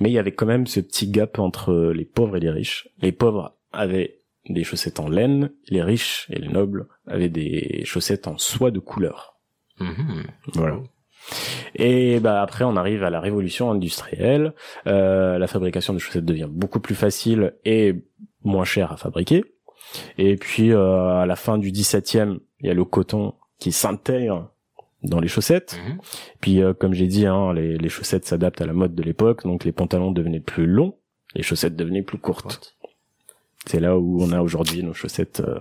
Speaker 1: Mais il y avait quand même ce petit gap entre les pauvres et les riches. Les pauvres avaient des chaussettes en laine, les riches et les nobles avaient des chaussettes en soie de couleur.
Speaker 5: mhm.
Speaker 1: Voilà. Et bah après on arrive à la révolution industrielle, Euh, la fabrication de chaussettes devient beaucoup plus facile et moins chère à fabriquer. Et puis euh, à la fin du 17e, il y a le coton qui s'intègre dans les chaussettes.
Speaker 5: Mhm.
Speaker 1: Puis euh, comme j'ai dit, hein, les, les chaussettes s'adaptent à la mode de l'époque, donc les pantalons devenaient plus longs, les chaussettes devenaient plus courtes. C'est là où on a aujourd'hui nos chaussettes euh,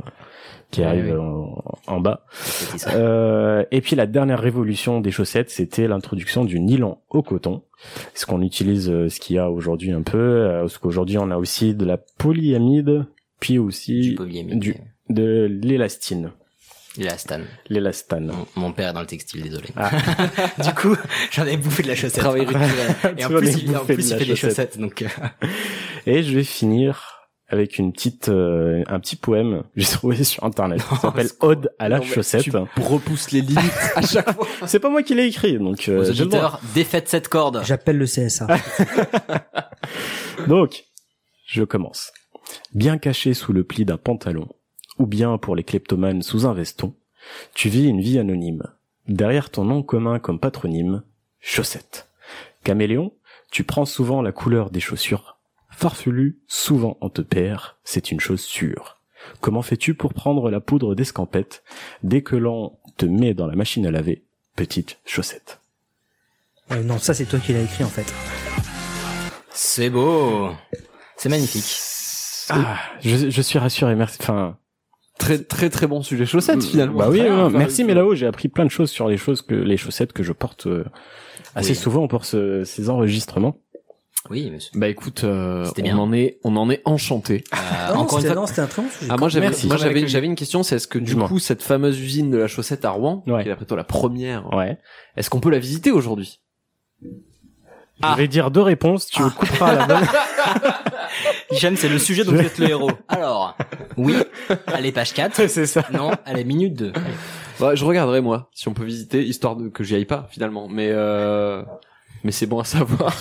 Speaker 1: qui
Speaker 2: Ouais,
Speaker 1: arrivent
Speaker 2: ouais.
Speaker 1: en- en bas.
Speaker 5: C'est ça.
Speaker 1: Euh, et puis la dernière révolution des chaussettes, c'était l'introduction du nylon au coton. Ce qu'on utilise, euh, ce qu'il y a aujourd'hui un peu, euh, parce qu'aujourd'hui on a aussi de la polyamide, puis
Speaker 5: Du
Speaker 1: aussi
Speaker 5: polyamide.
Speaker 1: du- de l'élastine,
Speaker 5: Il est à Stan.
Speaker 1: l'élastane.
Speaker 5: Mon, mon père est dans le textile, désolé. du coup, j'en ai bouffé de la chaussette.
Speaker 1: Ah. Travail
Speaker 5: récurrent. Et en
Speaker 1: Tu en as
Speaker 5: plus, il, en
Speaker 1: bouffé de
Speaker 5: plus, il
Speaker 1: la
Speaker 5: fait des
Speaker 1: chaussette.
Speaker 5: chaussettes, donc euh,
Speaker 1: Et je vais finir avec une petite, euh, un petit poème que j'ai trouvé sur internet. Ça s'appelle Ode à la
Speaker 2: Oh, Non, mais
Speaker 1: chaussette.
Speaker 2: Tu repousses les limites à chaque fois.
Speaker 1: C'est pas moi qui l'ai écrit, donc euh,
Speaker 5: aux
Speaker 1: j'ai le droit.
Speaker 5: auditeurs, défaites cette corde.
Speaker 3: J'appelle le CSA.
Speaker 1: Donc, je commence. Bien caché sous le pli d'un pantalon, ou bien pour les kleptomanes sous un veston, tu vis une vie anonyme. Derrière ton nom commun comme patronyme, chaussette. Caméléon, tu prends souvent la couleur des chaussures. Farfelu, souvent on te perd, c'est une chose sûre. Comment fais-tu pour prendre la poudre d'escampette dès que l'on te met dans la machine à laver, petite chaussette?
Speaker 3: Euh, non, ça c'est toi qui l'as écrit en fait.
Speaker 5: C'est beau. C'est magnifique.
Speaker 1: Ah, je, je suis rassuré, merci. Enfin,
Speaker 2: Très très très bon sujet chaussettes finalement.
Speaker 1: Bah oui,
Speaker 2: Très
Speaker 1: non,
Speaker 2: bien.
Speaker 1: non,
Speaker 2: Enfin,
Speaker 1: merci.
Speaker 2: euh,
Speaker 1: Mais là-haut, j'ai appris plein de choses sur les choses que les chaussettes que je porte euh, assez
Speaker 5: Oui.
Speaker 1: souvent pour ce- ces enregistrements.
Speaker 5: Oui, monsieur.
Speaker 2: Bah écoute, euh,
Speaker 5: C'était
Speaker 2: on
Speaker 5: bien.
Speaker 2: en est on en est enchanté.
Speaker 5: Euh,
Speaker 3: Ah non,
Speaker 5: encore une
Speaker 3: c'était-
Speaker 5: fois,
Speaker 3: non, c'était un très bon sujet.
Speaker 2: Ah, moi j'avais
Speaker 1: Merci.
Speaker 2: moi
Speaker 1: J'avais
Speaker 2: j'avais
Speaker 1: accueilli.
Speaker 2: j'avais une question, c'est est-ce que du
Speaker 1: Dis-moi.
Speaker 2: coup cette fameuse usine de la chaussette à Rouen,
Speaker 1: Ouais.
Speaker 2: qui est après toi la première,
Speaker 1: Ouais.
Speaker 2: est-ce qu'on peut la visiter aujourd'hui Ah.
Speaker 1: Je vais dire deux réponses. Tu me couperas la bonne.
Speaker 5: Hicham, c'est le sujet dont vous êtes le héros. Alors, oui, allez, page 4.
Speaker 1: C'est ça.
Speaker 5: Non, allez, minute 2.
Speaker 2: Bah, je regarderai moi si on peut visiter histoire de que j'y aille pas finalement, mais euh, mais c'est bon à savoir.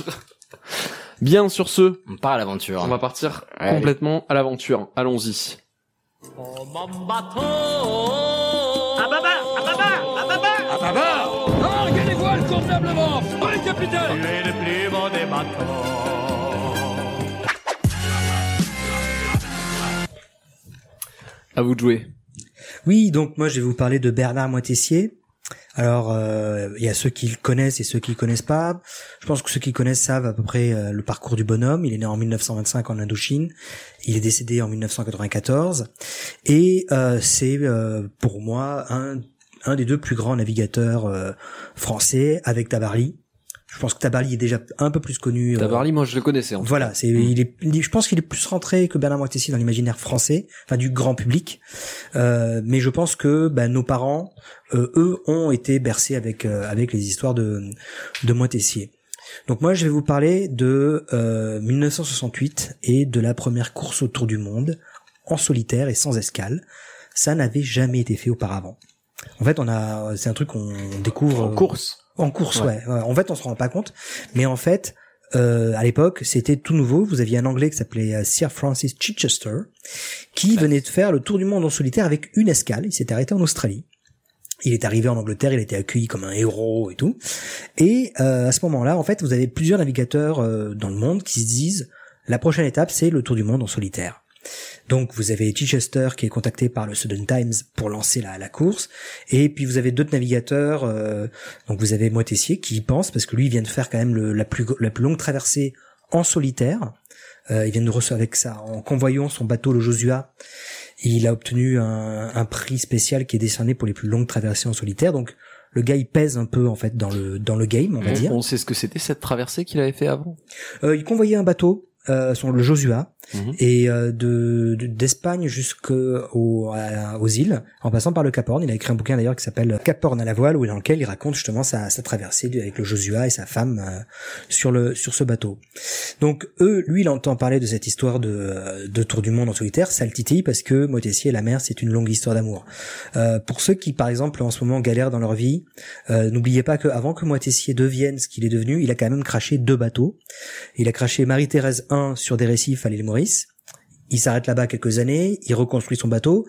Speaker 2: Bien sur ce,
Speaker 5: On part à l'aventure.
Speaker 2: On va partir complètement à l'aventure. Allons-y. À vous de jouer.
Speaker 3: Oui, donc moi je vais vous parler de Bernard Moitessier, Alors, euh, il y a ceux qui le connaissent et ceux qui le connaissent pas. Je pense que ceux qui le connaissent savent à peu près euh, le parcours du bonhomme. Il est né en 1925 en Indochine. Il est décédé en 1994. Et euh, c'est euh, pour moi un, un des deux plus grands navigateurs euh, français avec Tabarly. Je pense que Tabarly est déjà un peu plus connu. euh,
Speaker 2: Tabarly, moi je le connaissais. En Mm. fait.
Speaker 3: voilà, c'est il est, il est- je pense qu'il est plus rentré que Bernard Moitessier dans l'imaginaire français, enfin du grand public. Euh, mais je pense que bah, nos parents, euh, eux, ont été bercés avec euh, avec les histoires de de Moitessier. Donc moi, je vais vous parler de euh, 1968 et de la première course autour du monde en solitaire et sans escale. Ça n'avait jamais été fait auparavant. En fait, on a, c'est un truc qu'on découvre
Speaker 2: En
Speaker 3: euh,
Speaker 2: course.
Speaker 3: en course, ouais.
Speaker 2: Ouais.
Speaker 3: ouais. En fait, on se rend pas compte, mais en fait, euh, à l'époque, c'était tout nouveau. Vous aviez un Anglais qui s'appelait euh, Sir Francis Chichester, qui venait de faire le tour du monde en solitaire avec une escale. Il s'était arrêté en Australie. Il est arrivé en Angleterre, il a été accueilli comme un héros et tout. Et euh, à ce moment-là, en fait, vous avez plusieurs navigateurs euh, dans le monde qui se disent la prochaine étape, c'est le tour du monde en solitaire. Donc vous avez Chichester qui est contacté par le Southern Times pour lancer la, la course, et puis vous avez d'autres navigateurs, euh, donc vous avez Moitessier qui y pense parce que lui il vient de faire quand même le- la, plus, gr- la plus longue traversée en solitaire. Euh, il vient de recevoir avec ça en convoyant son bateau le Josua. Il a obtenu un, un prix spécial qui est décerné pour les plus longues traversées en solitaire. Donc le gars il pèse un peu en fait dans le dans le game on va dire.
Speaker 2: On, on sait ce que c'était cette traversée qu'il avait fait avant.
Speaker 3: Euh, il convoyait un bateau, euh, son le Josua,
Speaker 2: Mhm.
Speaker 3: et euh, de de- d'Espagne jusqu'aux aux îles, en passant par le Cap Horn. Il a écrit un bouquin d'ailleurs qui s'appelle euh, Cap Horn à la voile, où dans lequel il raconte justement sa, sa traversée de- avec le Josua et sa femme euh, sur le sur ce bateau. Donc eux, lui, il entend parler de cette histoire de, euh, de tour du monde en solitaire, ça le titille parce que Motessier et la mer, c'est une longue histoire d'amour. Euh, pour ceux qui, par exemple, en ce moment galèrent dans leur vie, euh, n'oubliez pas que avant que Motessier devienne ce qu'il est devenu, il a quand même craché deux bateaux. Il a craché Marie-Thérèse 1 sur des récifs à l'île Maurice. Il s'arrête là-bas quelques années, il reconstruit son bateau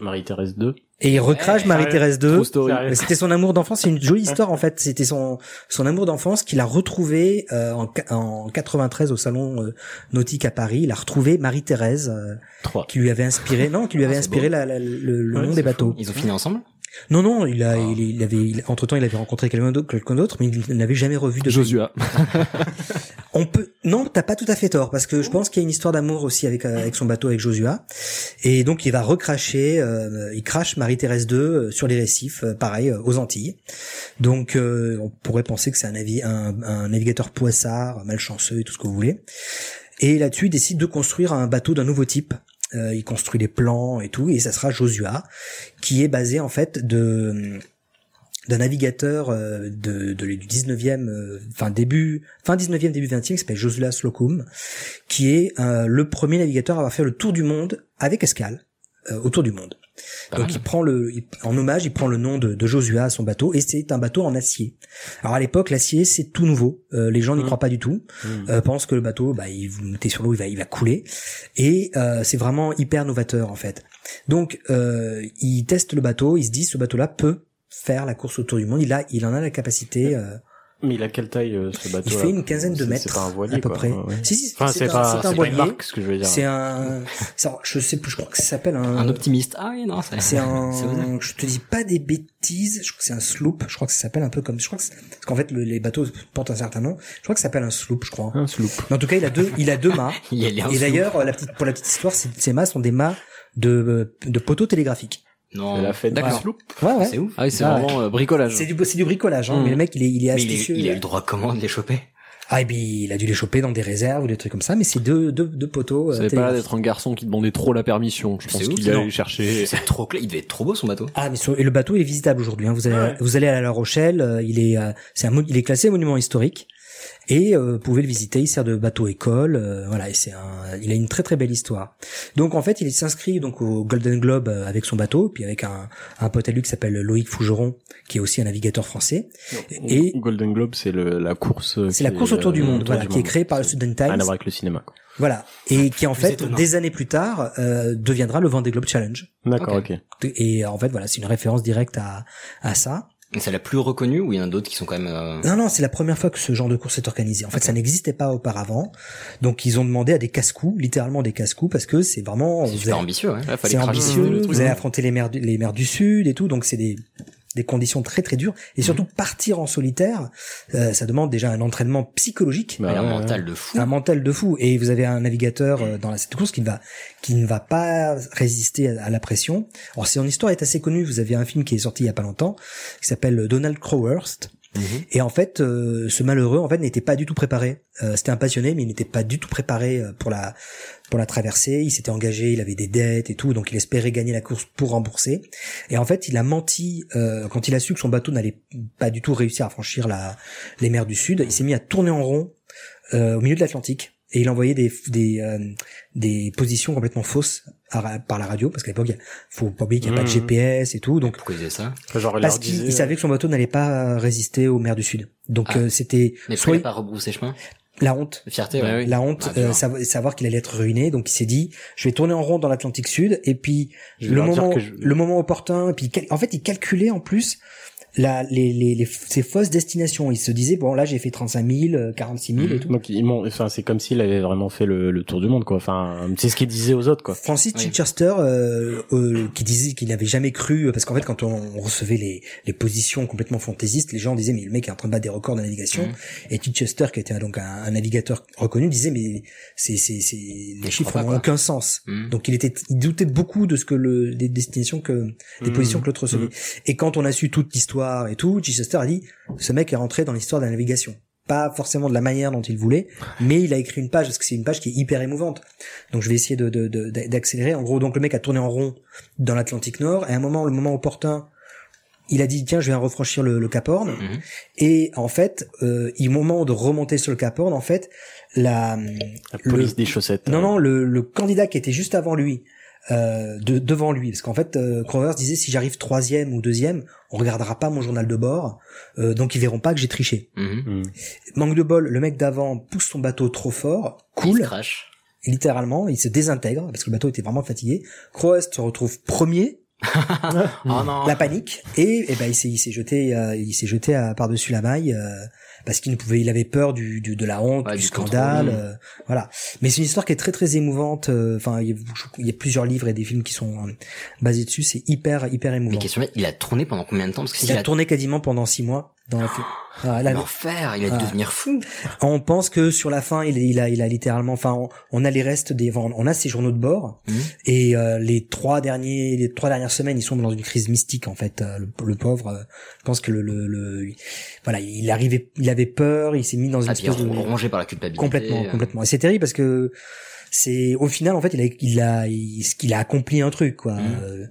Speaker 1: Marie-Thérèse 2.
Speaker 3: et il recrache Marie-Thérèse 2.
Speaker 1: True story.
Speaker 3: Mais C'était son amour d'enfance, c'est une jolie histoire en fait. C'était son son amour d'enfance qu'il a retrouvé euh, en, qua- en 93 au salon euh, nautique à Paris. Il a retrouvé Marie-Thérèse euh,
Speaker 1: Trois.
Speaker 3: qui lui avait inspiré, non, qui
Speaker 1: Ah,
Speaker 3: lui avait inspiré la- la- le, le
Speaker 5: Ouais,
Speaker 3: nom
Speaker 5: c'est
Speaker 3: des bateaux.
Speaker 5: Ils ont fini ensemble
Speaker 3: Non, non, il a, il, il avait, entre temps, il avait rencontré quelqu'un d'autre, quelqu'un d'autre, mais il n'avait jamais revu de
Speaker 2: Josua.
Speaker 3: On peut, non, t'as pas tout à fait tort, parce que je pense qu'il y a une histoire d'amour aussi avec euh, avec son bateau, avec Josua, et donc il va recracher, euh, il crache Marie-Thérèse II euh, sur les récifs, euh, pareil euh, aux Antilles. Donc euh, on pourrait penser que c'est un, navi- un, un navigateur poissard, malchanceux et tout ce que vous voulez. Et là-dessus, il décide de construire un bateau d'un nouveau type. Euh, il construit les plans et tout, et ça sera Josua, qui est basé en fait de d'un navigateur euh, de, de- du 19e, euh, enfin début, fin 19e, début 20e, qui s'appelle Josula Slocum, qui est euh, le premier navigateur à avoir fait le tour du monde avec escale, euh, autour du monde. Donc il prend le, il- en hommage, il prend le nom de, de Josua à son bateau, et c'est un bateau en acier. Alors à l'époque, l'acier c'est tout nouveau, Euh, les gens n'y croient pas du tout,
Speaker 1: Mm.
Speaker 3: euh, pensent que le bateau, bah, il, vous le mettez sur l'eau, il va, il va couler, et euh, c'est vraiment hyper novateur en fait. Donc euh, il teste le bateau, il se dit ce bateau-là peut faire la course autour du monde, il a, il en a la capacité. euh,
Speaker 1: Mais il a quelle taille euh, ce bateau
Speaker 3: il fait une quinzaine de mètres,
Speaker 1: C'est pas un voilier,
Speaker 3: à peu
Speaker 1: quoi.
Speaker 3: près.
Speaker 1: Ouais, ouais.
Speaker 3: Si, si,
Speaker 1: enfin,
Speaker 3: c'est
Speaker 1: c'est
Speaker 3: un-
Speaker 1: pas,
Speaker 3: c'est un
Speaker 1: c'est pas
Speaker 3: voilier.
Speaker 1: une marque, ce que je veux dire.
Speaker 3: C'est un, ça, je sais plus, je crois que ça s'appelle un,
Speaker 5: Un optimiste. Ah oui, non, c'est
Speaker 3: c'est un,
Speaker 5: c'est osé.
Speaker 3: je te dis pas des bêtises, je crois que c'est un sloop, je crois que ça s'appelle un peu comme, je crois que c'est- parce qu'en fait le- les bateaux portent un certain nom, je crois que ça s'appelle un sloop, je crois.
Speaker 1: Un sloop.
Speaker 3: Mais en tout cas, il a deux, il a deux mâts.
Speaker 5: Il y a les
Speaker 3: et d'ailleurs, euh, la petite, pour la petite histoire, ces, ces mâts sont des mâts de, euh, de poteaux télégraphiques.
Speaker 5: Non.
Speaker 1: La fête
Speaker 2: D'accord.
Speaker 1: du sloop.
Speaker 3: Ouais, ouais.
Speaker 5: C'est ouf.
Speaker 2: Ah, oui, c'est
Speaker 3: Ah,
Speaker 2: vraiment euh, bricolage.
Speaker 3: C'est du, c'est du bricolage, hein.
Speaker 2: Mm.
Speaker 3: Mais le mec, il est, il est
Speaker 5: Mais il, est-
Speaker 3: astucieux.
Speaker 5: il a eu le droit comment de les choper
Speaker 3: Ah, et puis, il a dû les choper dans des réserves ou des trucs comme ça, mais c'est deux, deux, deux poteaux. euh,
Speaker 2: Ça avait pas l'air
Speaker 3: télégraphiques.
Speaker 2: d'être un garçon qui demandait trop la permission. Je
Speaker 5: C'est
Speaker 2: pense
Speaker 5: ouf,
Speaker 2: qu'il
Speaker 5: non.
Speaker 2: allait chercher.
Speaker 5: C'est trop clair. Il devait être trop beau son bateau.
Speaker 3: Ah mais sur- et le bateau il est visitable aujourd'hui. Hein. Vous allez vous allez à La Rochelle, euh, il est euh, c'est un mo- il est classé monument historique et euh, vous pouvez le visiter. Il sert de bateau école, euh, voilà et c'est un il a une très très belle histoire. Donc en fait il s'inscrit donc au Golden Globe euh, avec son bateau puis avec un un pote à lui qui s'appelle Loïc Fougeron qui est aussi un navigateur français et
Speaker 1: Golden Globe, c'est le- la course. euh,
Speaker 3: c'est la
Speaker 1: qui
Speaker 3: course
Speaker 1: est,
Speaker 3: autour du
Speaker 1: euh,
Speaker 3: monde voilà qui est
Speaker 1: monde.
Speaker 3: créée par le Southern
Speaker 1: Rien à
Speaker 3: Times
Speaker 1: voir avec le cinéma. quoi.
Speaker 3: voilà et qui en
Speaker 5: Plus
Speaker 3: fait
Speaker 5: étonnant.
Speaker 3: des années plus tard euh, deviendra le Vendée Globe Challenge
Speaker 1: D'accord, ok.
Speaker 3: et euh, en fait voilà c'est une référence directe à à ça.
Speaker 5: Et c'est la plus reconnue ou il y en a d'autres qui sont quand même. euh,
Speaker 3: Non, non, c'est la première fois que ce genre de course est organisé. En fait, ça n'existait pas auparavant. Donc, ils ont demandé à des casse-coups, littéralement des casse-coups, parce que c'est vraiment...
Speaker 5: C'est
Speaker 3: vous
Speaker 5: super
Speaker 3: allez-
Speaker 5: ambitieux, hein. ouais.
Speaker 2: Là, Ah, fallait
Speaker 3: C'est
Speaker 5: hein.
Speaker 2: cracher
Speaker 3: ambitieux,
Speaker 2: le
Speaker 3: vous
Speaker 2: truc.
Speaker 3: allez affronter les mers, du, les mers du Sud et tout, donc c'est des... des conditions très très dures
Speaker 5: Mhm.
Speaker 3: et surtout partir en solitaire, euh, ça demande déjà un entraînement psychologique,
Speaker 5: Bah, un mental de fou.
Speaker 3: un mental de fou. Et vous avez un navigateur euh, dans la cette course qui ne va qui ne va pas résister à, à la pression. Alors son histoire est assez connue. Vous avez un film qui est sorti il y a pas longtemps qui s'appelle euh, Donald Crowhurst. Et en fait, euh, ce malheureux en fait n'était pas du tout préparé. Euh, C'était un passionné, mais il n'était pas du tout préparé euh, pour la pour la traversée. Il s'était engagé, il avait des dettes et tout, donc il espérait gagner la course pour rembourser. Et en fait, il a menti euh, quand il a su que son bateau n'allait pas du tout réussir à franchir la les mers du sud. Il s'est mis à tourner en rond euh, au milieu de l'Atlantique. Et il envoyait des des, euh, des positions complètement fausses à ra- par la radio parce qu'à l'époque, il y a- faut pas oublier qu'il n'y a pas de
Speaker 5: Mhm.
Speaker 3: GPS et tout, donc
Speaker 5: Pourquoi il faisait ça
Speaker 1: Genre,
Speaker 3: parce qu'il il savait que son bateau n'allait pas euh, résister aux mers du Sud. Donc
Speaker 5: euh, Ah.
Speaker 3: euh, c'était
Speaker 5: Mais pourquoi
Speaker 3: soit
Speaker 5: il a pas rebroussé chemin
Speaker 3: la honte.
Speaker 5: Fierté, ouais.
Speaker 3: La honte,
Speaker 5: Bah, bien.
Speaker 3: euh, savo- savoir qu'il allait être ruiné, donc il s'est dit, je vais tourner en rond dans l'Atlantique Sud, et puis
Speaker 1: Je vais
Speaker 3: le
Speaker 1: leur dire
Speaker 3: moment,
Speaker 1: que je-
Speaker 3: le moment opportun, et puis il cal- en fait il calculait en plus la, les, les, les, ses fausses destinations. Il se disait, bon là j'ai fait 35 000, euh, 46 000
Speaker 5: Mhm.
Speaker 3: et tout.
Speaker 1: Donc ils m'ont, enfin c'est comme s'il avait vraiment fait le, le tour du monde quoi. Enfin c'est ce qu'il disait aux autres quoi.
Speaker 3: Francis Chichester, euh, euh, qui disait qu'il n'avait jamais cru, euh, parce qu'en fait, quand on on recevait les, les positions complètement fantaisistes, les gens disaient mais le mec est en train de battre des records de navigation.
Speaker 5: Mhm.
Speaker 3: Et Chichester, qui était donc un, un navigateur reconnu, disait mais c'est c'est c'est les chiffres
Speaker 5: crois pas,
Speaker 3: n'ont
Speaker 5: quoi.
Speaker 3: aucun sens.
Speaker 5: Mhm.
Speaker 3: Donc il était il doutait beaucoup de ce que le des destinations que des
Speaker 5: Mhm.
Speaker 3: positions que l'autre recevait.
Speaker 5: Mhm.
Speaker 3: Et quand on a su toute l'histoire et tout, Chichester a dit ce mec est rentré dans l'histoire de la navigation. Pas forcément de la manière dont il voulait, mais il a écrit une page parce que c'est une page qui est hyper émouvante. Donc je vais essayer de- de- de- d'accélérer. en gros, donc le mec a tourné en rond dans l'Atlantique Nord et à un moment, le moment opportun, il a dit tiens, je vais refranchir le, le Cap
Speaker 5: Hmm.
Speaker 3: Horn.
Speaker 5: Mmh.
Speaker 3: Et en fait, euh, il- au moment de remonter sur le Cap Horn, en fait, la,
Speaker 1: La
Speaker 3: le-
Speaker 1: police des chaussettes. euh,
Speaker 3: non, non, le, le candidat qui était juste avant lui, euh, de, devant lui, parce qu'en fait, euh, Crowers disait si j'arrive troisième ou deuxième, on regardera pas mon journal de bord, euh, donc ils verront pas que j'ai triché.
Speaker 5: Mmh.
Speaker 1: hmm.
Speaker 3: Manque de bol, le mec d'avant pousse son bateau trop fort, cool.
Speaker 5: Il se crache.
Speaker 3: Et littéralement, il se désintègre parce que le bateau était vraiment fatigué. Crowest se retrouve premier.
Speaker 5: Mmh. Ah.
Speaker 3: La panique et, et ben il s'est il s'est jeté euh, il s'est jeté à- par-dessus la maille euh, parce qu'il ne pouvait il avait peur du, du- de la honte du, scandale
Speaker 5: contrôle. Mm.
Speaker 3: euh, voilà mais c'est une histoire qui est très très émouvante euh, enfin il, y a, je- il y a plusieurs livres et des films qui sont euh, basés dessus c'est hyper hyper émouvant
Speaker 5: Mais question, il a tourné pendant combien de temps Parce que
Speaker 3: il
Speaker 5: s'il
Speaker 3: a tourné quasiment pendant six mois dans la Ah, là,
Speaker 5: L'enfer, il a dû
Speaker 3: Ah.
Speaker 5: devenir fou.
Speaker 3: on pense que sur la fin, il, il a, il a littéralement, enfin, on, on a les restes des, enfin, on a ses journaux de bord
Speaker 5: Mhm.
Speaker 3: et euh, les trois derniers, les trois dernières semaines, ils sont dans une crise mystique en fait. euh, le, le pauvre, euh, je pense que le, le, le- il- voilà, il arrivait, il avait peur, il s'est mis dans une
Speaker 5: Ah, puis
Speaker 3: espèce de
Speaker 5: rongé par la culpabilité.
Speaker 3: complètement,
Speaker 5: euh,
Speaker 3: complètement. Et c'est terrible parce que c'est au final en fait, il a, il a, il, ce qu'il a accompli un truc quoi. Euh,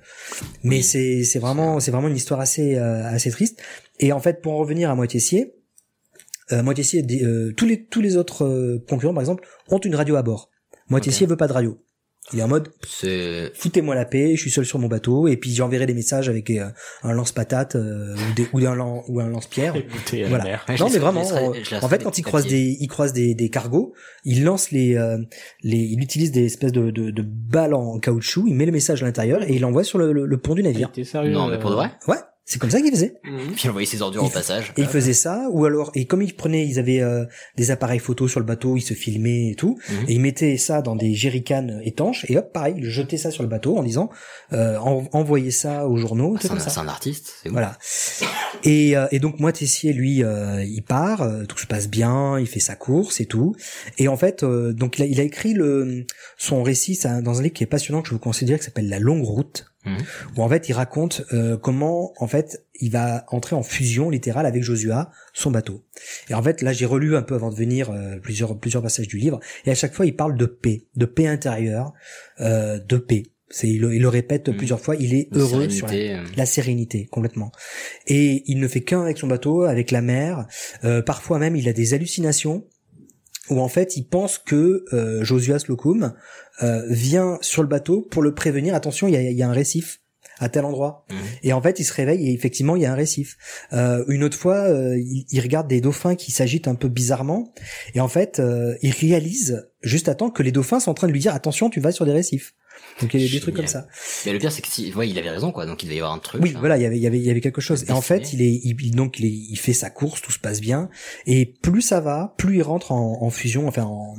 Speaker 3: mais c'est, c'est vraiment, c'est vraiment une histoire assez, euh, assez triste. Et en fait, pour en revenir à Moitessier, euh, Moitessier, dit, euh, tous les tous les autres euh, concurrents par exemple ont une radio à bord. Moitessier veut pas de radio. Il est en mode
Speaker 5: C'est.
Speaker 3: foutez-moi la paix, je suis seul sur mon bateau et puis j'enverrai des messages avec euh, un lance-patate euh, ou, des- ou un lan- ou un lance-pierre.
Speaker 1: Écoutez, la
Speaker 3: Voilà.
Speaker 1: mer.
Speaker 5: Ouais, je
Speaker 3: non
Speaker 5: les
Speaker 3: mais
Speaker 5: serais-
Speaker 3: vraiment,
Speaker 5: je les serais-
Speaker 3: euh,
Speaker 5: je les
Speaker 3: en
Speaker 5: serais
Speaker 3: fait quand
Speaker 5: des
Speaker 3: il croise
Speaker 5: papiers.
Speaker 3: des il croise des, des cargos, il lance les euh, les il utilise des espèces de, de, de balles en caoutchouc, il met le message à l'intérieur et il l'envoie sur le, le- le pont du navire.
Speaker 1: T'es sérieux
Speaker 5: Non, mais pour de vrai.
Speaker 3: Ouais, c'est comme ça qu'il faisait.
Speaker 2: Mmh.
Speaker 5: Puis il envoyait ses ordures
Speaker 3: Euh, Il
Speaker 5: au
Speaker 3: f-
Speaker 5: passage.
Speaker 3: Et il faisait ça, ou alors, et comme ils prenaient, ils avaient euh, des appareils photos sur le bateau, ils se filmaient et tout,
Speaker 5: Mhm.
Speaker 3: et ils mettaient ça dans des jerrycans étanches, et hop, pareil, ils jetaient ça sur le bateau en disant, euh, en- envoyez ça aux journaux,
Speaker 5: Ah,
Speaker 3: c'est
Speaker 5: C'est un,
Speaker 3: comme ça.
Speaker 5: c'est un artiste. c'est ouf.
Speaker 3: Voilà. Et, euh, et donc moi Tessier lui euh, il part, euh, tout se passe bien, il fait sa course et tout. Et en fait euh, donc il a, il a écrit le son récit ça, dans un livre qui est passionnant que je vous conseille de lire, qui s'appelle La longue route,
Speaker 5: Mhm.
Speaker 3: où en fait il raconte euh, comment en fait il va entrer en fusion littérale avec Joshua, son bateau. Et en fait là j'ai relu un peu avant de venir euh, plusieurs plusieurs passages du livre et à chaque fois il parle de paix, de paix intérieure, euh, de paix. C'est il, le- il le répète plusieurs fois, il est
Speaker 5: De
Speaker 3: heureux sur la
Speaker 5: sérénité, euh.
Speaker 3: la sérénité complètement. Et il ne fait qu'un avec son bateau, avec la mer. Euh, parfois même, il a des hallucinations où en fait, il pense que euh, Josias Locum euh, vient sur le bateau pour le prévenir. Attention, il y a, il y a un récif à tel endroit.
Speaker 5: Mhm.
Speaker 3: Et en fait, il se réveille et effectivement, il y a un récif. Euh, une autre fois, euh, il, il regarde des dauphins qui s'agitent un peu bizarrement. Et en fait, euh, il réalise juste à temps que les dauphins sont en train de lui dire attention, tu vas sur des récifs. Donc il y a des trucs comme ça.
Speaker 5: Mais le pire, c'est que si, ouais, il avait raison, quoi. Donc il devait y avoir un truc.
Speaker 3: Oui,
Speaker 5: hein.
Speaker 3: voilà, il y avait, il y avait, il y avait quelque chose. Et en fait, il est, il, donc il, est- il fait sa course, tout se passe bien. Et plus ça va, plus il rentre en, en fusion, enfin, en,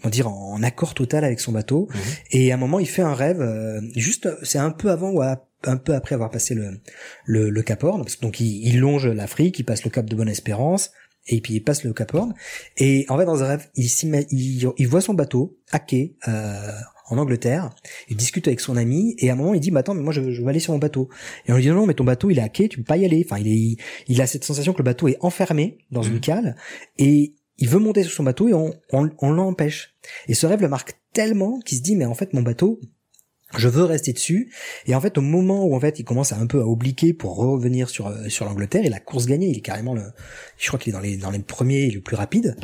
Speaker 3: comment dire, en accord total avec son bateau.
Speaker 5: Mhm.
Speaker 3: Et à un moment, il fait un rêve. euh, juste, c'est un peu avant ou à- un peu après avoir passé le le, le Cap Horn. Parce que Donc il, il longe l'Afrique, il passe le Cap de Bonne Espérance. Et puis il passe le Cap Horn. Et en fait, dans un rêve, il, s'ima- il, il voit son bateau à quai euh, en Angleterre. Il discute avec son ami et à un moment il dit bah attends mais moi je, je veux aller sur mon bateau. Et on lui dit non non mais ton bateau il est à quai, tu peux pas y aller. Enfin il est il a cette sensation que le bateau est enfermé dans une cale et il veut monter sur son bateau et on on, on l'empêche. Et ce rêve le marque tellement qu'il se dit mais en fait mon bateau je veux rester dessus et en fait au moment où en fait il commence à un peu à obliquer pour revenir sur euh, sur l'Angleterre et la course gagnée il est carrément le je crois qu'il est dans les dans les premiers et le plus rapide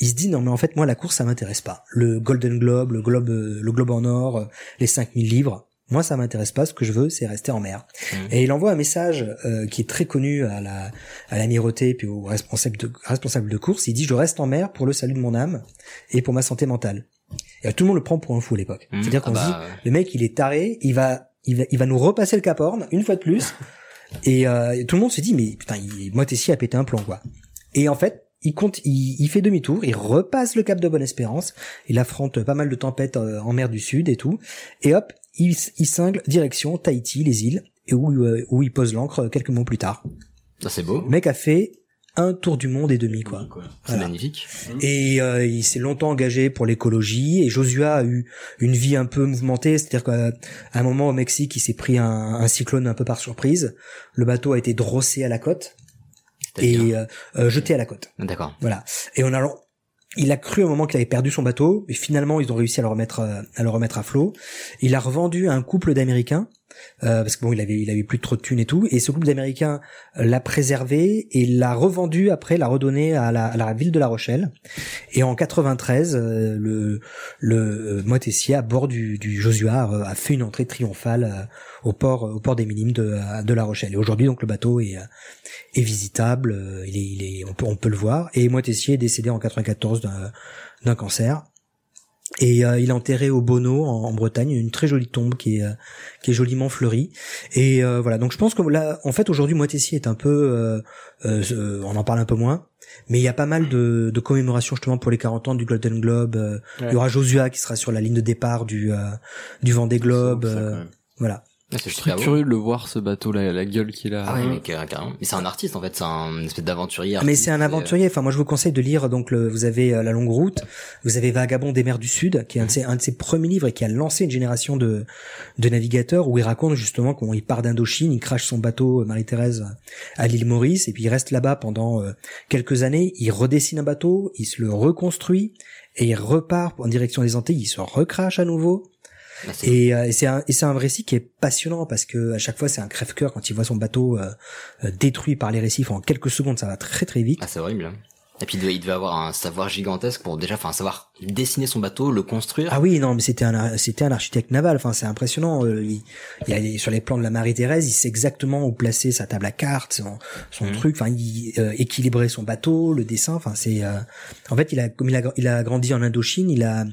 Speaker 3: il se dit non mais en fait moi la course ça m'intéresse pas le Golden Globe le globe euh, le globe en or euh, les 5000 livres moi ça m'intéresse pas ce que je veux c'est rester en mer
Speaker 5: Mmh.
Speaker 3: et il envoie un message euh, qui est très connu à la à l'amirauté puis au responsable de responsable de course il dit je reste en mer pour le salut de mon âme et pour ma santé mentale et euh, tout le monde le prend pour un fou à l'époque
Speaker 5: Mhm.
Speaker 3: c'est-à-dire
Speaker 5: Ah
Speaker 3: qu'on se
Speaker 5: bah,
Speaker 3: dit
Speaker 5: ouais.
Speaker 3: le mec il est taré il va il va il va nous repasser le Cap Horn une fois de plus et, euh, et tout le monde se dit mais putain il, Motessi a pété un plomb quoi et en fait il compte il, il fait demi-tour il repasse le cap de Bonne-Espérance il affronte pas mal de tempêtes euh, en mer du Sud et tout et hop il, s- il cingle direction Tahiti les îles et où, euh, où il pose l'ancre quelques mois plus tard
Speaker 5: Ça, c'est beau.
Speaker 3: le mec a fait un tour du monde et demi quoi
Speaker 5: Mmh, C'est magnifique.
Speaker 3: et euh, il s'est longtemps engagé pour l'écologie. Et Josua a eu une vie un peu mouvementée, c'est-à-dire qu'à à un moment au Mexique, il s'est pris un, un cyclone un peu par surprise. Le bateau a été drossé à la côte et euh, euh, jeté à la côte.
Speaker 5: Ah, D'accord.
Speaker 3: Voilà. Et en allant, il a cru un moment qu'il avait perdu son bateau, mais finalement ils ont réussi à le remettre euh, à le remettre à flot. Il a revendu à un couple d'Américains euh, parce que bon, il avait il avait plus trop de thunes et tout. Et ce couple d'Américains euh, l'a préservé et l'a revendu après, l'a redonné à la, à la ville de La Rochelle. Et en 93, euh, le le euh, Motessier à bord du, du Josua euh, a fait une entrée triomphale euh, au port au port des Minimes de de La Rochelle. Et aujourd'hui donc le bateau est euh, est visitable, euh, il est, il est, on peut, on peut le voir. Et moi, Tessier est décédé en 94 d'un- d'un cancer. Et euh, il est enterré au Bono en, en Bretagne, une très jolie tombe qui est euh, qui est joliment fleurie. Et euh, voilà, donc je pense que là, en fait, aujourd'hui, moi Tessier est un peu, euh, euh, euh, on en parle un peu moins, mais il y a pas mal de, de commémorations justement pour les 40 ans du Golden Globe. euh, Il
Speaker 2: Ouais.
Speaker 3: y aura Josua qui sera sur la ligne de départ du euh, du Vendée Globe. euh, voilà.
Speaker 5: Ah, c'est
Speaker 2: Je serais
Speaker 5: très
Speaker 2: curieux de le voir ce bateau là, la gueule qu'il a.
Speaker 5: Ah ouais, mais car- carrément. Mais c'est un artiste, en fait. C'est un une espèce d'aventurier.
Speaker 3: Mais
Speaker 5: artiste,
Speaker 3: c'est un
Speaker 5: et, euh,
Speaker 3: aventurier. Enfin, moi, je vous conseille de lire. Donc, le- vous avez euh, La Longue Route, vous avez Vagabond des mers du Sud, qui est un de ses, un de ses premiers livres et qui a lancé une génération de, de navigateurs où il raconte justement comment il part d'Indochine, il crache son bateau euh, Marie-Thérèse à l'île Maurice et puis il reste là-bas pendant euh, quelques années. Il redessine un bateau, il se le reconstruit et il repart en direction des Antilles. Il se recrache à nouveau.
Speaker 5: ah,
Speaker 3: Et, euh, et c'est un, et c'est un récit qui est passionnant parce que à chaque fois c'est un crève-cœur quand il voit son bateau euh, euh, détruit par les récifs en quelques secondes, ça va très très vite.
Speaker 5: Ah, c'est horrible. hein. Et puis, il devait, il devait avoir un savoir gigantesque pour déjà, enfin, savoir dessiner son bateau, le construire.
Speaker 3: Ah oui, non, mais c'était un c'était un architecte naval. Enfin, c'est impressionnant. Euh, Il, il a- il est sur les plans de la Marie-Thérèse, il sait exactement où placer sa table à cartes, son, son truc. Enfin, il euh, équilibrer son bateau, le dessin. Enfin, c'est euh, en fait, il a comme il a gr- il a grandi en Indochine, il a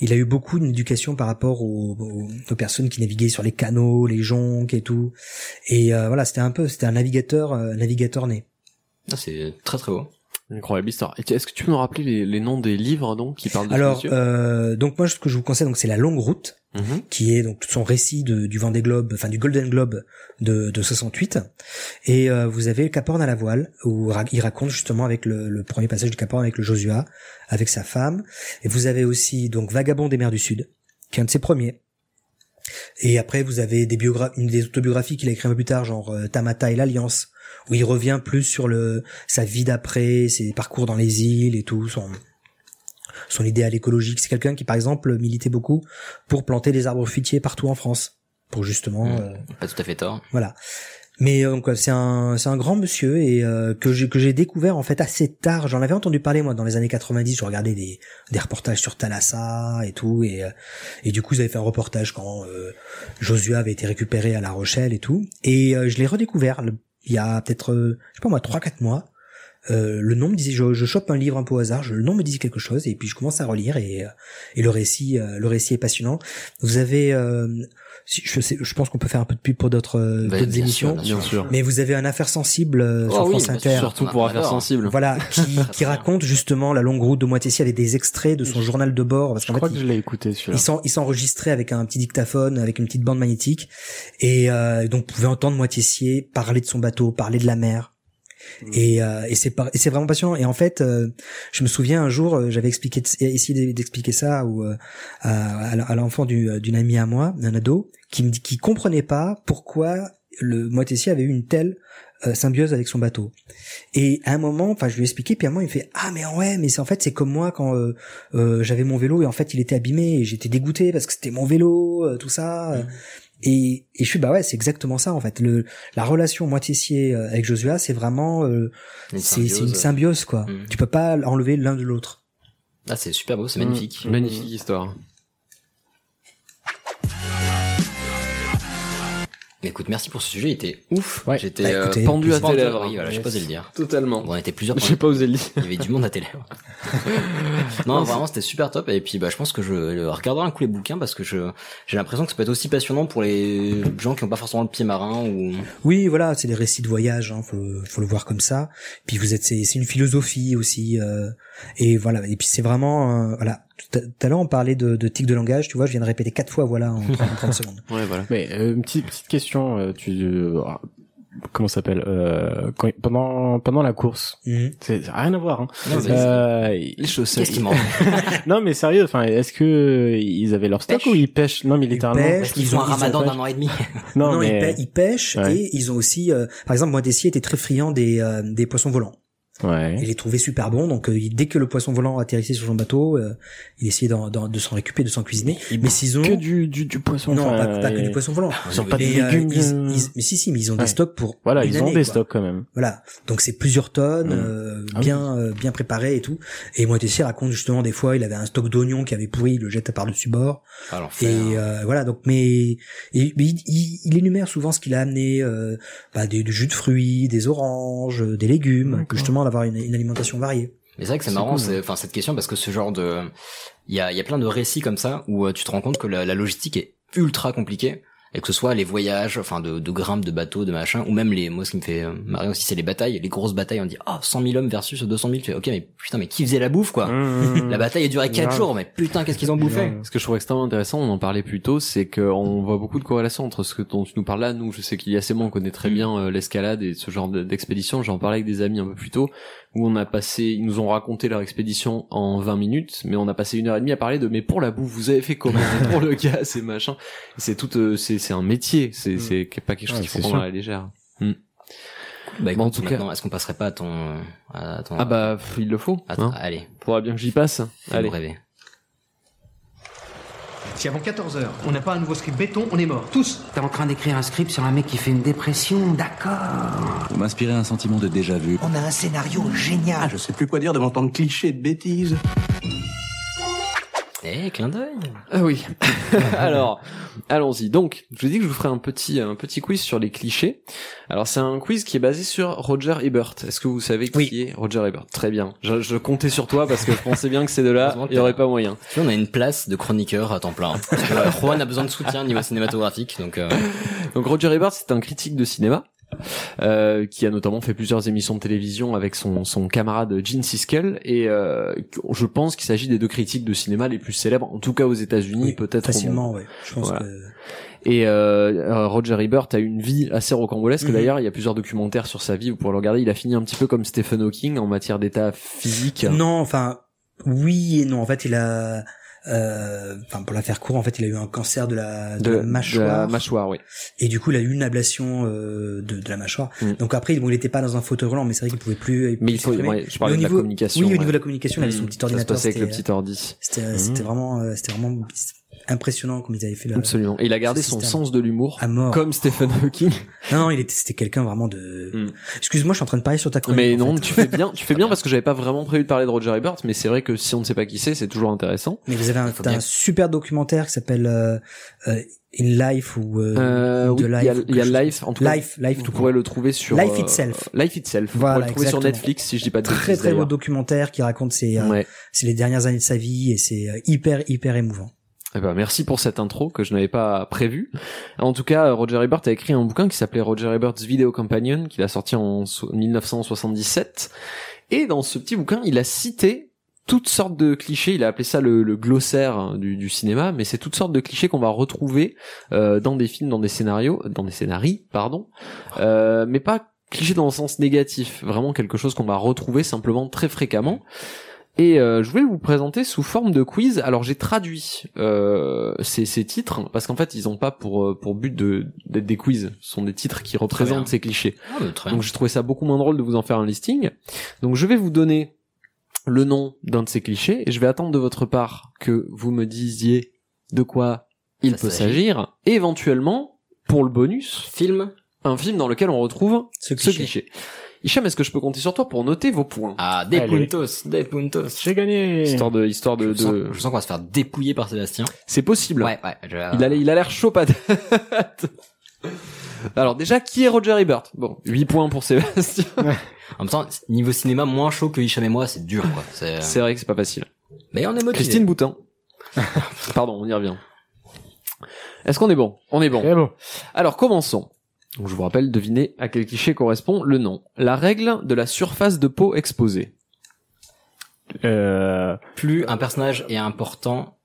Speaker 3: il a eu beaucoup d'éducation par rapport aux, aux, aux personnes qui naviguaient sur les canaux, les jonques et tout. Et euh, voilà, c'était un peu c'était un navigateur euh, navigateur né.
Speaker 5: Ah, c'est très très beau.
Speaker 2: Incroyable histoire. Et tu- est-ce que tu peux me rappeler les, les noms des livres donc qui parlent de
Speaker 3: Alors,
Speaker 2: ce monsieur
Speaker 3: euh, donc moi, ce que je vous conseille, donc c'est la longue route,
Speaker 2: Mhm.
Speaker 3: qui est donc son récit de, du Vendée Globe, enfin du Golden Globe de, de 68. Et euh, vous avez Cap Horn à la voile, où ra- il raconte justement avec le, le premier passage du Cap Horn avec le Josua, avec sa femme. Et vous avez aussi donc Vagabond des mers du Sud, qui est un de ses premiers. Et après, vous avez des, biogra- une des autobiographies qu'il a écrites un peu plus tard, genre euh, Tamata et l'Alliance, où il revient plus sur le sa vie d'après, ses parcours dans les îles et tout, son son idéal écologique. C'est quelqu'un qui, par exemple, militait beaucoup pour planter des arbres fruitiers partout en France, pour justement euh,
Speaker 5: Pas tout à fait tort.
Speaker 3: voilà. Mais euh, donc euh, c'est un c'est un grand monsieur et euh, que j'ai que j'ai découvert en fait assez tard. J'en avais entendu parler moi dans les années 90. Je regardais des des reportages sur Thalassa et tout et euh, et du coup ils avaient fait un reportage quand euh, Josua avait été récupéré à La Rochelle et tout. Et euh, je l'ai redécouvert le- il y a peut-être euh, je sais pas moi trois quatre mois euh, le nom me disait, je, je chope un livre un peu au hasard, je, le nom me dit quelque chose, et puis je commence à relire, et, euh, et le récit, euh, le récit est passionnant. Vous avez, euh, si- je, sais, je pense qu'on peut faire un peu de pub pour d'autres euh,
Speaker 2: Bah,
Speaker 3: d'autres
Speaker 2: bien
Speaker 3: émissions,
Speaker 2: sûr, bien sûr.
Speaker 3: mais vous avez un affaire sensible euh,
Speaker 2: Oh
Speaker 3: sur
Speaker 2: oui,
Speaker 3: France
Speaker 2: bah,
Speaker 3: Inter,
Speaker 2: surtout
Speaker 5: Ah,
Speaker 2: pour Affaires
Speaker 3: Alors,
Speaker 2: sensibles.
Speaker 3: voilà, qui, qui raconte justement la longue route de Moitessier avec des extraits de son journal de bord, parce qu'en fait,
Speaker 1: crois
Speaker 3: il-
Speaker 1: que je l'ai écouté celui-là.
Speaker 3: ils s'en- ils s'enregistraient avec un petit dictaphone, avec une petite bande magnétique, et euh, donc vous pouvez entendre Moitessier parler de son bateau, parler de la mer. Et, euh, et c'est par- et c'est vraiment passionnant. Et en fait, euh, je me souviens un jour, euh, j'avais expliqué de- essayé d'e- d'expliquer ça ou euh, à, à l- à l'enfant du- euh, d'une amie à moi, d'un ado, qui me dit, qui comprenait pas pourquoi le Moitessier avait eu une telle euh, symbiose avec son bateau. Et à un moment, enfin, je lui ai expliqué, puis à un moment, il me fait ah mais ouais, mais c'est en fait c'est comme moi quand euh, euh, j'avais mon vélo et en fait il était abîmé et j'étais dégoûté parce que c'était mon vélo, euh, tout ça.
Speaker 5: Mhm.
Speaker 3: euh. Et, et je suis bah ouais, c'est exactement ça en fait. Le la relation Moitessier euh, avec Joshua, c'est vraiment euh,
Speaker 5: Une
Speaker 3: c'est c'est une
Speaker 5: symbiose.
Speaker 3: symbiose quoi.
Speaker 5: Mhm.
Speaker 3: Tu peux pas enlever l'un de l'autre.
Speaker 5: Ah, c'est super beau, c'est
Speaker 2: Mm.
Speaker 5: magnifique.
Speaker 2: Magnifique histoire.
Speaker 5: Mais écoute, merci pour ce sujet, il était ouf. J'étais
Speaker 2: Bah,
Speaker 5: euh,
Speaker 2: écoutez, Pendu à tes lèvres.
Speaker 5: Oui, voilà, j'ai
Speaker 2: Yes.
Speaker 5: pas osé le dire.
Speaker 2: Totalement.
Speaker 5: Bon, on était plusieurs.
Speaker 2: J'ai pas osé le dire.
Speaker 5: Il y avait du monde à tes lèvres. non,
Speaker 2: Non,
Speaker 5: vraiment, c'était super top. Et puis, bah, je pense que je euh, regarderai un coup les bouquins parce que je j'ai l'impression que ça peut être aussi passionnant pour les gens qui n'ont pas forcément le pied marin ou.
Speaker 3: Oui, voilà, c'est des récits de voyage, hein, faut, faut le voir comme ça. Puis vous êtes, c'est c'est une philosophie aussi, euh, et voilà. Et puis c'est vraiment, euh, voilà. Tout à- tout à l'heure, on parlait de, de tic de langage, tu vois, je viens de répéter quatre fois, voilà, en 30, 30 secondes.
Speaker 1: Mais euh, une petite, petite question, euh, tu euh, comment ça s'appelle euh, quand- pendant pendant la course,
Speaker 3: Mhm.
Speaker 1: c'est ça a rien à voir. Hein.
Speaker 3: Ah,
Speaker 5: Non, mais
Speaker 1: les
Speaker 5: Qu'est-ce qui manque
Speaker 1: non mais sérieux, enfin est-ce que ils avaient leur stock ou ils pêchent Non mais littéralement.
Speaker 3: pêchent,
Speaker 5: Parce qu'ils ont un ramadan d'un an et demi.
Speaker 1: Non,
Speaker 3: Non,
Speaker 1: mais
Speaker 3: ils, pê- ils pêchent
Speaker 1: Ouais.
Speaker 3: et ils ont aussi, euh, par exemple, moi Dessier était très friand des, euh, des poissons volants.
Speaker 1: ouais.
Speaker 3: Il les trouvait super bons, donc euh, il- dès que le poisson volant atterrissait sur son bateau, euh, il essayait d'en- d'en- de s'en récupérer, de s'en cuisiner. Mais s'ils ont
Speaker 1: Que du du, du poisson.
Speaker 3: non,
Speaker 1: enfin,
Speaker 3: pas, pas que
Speaker 1: et-
Speaker 3: du poisson volant.
Speaker 1: Ils ont pas de
Speaker 3: Mais, euh,
Speaker 1: légumes.
Speaker 3: ils-
Speaker 1: euh,
Speaker 3: ils- mais si, si, mais ils ont
Speaker 1: Ouais.
Speaker 3: des stocks pour.
Speaker 1: Voilà,
Speaker 3: une
Speaker 1: ils ont
Speaker 3: année,
Speaker 1: des
Speaker 3: quoi.
Speaker 1: stocks quand même.
Speaker 3: Voilà, donc c'est plusieurs tonnes,
Speaker 1: Mhm.
Speaker 3: euh,
Speaker 1: Ah oui.
Speaker 3: bien euh, bien préparées et tout. Et moi, Tessier raconte justement des fois, il avait un stock d'oignons qui avait pourri, il le jette par dessus bord.
Speaker 5: Alors,
Speaker 3: Et euh, voilà, donc mais, et- mais il, il- il énumère souvent ce qu'il a amené, euh, bah, des, du jus de fruits, des oranges, euh, des légumes, que justement d'avoir une, une alimentation variée.
Speaker 5: Mais c'est vrai que c'est
Speaker 1: C'est
Speaker 5: marrant,
Speaker 1: cool.
Speaker 2: hein.
Speaker 5: c'est- enfin cette question parce que ce genre de, il y a, il y a plein de récits comme ça où euh, tu te rends compte que la, la logistique est ultra compliquée et que ce soit les voyages, enfin de, de grimpes, de bateaux, de machin, ou même les, moi ce qui me fait euh, marrer aussi c'est les batailles, les grosses batailles, on dit ah 100 000 hommes versus 200 000, tu fais ok mais putain mais qui faisait la bouffe
Speaker 3: Bah,
Speaker 2: Mmh.
Speaker 5: quoi
Speaker 1: Mmh.
Speaker 5: La bataille a duré 4
Speaker 1: Grave.
Speaker 5: jours, mais putain qu'est-ce qu'ils ont bouffé
Speaker 1: Grave.
Speaker 2: Ce que je trouve extrêmement intéressant, on en parlait plus tôt, c'est qu'on voit beaucoup de corrélations entre ce que dont tu nous parles là. Nous, je sais qu'il y a ces mois, on connaît très bien euh, l'escalade et ce genre de- d'expédition. J'en parlais avec des amis un peu plus tôt, où on a passé, ils nous ont raconté leur expédition en 20 minutes, mais on a passé une heure et demie à parler de mais pour la bouffe, vous avez fait comment Mais pour le gaz et machin. C'est tout, euh, c'est c'est un métier. C'est Mm. c'est pas quelque chose
Speaker 1: Ouais,
Speaker 2: qu'il faut
Speaker 1: c'est
Speaker 2: prendre à
Speaker 1: sûr.
Speaker 2: la légère.
Speaker 5: Bah
Speaker 2: Bon, en
Speaker 5: écoute,
Speaker 2: tout cas-
Speaker 5: maintenant est-ce qu'on passerait pas à ton, euh, à ton,
Speaker 2: Ah bah pff, il le faut.
Speaker 5: attends,
Speaker 2: hein.
Speaker 5: allez,
Speaker 2: Faudra bien que j'y passe.
Speaker 5: allez
Speaker 2: Allez.
Speaker 5: rêver.
Speaker 13: Si avant 14h, on n'a pas un nouveau script béton, on est mort. Tous
Speaker 14: T'es en train d'écrire un script sur un mec qui fait une dépression, d'accord.
Speaker 15: Vous m'inspirez un sentiment de déjà-vu.
Speaker 13: On a un scénario
Speaker 15: Ah,
Speaker 13: génial.
Speaker 15: je sais plus quoi dire devant tant de clichés et de bêtises.
Speaker 5: Eh clin d'œil.
Speaker 2: Ah oui. Alors, allons-y. Donc, je vous dis que je vous ferai un petit un petit quiz sur les clichés. Alors, c'est un quiz qui est basé sur Roger Ebert. Est-ce que vous savez qui est Roger Ebert Très bien. Je, je comptais sur toi parce que je pensais bien que ces deux-là, il y aurait pas moyen.
Speaker 5: Tu vois, on a une place de chroniqueur à temps plein. Parce que, euh, Juan a besoin de soutien niveau cinématographique, donc euh,
Speaker 2: Donc Roger Ebert, c'est un critique de cinéma. euh, qui a notamment fait plusieurs émissions de télévision avec son, son camarade Gene Siskel et euh, je pense qu'il s'agit des deux critiques de cinéma les plus célèbres en tout cas aux États-Unis peut-être au monde.
Speaker 3: Facilement, ouais. Je pense
Speaker 2: Voilà.
Speaker 3: que.
Speaker 2: Et euh, Roger Ebert a eu une vie assez rocambolesque.
Speaker 3: Mhm.
Speaker 2: D'ailleurs, il y a plusieurs documentaires sur sa vie. Vous pourrez le regarder. Il a fini un petit peu comme Stephen Hawking en matière d'état physique.
Speaker 3: Non, enfin, oui et non. En fait, il a, euh, enfin, pour la faire court, en fait, il a eu un cancer de la, de la mâchoire.
Speaker 2: mâchoire, oui.
Speaker 3: et du coup, il a eu une ablation euh, de, de la mâchoire.
Speaker 2: Mm.
Speaker 3: Donc après, bon, il n'était pas dans un fauteuil roulant, mais c'est vrai qu'il pouvait plus.
Speaker 2: Mais
Speaker 3: plus
Speaker 2: il faut,
Speaker 3: s'exprimer.
Speaker 2: ouais, je
Speaker 3: Mais
Speaker 2: parlais
Speaker 3: au
Speaker 2: de la
Speaker 3: niveau-
Speaker 2: communication.
Speaker 3: Oui, au
Speaker 2: ouais. Hmm.
Speaker 3: niveau de la communication, il avait son petit
Speaker 2: Ça se
Speaker 3: ordinateur.
Speaker 2: passait avec le Hmm.
Speaker 3: c'était-
Speaker 2: petit ordi.
Speaker 3: C'était, c'était vraiment, euh, c'était vraiment impressionnant comme ils avaient fait le.
Speaker 2: Absolument. Et il a gardé
Speaker 3: ce
Speaker 2: son
Speaker 3: euh, système. Ah
Speaker 2: sens de l'humour.
Speaker 3: À mort.
Speaker 2: Comme Stephen Hawking.
Speaker 3: Non, non, il était, c'était quelqu'un vraiment de.
Speaker 2: Hmm.
Speaker 3: Excuse-moi, je suis en train de parler sur ta chronique.
Speaker 2: Mais
Speaker 3: en
Speaker 2: non,
Speaker 3: fait.
Speaker 2: tu fais bien, tu fais bien parce que j'avais pas vraiment prévu de parler de Roger Ebert, mais c'est vrai que si on ne sait pas qui c'est, c'est toujours intéressant.
Speaker 3: Mais vous avez un,
Speaker 2: Faut
Speaker 3: t'as
Speaker 2: bien-
Speaker 3: un super documentaire qui s'appelle euh, euh, In Life ou euh,
Speaker 2: Euh,
Speaker 3: ou
Speaker 2: oui,
Speaker 3: The
Speaker 2: il
Speaker 3: Life.
Speaker 2: y a,
Speaker 3: ou
Speaker 2: il y a
Speaker 3: quelque
Speaker 2: Life,
Speaker 3: chose.
Speaker 2: en tout cas.
Speaker 3: Life, Life,
Speaker 2: Vous
Speaker 3: tout
Speaker 2: pourrez
Speaker 3: court.
Speaker 2: le trouver sur
Speaker 3: Life
Speaker 2: euh,
Speaker 3: Itself.
Speaker 2: Life Itself.
Speaker 3: Voilà,
Speaker 2: vous pourrez le trouver sur
Speaker 3: exactement.
Speaker 2: Netflix si je dis pas de
Speaker 3: Très
Speaker 2: bêtises,
Speaker 3: très beau
Speaker 2: d'ailleurs.
Speaker 3: documentaire qui raconte ses, euh,
Speaker 2: Ouais.
Speaker 3: ses les dernières années de sa vie et c'est euh, hyper hyper émouvant.
Speaker 2: Eh ben, merci pour cette intro que je n'avais pas prévue. En tout cas, Roger Ebert a écrit un bouquin qui s'appelait Roger Ebert's Video Companion, qu'il a sorti en so- 1977. Et dans ce petit bouquin, il a cité toutes sortes de clichés. Il a appelé ça le, le glossaire hein, du, du cinéma, mais c'est toutes sortes de clichés qu'on va retrouver euh, dans des films, dans des scénarios, dans des scénarii, pardon, Euh, mais pas clichés dans le sens négatif. Vraiment quelque chose qu'on va retrouver simplement très fréquemment. Et euh, je voulais vous présenter sous forme de quiz. Alors j'ai traduit euh, ces, ces titres parce qu'en fait ils n'ont pas pour euh, pour but de d'être des quiz. Ce sont des titres qui représentent ces clichés.
Speaker 5: Ah,
Speaker 2: Donc je trouvais ça beaucoup moins drôle de vous en faire un listing. Donc je vais vous donner le nom d'un de ces clichés et je vais attendre de votre part que vous me disiez de quoi il peut s'agir. Et Éventuellement, pour le bonus,
Speaker 5: film,
Speaker 2: un film dans lequel on retrouve
Speaker 3: ce
Speaker 2: cliché. Hicham, est-ce que je peux compter sur toi pour noter vos points
Speaker 5: Ah, des
Speaker 2: Allez.
Speaker 5: puntos, des puntos.
Speaker 1: J'ai gagné.
Speaker 2: Histoire de histoire de,
Speaker 5: Je sens,
Speaker 2: de-
Speaker 5: je sens qu'on va se faire dépouiller par Sébastien.
Speaker 2: c'est possible.
Speaker 5: Ouais, ouais. je-
Speaker 2: Il a l'air- il a l'air chaud patate. Alors déjà, qui est Roger Ebert Bon, 8 points pour Sébastien.
Speaker 5: En même temps, niveau cinéma, moins chaud que Hicham et moi, c'est dur, quoi. C'est... euh,
Speaker 2: C'est vrai que c'est pas facile.
Speaker 5: Mais on est motivé.
Speaker 2: Christine Boutin. Pardon, on y revient. Est-ce qu'on est bon On est bon. Alors commençons. Donc, je vous rappelle, devinez à quel cliché correspond le nom. La règle de la surface de peau exposée.
Speaker 1: Euh,
Speaker 5: Plus un personnage est important,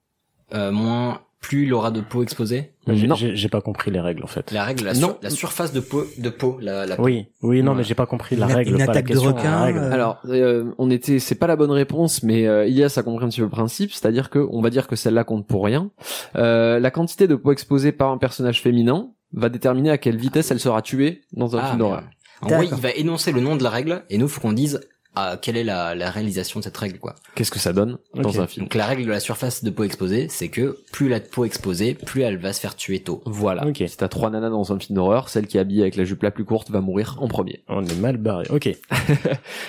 Speaker 5: euh, moins plus il aura de peau exposée.
Speaker 1: J'ai-
Speaker 2: Non.
Speaker 1: J'ai j'ai pas compris les règles en fait.
Speaker 5: La règle, la, sur- la surface de peau, de peau, la, la peau.
Speaker 1: Oui, oui, non,
Speaker 2: Ouais.
Speaker 1: mais j'ai pas compris la
Speaker 3: Une-
Speaker 1: règle.
Speaker 3: une
Speaker 1: pas la
Speaker 3: attaque de
Speaker 1: question,
Speaker 3: requin,
Speaker 1: la règle.
Speaker 3: euh,
Speaker 2: Alors, euh, on était, c'est pas la bonne réponse, mais euh, Ilias a compris un petit peu le principe, c'est-à-dire que on va dire que celle-là compte pour rien. Euh, la quantité de peau exposée par un personnage féminin va déterminer à quelle vitesse elle sera tuée dans un
Speaker 5: Ah,
Speaker 2: film d'horreur.
Speaker 5: En gros,
Speaker 3: D'accord.
Speaker 5: il va énoncer le nom de la règle et nous, faut qu'on dise ah, quelle est la, la réalisation de cette règle, quoi.
Speaker 2: Qu'est-ce que ça donne
Speaker 1: Ok.
Speaker 2: dans un film
Speaker 5: Donc la règle de la surface de peau exposée, c'est que plus la peau exposée, plus elle va se faire tuer tôt.
Speaker 2: Voilà.
Speaker 1: Ok.
Speaker 2: Si t'as trois nanas dans un film d'horreur, celle qui est habillée avec la jupe la plus courte va mourir en premier.
Speaker 1: On est mal barré. Ok.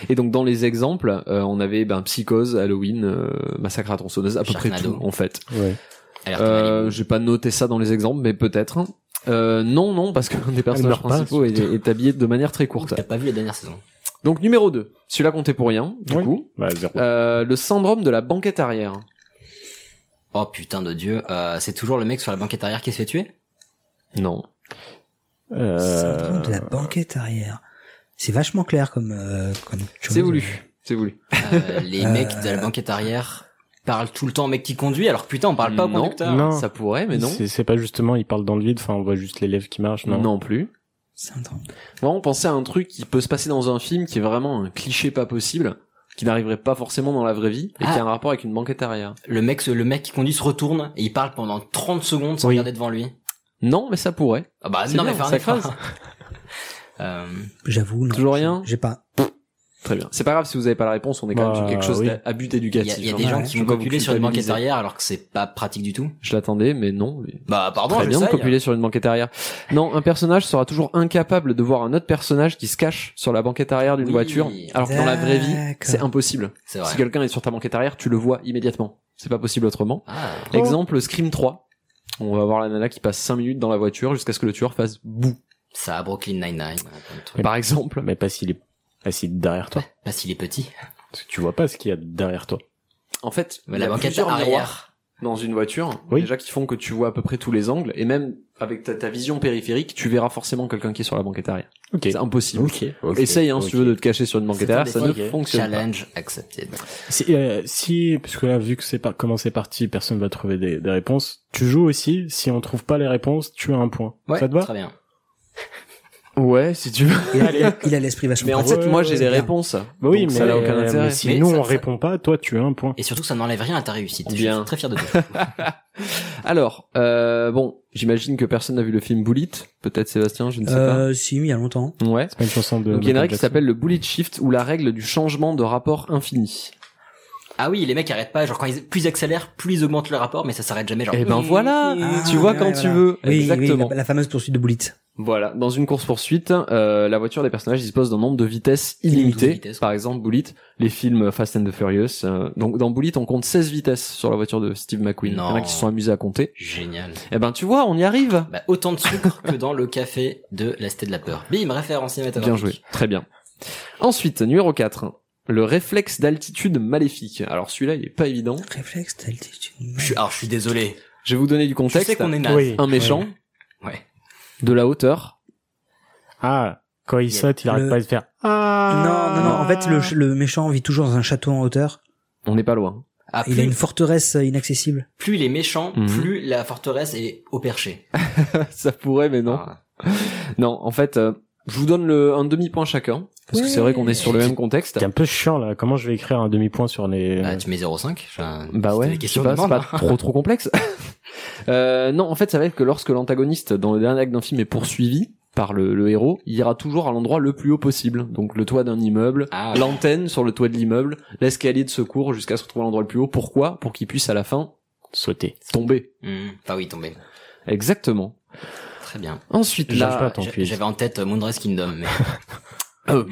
Speaker 2: Et donc dans les exemples, euh, on avait ben Psychose, Halloween, euh, Massacre à tronçonneuse, à peu près
Speaker 5: Sharknado.
Speaker 2: tout en fait.
Speaker 1: Ouais.
Speaker 5: Alerte
Speaker 2: Euh,
Speaker 5: Malibu.
Speaker 2: j'ai pas noté ça dans les exemples, mais peut-être. Euh, non, non, parce que l'un des personnages
Speaker 1: meurt pas,
Speaker 2: principaux est, est habillé de manière très courte.
Speaker 5: T'as pas vu la dernière saison.
Speaker 2: Donc numéro 2, celui-là comptait pour rien, du
Speaker 1: Oui.
Speaker 2: coup.
Speaker 1: Bah, zéro.
Speaker 2: Euh, le syndrome de la banquette arrière.
Speaker 5: Oh putain de dieu, euh, c'est toujours le mec sur la banquette arrière qui se fait tuer
Speaker 2: Non.
Speaker 3: Syndrome
Speaker 1: Euh...
Speaker 3: de la banquette arrière. C'est vachement clair comme euh, comme. chose.
Speaker 2: C'est voulu. C'est voulu.
Speaker 5: Euh, Les
Speaker 3: Euh,
Speaker 5: mecs de la banquette arrière parlent tout le temps au mec qui conduit, alors que putain, on parle pas au
Speaker 2: non,
Speaker 5: conducteur.
Speaker 1: non.
Speaker 2: ça pourrait, mais non.
Speaker 1: C'est c'est pas justement, il parle dans le vide. Enfin, on voit juste les lèvres qui marchent. Non.
Speaker 2: Non plus.
Speaker 3: Syndrome.
Speaker 2: Moi, on pensait à un truc qui peut se passer dans un film qui est vraiment un cliché pas possible, qui n'arriverait pas forcément dans la vraie vie, et
Speaker 5: Ah.
Speaker 2: qui a un rapport avec une banquette arrière.
Speaker 5: Le mec, se- le mec qui conduit se retourne et il parle pendant 30 secondes sans
Speaker 2: Oui.
Speaker 5: regarder devant lui.
Speaker 2: Non, mais ça pourrait.
Speaker 5: Ah bah
Speaker 2: C'est
Speaker 5: non,
Speaker 2: bien,
Speaker 5: mais faire un
Speaker 2: ça
Speaker 5: effort.
Speaker 2: creuse.
Speaker 5: Euh,
Speaker 3: J'avoue. non.
Speaker 2: Toujours rien
Speaker 3: J'ai pas.
Speaker 2: Très bien. C'est pas grave si vous avez pas la réponse, on est quand même
Speaker 1: Bah,
Speaker 2: sur quelque chose
Speaker 1: oui.
Speaker 5: Il y
Speaker 2: d'abus
Speaker 5: a,
Speaker 2: d'éducatif.
Speaker 5: il y a
Speaker 2: hein.
Speaker 5: des gens qui
Speaker 2: Je
Speaker 5: vont
Speaker 2: veux pas vous
Speaker 5: copuler sur une banquette
Speaker 2: culpabiliser.
Speaker 5: arrière alors que c'est pas pratique du tout.
Speaker 2: Je l'attendais, mais non.
Speaker 5: Bah pardon,
Speaker 2: Très
Speaker 5: je
Speaker 2: bien de
Speaker 5: sais.
Speaker 2: copuler sur une banquette arrière. Non, un personnage sera toujours incapable de voir un autre personnage qui se cache sur la banquette arrière d'une
Speaker 5: Oui.
Speaker 2: voiture, alors que dans la vraie vie,
Speaker 3: D'accord.
Speaker 2: c'est impossible.
Speaker 5: C'est vrai.
Speaker 2: Si quelqu'un est sur ta banquette arrière, tu le vois immédiatement. C'est pas possible autrement.
Speaker 5: Ah,
Speaker 2: Exemple, Scream 3. On va voir la nana qui passe 5 minutes dans la voiture jusqu'à ce que le tueur fasse boue.
Speaker 5: ça a Brooklyn Nine-Nine. ouais, plein de trucs.
Speaker 2: Par exemple.
Speaker 1: Mais pas s'il est pas s'il est derrière toi.
Speaker 5: Pas s'il est petit.
Speaker 1: Parce que tu vois pas ce qu'il y a derrière toi.
Speaker 2: En fait,
Speaker 5: Mais
Speaker 2: il y
Speaker 5: la
Speaker 2: a
Speaker 5: banquette
Speaker 2: plusieurs miroirs
Speaker 5: arrière.
Speaker 2: dans une voiture,
Speaker 1: Oui.
Speaker 2: déjà qui font que tu vois à peu près tous les angles, et même avec ta, ta vision périphérique, tu verras forcément quelqu'un qui est sur la banquette arrière.
Speaker 1: Ok.
Speaker 2: C'est impossible.
Speaker 1: Ok.
Speaker 2: Essaye, hein, si
Speaker 1: Ok.
Speaker 2: tu veux, de te cacher sur une banquette
Speaker 5: C'est un
Speaker 2: arrière, ça ne
Speaker 5: défi.
Speaker 2: fonctionne
Speaker 5: Challenge accepted.
Speaker 1: Si, euh, si, parce que là, vu que c'est pas comment c'est parti, personne va trouver des, des réponses. Tu joues aussi. Si on trouve pas les réponses, tu as un point.
Speaker 5: Ouais,
Speaker 1: ça te va
Speaker 5: très bien.
Speaker 2: pas. Ouais, si tu veux.
Speaker 3: Il a, il a l'esprit vachement.
Speaker 2: Mais en
Speaker 3: pratique.
Speaker 2: fait, moi, j'ai
Speaker 3: C'est
Speaker 2: des
Speaker 3: bien.
Speaker 2: réponses.
Speaker 1: Bah oui,
Speaker 2: Donc,
Speaker 1: mais,
Speaker 2: ça n'a aucun
Speaker 1: mais
Speaker 2: intérêt.
Speaker 1: si
Speaker 5: Mais
Speaker 1: nous
Speaker 5: ça-
Speaker 1: on
Speaker 5: ça-
Speaker 1: répond pas, toi tu as un point.
Speaker 5: Et surtout, ça n'enlève rien à ta réussite. Je
Speaker 2: Bien.
Speaker 5: suis très fier de toi.
Speaker 2: Alors, euh, bon, j'imagine que personne n'a vu le film Bullet. Peut-être Sébastien, je ne sais
Speaker 3: Euh, si, mais il y a longtemps.
Speaker 2: pas. Ouais.
Speaker 1: C'est pas une chanson de.
Speaker 2: Donc il y a une
Speaker 1: Michael
Speaker 2: règle qui
Speaker 1: Jackson.
Speaker 2: s'appelle le bullet shift ou la règle du changement de rapport infini.
Speaker 5: Ah oui, les mecs arrêtent pas. Genre quand ils, plus ils accélèrent, plus ils augmentent le rapport, mais ça s'arrête jamais. Genre.
Speaker 2: Eh ben voilà,
Speaker 3: Ah,
Speaker 2: tu vois
Speaker 3: ouais,
Speaker 2: quand tu
Speaker 3: voilà.
Speaker 2: veux.
Speaker 3: Oui, oui,
Speaker 2: Exactement.
Speaker 3: la, la fameuse poursuite de Bullitt.
Speaker 2: Voilà, dans une course-poursuite, euh, la voiture des personnages dispose d'un nombre de vitesses illimitées. Par exemple, Bullitt, les films Fast and the Furious. euh, donc dans Bullitt, on compte 16 vitesses sur la voiture de Steve McQueen. Il y en a
Speaker 5: Non.
Speaker 2: qui se sont amusés à compter.
Speaker 5: Génial.
Speaker 2: Eh ben tu vois, on y arrive.
Speaker 5: Bah, autant de sucre que dans le café de la Cité de la Peur. Bim, référence
Speaker 2: Bien
Speaker 5: cinématographique.
Speaker 2: joué, très bien. Ensuite, numéro 4, le réflexe d'altitude maléfique. Alors celui-là, il est pas évident.
Speaker 3: Réflexe d'altitude.
Speaker 5: Je suis, alors je suis désolé.
Speaker 2: Je vais vous donner du contexte.
Speaker 5: Je sais qu'on est naze. Oui.
Speaker 2: Un méchant.
Speaker 5: Ouais.
Speaker 2: De la hauteur.
Speaker 1: Ah, quand il saute, il arrête
Speaker 3: Le-
Speaker 1: pas de faire. ah.
Speaker 3: Non, non, non. En fait, le, ch- le méchant vit toujours dans un château en hauteur.
Speaker 2: On n'est pas loin.
Speaker 5: Ah,
Speaker 3: il
Speaker 5: plus-
Speaker 3: a une forteresse euh, inaccessible.
Speaker 5: Plus il est méchant,
Speaker 2: Mhm.
Speaker 5: plus la forteresse est au perché. Ah,
Speaker 2: Ça pourrait, mais non. Non, en fait, euh, je vous donne le, un demi-point chacun. Parce que c'est vrai qu'on est sur le même contexte.
Speaker 1: C'est un peu chiant là. Comment je vais écrire un demi-point sur les euh,
Speaker 5: Ah, tu mets 0,5 enfin,
Speaker 2: Bah
Speaker 5: c'était les
Speaker 2: ouais, je sais
Speaker 5: questions
Speaker 2: pas,
Speaker 5: de
Speaker 2: c'est pas
Speaker 5: demande. hein.
Speaker 2: trop trop complexe. euh, non, en fait, ça va être que lorsque l'antagoniste dans le dernier acte d'un film est poursuivi par le, le héros, il ira toujours à l'endroit le plus haut possible. Donc le toit d'un immeuble,
Speaker 5: Ah,
Speaker 2: l'antenne sur le toit de l'immeuble, l'escalier de secours jusqu'à se retrouver à l'endroit le plus haut. Pourquoi Pour qu'il puisse à la fin
Speaker 1: sauter,
Speaker 2: tomber.
Speaker 5: Mhm. Bah oui, tombé.
Speaker 2: Exactement.
Speaker 5: Très bien.
Speaker 2: Ensuite,
Speaker 5: J'a-
Speaker 2: là,
Speaker 5: j'a- j'avais en tête euh, Moonrise Kingdom, mais
Speaker 2: Euh,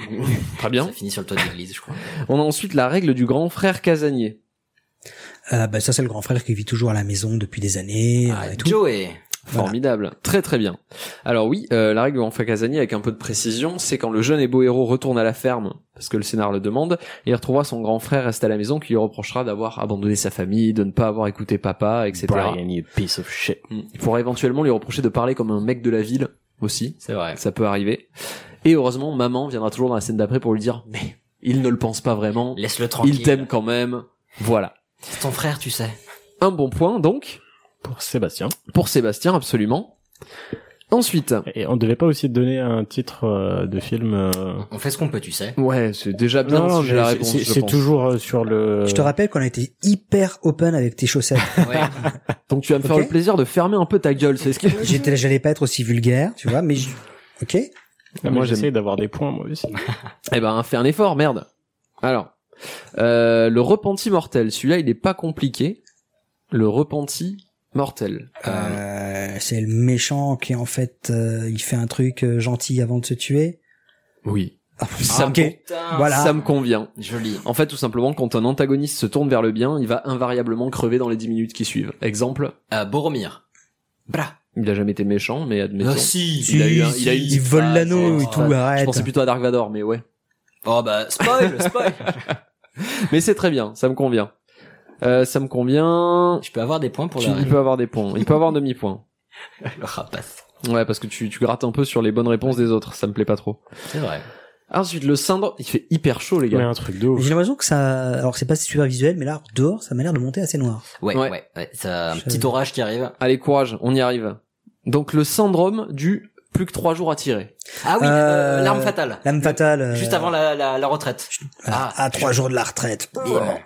Speaker 2: très bien.
Speaker 5: ça finit sur le toit de l'église, je crois.
Speaker 2: On a ensuite la règle du grand frère casanier.
Speaker 3: Euh, bah, ça, c'est le grand frère qui vit toujours à la maison depuis des années.
Speaker 2: Ah,
Speaker 3: euh, et tout.
Speaker 5: Ah, Joey.
Speaker 2: Formidable, très très bien. Alors oui, euh, la règle en Casani avec un peu de précision, c'est quand le jeune et beau héros retourne à la ferme, parce que le scénar le demande, et il retrouvera son grand frère resté à la maison qui lui reprochera d'avoir abandonné sa famille, de ne pas avoir écouté papa, etc.
Speaker 1: Brian, you piece of shit.
Speaker 2: Mm. Il faudra éventuellement lui reprocher de parler comme un mec de la ville aussi.
Speaker 5: C'est vrai.
Speaker 2: Ça peut arriver. Et heureusement, maman viendra toujours dans la scène d'après pour lui dire, mais il ne le pense pas vraiment.
Speaker 5: Laisse-le tranquille.
Speaker 2: Il t'aime quand même. Voilà.
Speaker 5: C'est ton frère, tu sais.
Speaker 2: Un bon point donc.
Speaker 1: Pour Sébastien.
Speaker 2: Pour Sébastien, absolument. Ensuite.
Speaker 1: Et on devait pas aussi donner un titre euh, de film. euh,
Speaker 5: On fait ce qu'on peut, tu sais.
Speaker 2: Ouais, c'est déjà bien
Speaker 1: Non,
Speaker 2: si
Speaker 1: mais
Speaker 2: j'ai la
Speaker 1: c'est-
Speaker 2: réponse.
Speaker 1: c'est-
Speaker 2: je
Speaker 1: C'est
Speaker 2: pense.
Speaker 1: toujours euh, sur le.
Speaker 3: Je te rappelle qu'on a été hyper open avec tes chaussettes.
Speaker 2: Donc tu vas me faire
Speaker 3: Ok.
Speaker 2: le plaisir de fermer un peu ta gueule, c'est ce que
Speaker 3: J'étais, j'allais pas être aussi vulgaire, tu vois, mais je- ok. Euh,
Speaker 1: Ah, mais
Speaker 2: Moi,
Speaker 1: j'essaie
Speaker 2: j'aime.
Speaker 1: d'avoir des points moi aussi.
Speaker 2: Eh ben, fais un effort, merde. Alors, euh, le repenti mortel, celui-là, il est pas compliqué. Le repenti mortel.
Speaker 3: Euh, c'est le méchant qui en fait, euh, il fait un truc euh, gentil avant de se tuer.
Speaker 2: Oui.
Speaker 3: Ah,
Speaker 2: Ça me
Speaker 3: ok.
Speaker 5: Putain,
Speaker 3: Voilà.
Speaker 2: Ça me convient.
Speaker 5: Joli.
Speaker 2: En fait, tout simplement, quand un antagoniste se tourne vers le bien, il va invariablement crever dans les 10 minutes qui suivent. Exemple,
Speaker 5: Euh, Boromir. Bra.
Speaker 2: il a jamais été méchant, mais admettons.
Speaker 5: Ah, si.
Speaker 2: il a eu un- il a eu une
Speaker 3: il vole
Speaker 5: Ah,
Speaker 3: l'anneau
Speaker 5: c'est-
Speaker 3: et tout,
Speaker 2: Ah, Je
Speaker 3: arrête.
Speaker 2: pensais plutôt à Dark Vador, mais ouais.
Speaker 5: Oh bah, spoil, spoil.
Speaker 2: Mais c'est très bien, ça me convient. Euh, ça me convient.
Speaker 5: Je peux avoir des points pour
Speaker 2: Tu-
Speaker 5: la
Speaker 2: il peut avoir des points. Il peut avoir demi-point.
Speaker 5: le rapace.
Speaker 2: Ouais, parce que tu, tu grattes un peu sur les bonnes réponses des autres. Ça me plaît pas trop.
Speaker 5: C'est vrai.
Speaker 2: Ensuite, le cindre, il fait hyper chaud, les
Speaker 1: Mais
Speaker 2: gars.
Speaker 1: un truc de
Speaker 3: Mais
Speaker 1: ouf.
Speaker 3: J'ai l'impression que ça, alors c'est pas super visuel, mais là, dehors, ça m'a l'air de monter assez noir.
Speaker 5: Ouais,
Speaker 2: Ouais.
Speaker 5: ouais, ouais. Ça, un
Speaker 3: Je-
Speaker 5: petit orage qui arrive.
Speaker 2: Allez, courage, on y arrive. Donc, le syndrome du plus que trois jours à tirer.
Speaker 5: Ah oui,
Speaker 3: Euh,
Speaker 5: euh, l'arme fatale.
Speaker 3: L'âme fatale. euh,
Speaker 5: Juste avant la, la, la retraite.
Speaker 3: voilà,
Speaker 5: Ah. euh,
Speaker 3: à trois jours de la retraite.
Speaker 5: Bim.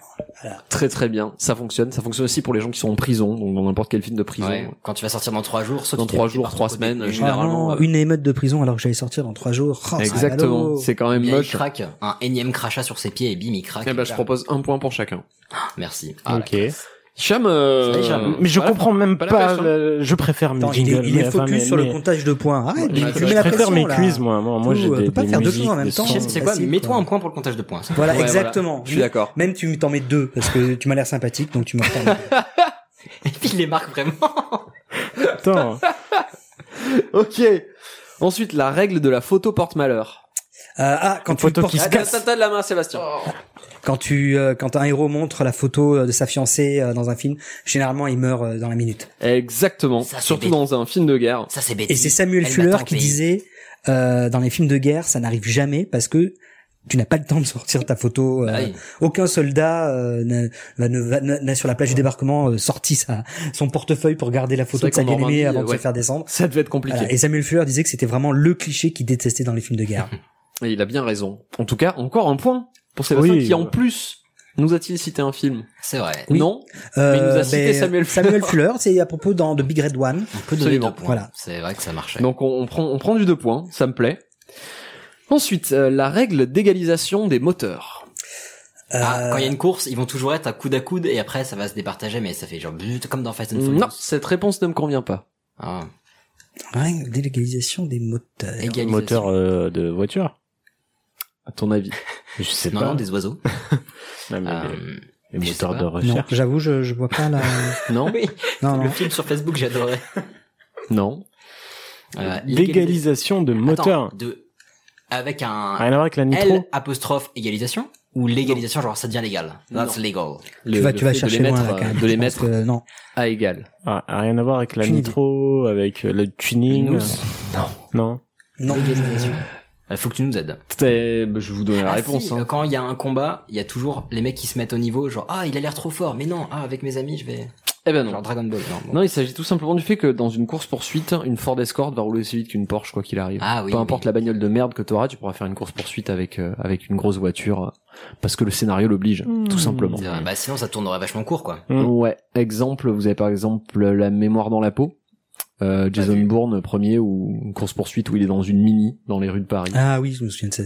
Speaker 2: Très très bien, ça fonctionne. Ça fonctionne aussi pour les gens qui sont en prison, donc dans n'importe quel film de prison.
Speaker 5: Ouais. Quand tu vas sortir dans trois jours, soit
Speaker 2: Dans
Speaker 5: tu t'es
Speaker 2: trois
Speaker 5: fait
Speaker 2: jours,
Speaker 5: par ton
Speaker 2: trois
Speaker 5: côté,
Speaker 2: semaines,
Speaker 5: mais-
Speaker 3: Ah
Speaker 2: Généralement,
Speaker 3: non,
Speaker 2: euh,
Speaker 3: une émeute de prison alors que j'allais sortir dans trois jours. Oh, ça va,
Speaker 2: Exactement,
Speaker 3: l'eau.
Speaker 2: c'est quand même
Speaker 5: Le gars, il
Speaker 2: moche.
Speaker 5: craque. Un énième crachat sur ses pieds et bim, il craque.
Speaker 2: Eh ben, je Ah, propose un point pour chacun.
Speaker 5: Merci.
Speaker 1: ok.
Speaker 2: Hicham, euh,
Speaker 5: C'est Hicham.
Speaker 1: Mais je
Speaker 2: voilà.
Speaker 1: comprends même
Speaker 2: pas
Speaker 1: pas.
Speaker 2: la pêche, hein.
Speaker 1: le- Je préfère mes
Speaker 3: Attends, il
Speaker 1: jingles,
Speaker 3: est, il est
Speaker 1: mais- enfin,
Speaker 3: focus
Speaker 1: mais-
Speaker 3: sur le
Speaker 1: mais-
Speaker 3: comptage de points. Arrête,
Speaker 2: Ouais, bah,
Speaker 3: tu
Speaker 2: je-
Speaker 3: mets
Speaker 2: je
Speaker 1: Je
Speaker 3: la
Speaker 1: préfère
Speaker 3: pression,
Speaker 1: mes
Speaker 3: là.
Speaker 1: quiz, moi. Moi, moi
Speaker 3: Tout,
Speaker 1: j'ai
Speaker 3: on
Speaker 1: des,
Speaker 3: peut pas
Speaker 1: des
Speaker 3: faire deux
Speaker 1: musiques,
Speaker 3: choses en même
Speaker 1: des
Speaker 3: temps.
Speaker 1: sons.
Speaker 5: Chief, c'est quoi
Speaker 3: Oh, facile,
Speaker 5: Mets-toi
Speaker 3: quoi.
Speaker 5: un point pour le comptage de points. ça.
Speaker 3: Voilà,
Speaker 2: Ouais,
Speaker 3: exactement.
Speaker 2: voilà, je suis d'accord.
Speaker 3: Même tu m'en mets deux parce que tu m'as l'air sympathique, donc tu me Euh, prends.
Speaker 5: Et puis, il les marque vraiment.
Speaker 1: Attends.
Speaker 2: Ok. Ensuite, la règle de la photo porte malheur.
Speaker 3: Euh, ah, quand
Speaker 1: Une
Speaker 3: tu
Speaker 1: photo
Speaker 3: portes-
Speaker 1: qui se
Speaker 2: Attends,
Speaker 1: casse.
Speaker 2: attends, attends, de la main, Sébastien.
Speaker 3: quand tu euh, quand un héros montre la photo euh, de sa fiancée euh, dans un film, généralement il meurt euh, dans la minute.
Speaker 2: Exactement.
Speaker 5: Ça, c'est
Speaker 2: Surtout
Speaker 5: bête.
Speaker 2: dans un film de guerre.
Speaker 5: Ça, c'est bête.
Speaker 3: Et c'est Samuel
Speaker 5: Elle
Speaker 3: Fuller
Speaker 5: m'attend au
Speaker 3: qui
Speaker 5: pays.
Speaker 3: disait euh, dans les films de guerre, ça n'arrive jamais parce que tu n'as pas le temps de sortir ta photo. euh,
Speaker 5: Bah oui.
Speaker 3: Aucun soldat euh, n'a- va- ne- va- n'a sur la plage du débarquement euh, sorti sa, son portefeuille pour garder la
Speaker 2: C'est
Speaker 3: photo
Speaker 2: vrai
Speaker 3: de sa
Speaker 2: qu'en Normandie,
Speaker 3: bien-aimée avant de
Speaker 2: ouais.
Speaker 3: se faire descendre.
Speaker 2: Ça devait être compliqué.
Speaker 3: Voilà. Et Samuel Fuller disait que c'était vraiment le cliché qu'il détestait dans les films de guerre.
Speaker 2: Et il a bien raison. En tout cas, encore un point pour Sébastien
Speaker 1: Oui,
Speaker 2: qui, en
Speaker 1: ouais.
Speaker 2: plus, nous a-t-il cité un film
Speaker 5: C'est vrai.
Speaker 3: Oui.
Speaker 2: Non.
Speaker 3: Euh,
Speaker 2: Mais il nous a cité Samuel
Speaker 3: ben,
Speaker 2: Fuller.
Speaker 3: Fuller, c'est à propos dans The Big Red One.
Speaker 5: On peut donner
Speaker 2: Absolument.
Speaker 5: deux points.
Speaker 3: Voilà.
Speaker 5: C'est vrai que ça marchait.
Speaker 2: Donc on, on prend on prend du deux points. Ça me plaît. Ensuite, euh, la règle d'égalisation des moteurs.
Speaker 5: Ah, quand il y a une course, ils vont toujours être à coude à coude et après ça va se départager, mais ça fait genre brrr, comme dans Fast and Furious.
Speaker 2: Non, cette réponse ne me convient pas.
Speaker 5: Ah.
Speaker 3: Rien que délégalisation des moteurs.
Speaker 5: Égalisation.
Speaker 1: Moteur euh, de voiture
Speaker 2: À ton avis
Speaker 1: Je sais
Speaker 5: Non,
Speaker 1: pas.
Speaker 5: non, des oiseaux.
Speaker 1: Non, mais
Speaker 5: Euh,
Speaker 1: les- les,
Speaker 5: je sais
Speaker 1: moteurs
Speaker 5: pas.
Speaker 1: de
Speaker 3: Non,
Speaker 1: recherche.
Speaker 3: j'avoue, je, je vois pas la.
Speaker 2: Non
Speaker 5: Oui,
Speaker 3: Non,
Speaker 5: le
Speaker 3: non.
Speaker 5: film sur Facebook, j'adorais.
Speaker 2: Non.
Speaker 5: Euh, égalisa-
Speaker 1: Légalisation de moteurs.
Speaker 5: Attends, de... Avec
Speaker 1: Rien à
Speaker 5: un
Speaker 1: voir avec la nitro.
Speaker 5: L apostrophe égalisation ou légalisation, genre ça devient légal. That's legal.
Speaker 2: Le-
Speaker 3: tu vas,
Speaker 2: le
Speaker 3: tu vas
Speaker 2: fait de
Speaker 3: chercher
Speaker 2: les mettre,
Speaker 3: loin là, quand
Speaker 2: euh,
Speaker 3: même.
Speaker 2: De les
Speaker 3: Je pense
Speaker 2: mettre
Speaker 3: que non.
Speaker 2: à égal.
Speaker 1: Ah, rien à voir avec la
Speaker 3: Aucune idée.
Speaker 1: nitro, avec euh, le tuning.
Speaker 5: Nous-
Speaker 1: Non.
Speaker 3: Non.
Speaker 5: Légalisation. Il faut que tu nous aides.
Speaker 2: C'est- bah, je vais vous donner la
Speaker 5: Ah
Speaker 2: réponse.
Speaker 5: si,
Speaker 2: hein.
Speaker 5: euh, Quand il y a un combat, il y a toujours les mecs qui se mettent au niveau, genre ah il a l'air trop fort, mais non, ah avec mes amis je vais.
Speaker 2: Eh ben non.
Speaker 5: Genre Dragon Ball. Non, bon.
Speaker 2: Non, il s'agit tout simplement du fait que dans une course poursuite, une Ford Escort va rouler aussi vite qu'une Porsche, quoi qu'il arrive.
Speaker 5: Ah oui.
Speaker 2: Peu importe la bagnole de merde que t'auras, tu pourras faire une course poursuite avec euh, avec une grosse voiture euh, parce que le scénario l'oblige, tout simplement.
Speaker 5: C'est vrai, Bah sinon ça tournerait vachement court quoi.
Speaker 1: Mm.
Speaker 2: Ouais. Exemple, vous avez par exemple la mémoire dans la peau. Euh, Jason
Speaker 5: vu.
Speaker 2: Bourne premier ou une course poursuite où il est dans une mini dans les rues de Paris.
Speaker 3: Ah oui, je me souviens de ça.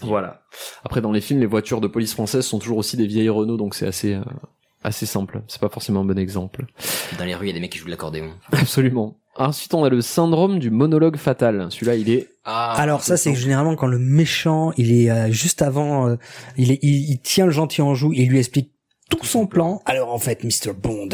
Speaker 2: Voilà. Après, dans les films, les voitures de police françaises sont toujours aussi des vieilles Renault, donc c'est assez, euh, assez simple. C'est pas forcément un bon exemple.
Speaker 5: Dans les rues il y a des mecs qui jouent de l'accordéon.
Speaker 2: Absolument. Ensuite, on a le syndrome du monologue fatal. Celui-là, il est.
Speaker 5: Ah,
Speaker 3: Alors ça, c'est généralement quand le méchant, il est euh, juste avant, euh, il, est, il, il tient le gentil en joue et il lui explique tout son plan. Alors en fait, Mr. Bond,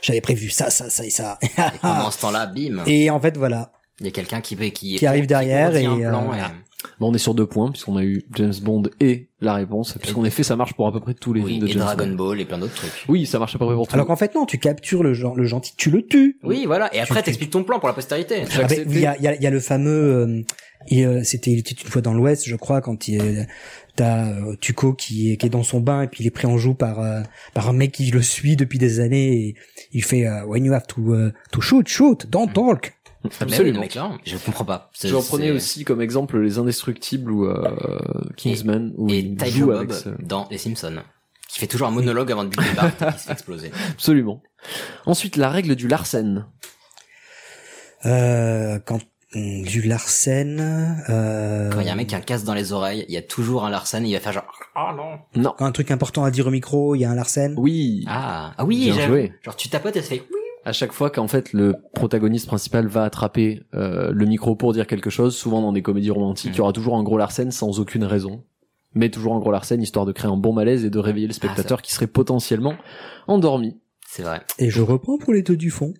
Speaker 3: j'avais prévu ça, ça, ça et ça.
Speaker 5: Et pendant ce temps-là, bim,
Speaker 3: et en fait, voilà.
Speaker 5: il y a quelqu'un qui qui,
Speaker 3: Qui arrive derrière
Speaker 5: contient
Speaker 3: et,
Speaker 5: un plan
Speaker 3: euh,
Speaker 2: Ah,
Speaker 5: et-
Speaker 2: Bon, on est sur deux points, puisqu'on a eu James Bond et la réponse. Puisqu'en effet, ça marche pour à peu près tous les
Speaker 5: oui,
Speaker 2: films de
Speaker 5: et
Speaker 2: James
Speaker 5: Dragon
Speaker 2: Bond.
Speaker 5: Ball et plein d'autres trucs.
Speaker 2: Oui, ça marche à peu près pour tout.
Speaker 3: Alors qu'en fait, non, tu captures le, gen- le gentil, tu le tues.
Speaker 5: Oui, voilà. Et après,
Speaker 3: Tu-
Speaker 5: t'expliques ton plan pour la postérité.
Speaker 2: bah,
Speaker 3: Ah ben, il y a, il y a- il y a le fameux, euh, il, euh, c'était, il était une fois dans l'Ouest, je crois, quand il, euh, t'as euh, Tuco qui est, qui est dans son bain et puis il est pris en joue par euh, par un mec qui le suit depuis des années. Et il fait euh, When you have to euh, to shoot, shoot, don't talk.
Speaker 5: Absolument.
Speaker 2: Absolument.
Speaker 5: mec, là, je comprends pas. C'est-
Speaker 2: Je reprenais
Speaker 5: c'est-
Speaker 2: aussi comme exemple les Indestructibles ou euh, Kingsman où
Speaker 5: Et
Speaker 2: il
Speaker 5: Tiger
Speaker 2: joue euh,
Speaker 5: Bob
Speaker 2: avec ce-
Speaker 5: dans Les Simpsons. Qui fait toujours un monologue avant de buter les barres et qui se fait exploser.
Speaker 2: Absolument. Ensuite, la règle du Larsen.
Speaker 3: Euh, quand hum, du Larsen, euh,
Speaker 5: Quand il y a un mec qui a un casque dans les oreilles, il y a toujours un Larsen et il va faire genre, oh non.
Speaker 2: Non.
Speaker 3: quand un truc important à dire au micro, il y a un Larsen.
Speaker 2: Oui.
Speaker 5: Ah, ah oui,
Speaker 2: Bien
Speaker 5: j'ai-
Speaker 2: joué.
Speaker 5: genre tu tapotes et ça fait,
Speaker 2: à chaque fois qu'en fait le protagoniste principal va attraper euh, le micro pour dire quelque chose, souvent dans des comédies romantiques, il y aura toujours un gros larsen sans aucune raison. Mais toujours un gros larsen histoire de créer un bon malaise et de réveiller
Speaker 5: Ah,
Speaker 2: le spectateur qui serait potentiellement endormi.
Speaker 5: c'est vrai.
Speaker 3: Et je reprends pour les deux du fond.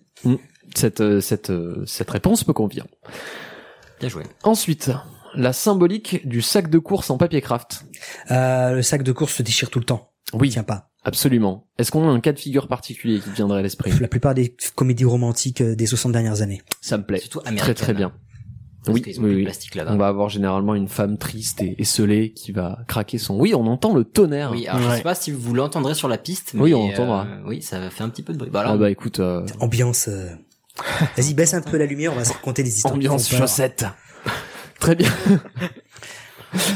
Speaker 2: Cette, euh, cette, euh, cette réponse me convient.
Speaker 5: Bien joué.
Speaker 2: Ensuite, la symbolique du sac de course en papier craft.
Speaker 3: Euh, le sac de course se déchire tout le temps.
Speaker 2: Oui.
Speaker 3: Tiens pas.
Speaker 2: Absolument. Est-ce qu'on a un cas de figure particulier qui te viendrait à l'esprit
Speaker 3: La plupart des comédies romantiques euh, des 60 dernières années.
Speaker 2: Ça me plaît.
Speaker 5: Surtout
Speaker 2: Bah, Très
Speaker 5: américaine. hein,
Speaker 2: très bien.
Speaker 5: Parce
Speaker 2: oui,
Speaker 5: qu'ils ont
Speaker 2: oui,
Speaker 5: plus de
Speaker 2: oui.
Speaker 5: plastique là-bas.
Speaker 2: On va avoir généralement une femme triste et, et scellée qui va craquer son. Oui, on entend le tonnerre.
Speaker 5: Oui, alors je
Speaker 1: Ouais.
Speaker 5: sais pas si vous l'entendrez sur la piste. Mais,
Speaker 2: Oui, on l'entendra.
Speaker 5: euh, oui, ça fait un petit peu de bruit. Bah, alors,
Speaker 2: Ah bah écoute, euh,
Speaker 3: Ambiance. euh, Vas-y, baisse un peu la lumière, on va se raconter des histoires.
Speaker 2: ambiance
Speaker 3: qui font peur.
Speaker 2: chaussette. Très bien.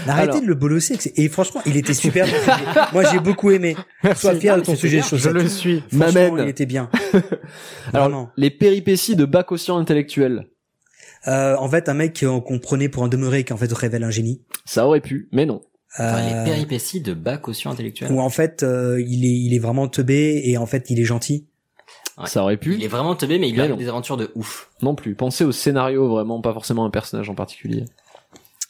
Speaker 3: Arrêtez
Speaker 2: Alors.
Speaker 3: de le bolosser. avec ces- Et franchement, il était super. mon sujet. Moi, j'ai beaucoup aimé. Sois fier de ton sujet, chaussette.
Speaker 2: suis.
Speaker 3: Franchement, Il
Speaker 2: M'amène.
Speaker 3: était bien.
Speaker 2: Alors,
Speaker 3: Vraiment.
Speaker 2: les péripéties de bas quotient intellectuel.
Speaker 3: Euh, en fait, un mec qu'on comprenait pour en demeurer, qui en fait révèle un génie.
Speaker 2: Ça aurait pu, mais non.
Speaker 5: enfin, les
Speaker 3: Euh,
Speaker 5: péripéties de bas quotient intellectuel.
Speaker 3: où en fait, euh, il est, il est vraiment teubé et en fait, il est gentil.
Speaker 5: Ouais.
Speaker 2: Ça aurait pu.
Speaker 5: Il est vraiment teubé, mais il
Speaker 2: Mais
Speaker 5: a
Speaker 2: non.
Speaker 5: des aventures de ouf.
Speaker 2: Non plus. Pensez au scénario vraiment, pas forcément un personnage en particulier.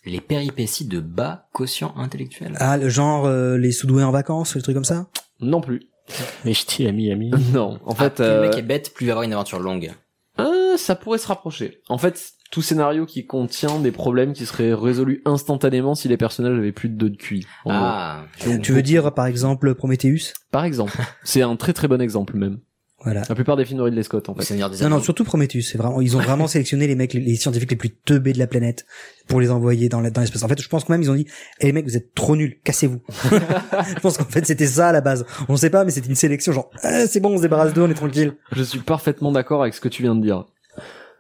Speaker 5: Les péripéties de bas quotient intellectuel.
Speaker 3: Ah, le genre euh, les sous-doués en vacances, les trucs comme ça.
Speaker 2: Non plus.
Speaker 1: Mais je t'y ai mis, ami.
Speaker 2: Non. En
Speaker 5: Ah,
Speaker 2: fait,
Speaker 5: plus
Speaker 2: euh,
Speaker 5: le mec est bête, plus il va avoir une aventure longue.
Speaker 2: Euh, ça pourrait se rapprocher. En fait, tout scénario qui contient des problèmes qui seraient résolus instantanément si les personnages avaient plus de deux de QI. en gros.
Speaker 5: Ah,
Speaker 3: Euh, tu veux dire, par exemple, Prometheus
Speaker 2: Par exemple. C'est un très très bon exemple même.
Speaker 3: Voilà.
Speaker 2: La plupart des films de Ridley Scott en
Speaker 5: le
Speaker 2: fait.
Speaker 5: Seigneur des
Speaker 3: Non, non,
Speaker 5: Anneaux.
Speaker 3: surtout Prometheus. C'est vraiment, ils ont vraiment sélectionné les mecs, les scientifiques les plus teubés de la planète pour les envoyer dans la- dans l'espace. En fait, je pense que même ils ont dit, eh les mecs, vous êtes trop nuls, cassez-vous. je pense qu'en fait, c'était ça à la base. On sait pas, mais c'était une sélection genre, Ah, c'est bon, on se débarrasse d'eux, on est tranquille.
Speaker 2: Je suis parfaitement d'accord avec ce que tu viens de dire.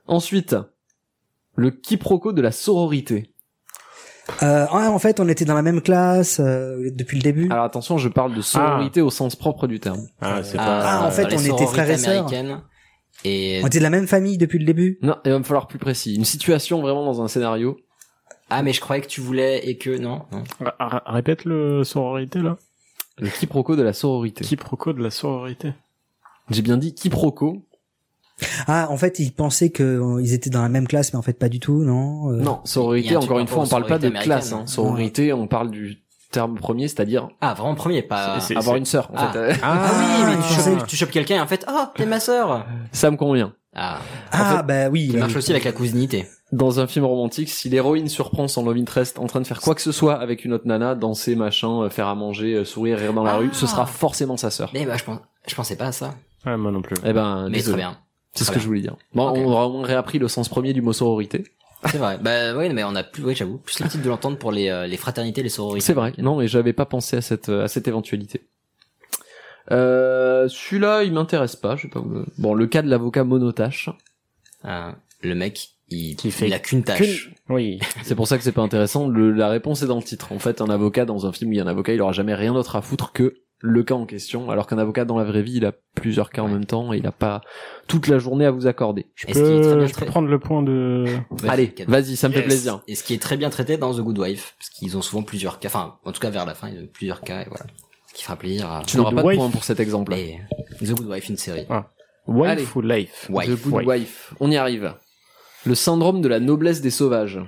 Speaker 2: Ensuite, le quiproquo de la sororité.
Speaker 3: Euh, ah, en fait, on était dans la même classe euh, depuis le début.
Speaker 2: Alors attention, je
Speaker 5: Ah.
Speaker 2: parle de sororité au sens propre du terme.
Speaker 1: Ah, c'est
Speaker 3: Ah,
Speaker 1: pas.
Speaker 3: en fait,
Speaker 5: les
Speaker 3: on était
Speaker 5: sororités
Speaker 3: frères et sœurs.
Speaker 5: américaines. Et
Speaker 3: On était de la même famille depuis le début.
Speaker 2: Non, il va me falloir plus précis. Une situation vraiment dans un scénario.
Speaker 5: ah mais je croyais que tu voulais et que non. non.
Speaker 1: R- r- Répète le sororité là.
Speaker 2: Le quiproquo de la sororité.
Speaker 1: Quiproquo de la sororité.
Speaker 2: J'ai bien dit quiproquo.
Speaker 3: Ah, en fait, ils pensaient qu'ils étaient dans la même classe, mais en fait, pas du tout, non euh,
Speaker 2: Non,
Speaker 5: Il y
Speaker 2: sororité,
Speaker 5: a un
Speaker 2: encore
Speaker 5: truc
Speaker 2: une fois, on parle pas de
Speaker 5: sororité
Speaker 2: classe.
Speaker 5: américaine,
Speaker 2: hein.
Speaker 5: hein.
Speaker 2: Sororité, on parle du terme premier, c'est-à-dire
Speaker 5: Ah, vraiment premier, pas
Speaker 2: C'est- c'est- avoir une sœur, en
Speaker 5: Ah.
Speaker 2: fait.
Speaker 5: Ah oui, mais
Speaker 3: je
Speaker 5: tu
Speaker 3: pensais-
Speaker 5: chopes, tu chopes quelqu'un et en fait, ah, t'es ma sœur.
Speaker 2: Ça me convient.
Speaker 5: Ah,
Speaker 3: Ah, bah oui.
Speaker 5: il
Speaker 3: bah
Speaker 5: marche
Speaker 3: oui.
Speaker 5: aussi avec la cousinité.
Speaker 2: Dans un film romantique, si l'héroïne surprend son love interest en train de faire quoi que ce soit avec une autre nana, danser, machin, euh, faire à manger, euh, sourire, rire dans la
Speaker 5: Ah.
Speaker 2: rue, ce sera forcément sa sœur.
Speaker 5: Mais bah, je, pense, je pensais pas à ça.
Speaker 1: Ah, moi non plus.
Speaker 2: Eh ben,
Speaker 5: Mais
Speaker 2: désolé.
Speaker 5: très bien.
Speaker 2: C'est ce
Speaker 5: Très
Speaker 2: que
Speaker 5: bien.
Speaker 2: je voulais dire. Bon,
Speaker 5: Ok.
Speaker 2: on aura au moins réappris le sens premier du mot sororité.
Speaker 5: C'est vrai. Bah oui, mais on a plus, oui, j'avoue, plus l'habitude de l'entendre pour les, euh, les fraternités, les sororités.
Speaker 2: C'est vrai. Non, mais j'avais pas pensé à cette à cette éventualité. Euh, celui-là, il m'intéresse pas. Je sais pas. où le- Bon, le cas de l'avocat monotache.
Speaker 5: Euh, le mec, il,
Speaker 1: Qui fait
Speaker 5: il a qu'une tâche.
Speaker 1: Oui.
Speaker 2: C'est pour ça que c'est pas intéressant. Le- la réponse est dans le titre. En fait, un avocat dans un film, il y a un avocat, il aura jamais rien d'autre à foutre que le cas en question. Alors qu'un avocat dans la vraie vie, il a plusieurs cas en même temps et il a pas toute la journée à vous accorder.
Speaker 1: Je
Speaker 5: Est-ce qu'il est très
Speaker 1: peux,
Speaker 5: bien
Speaker 1: je peux
Speaker 5: traité
Speaker 1: prendre le point de...
Speaker 5: Vas-y,
Speaker 2: Allez,
Speaker 5: Ken.
Speaker 2: vas-y, ça me fait plaisir.
Speaker 5: Et ce qui est très bien traité dans The Good Wife, parce qu'ils ont souvent plusieurs cas, enfin, en tout cas vers la fin, ils ont plusieurs cas, et voilà. Ce qui fera plaisir à...
Speaker 2: Tu n'auras
Speaker 1: Good
Speaker 2: pas de
Speaker 1: wife.
Speaker 2: point pour cet exemple.
Speaker 5: Et The Good Wife, une série.
Speaker 1: Ah. Wife
Speaker 2: Allez.
Speaker 1: ou life
Speaker 5: Wife.
Speaker 2: The Good wife. On y arrive. Le syndrome de la noblesse des sauvages.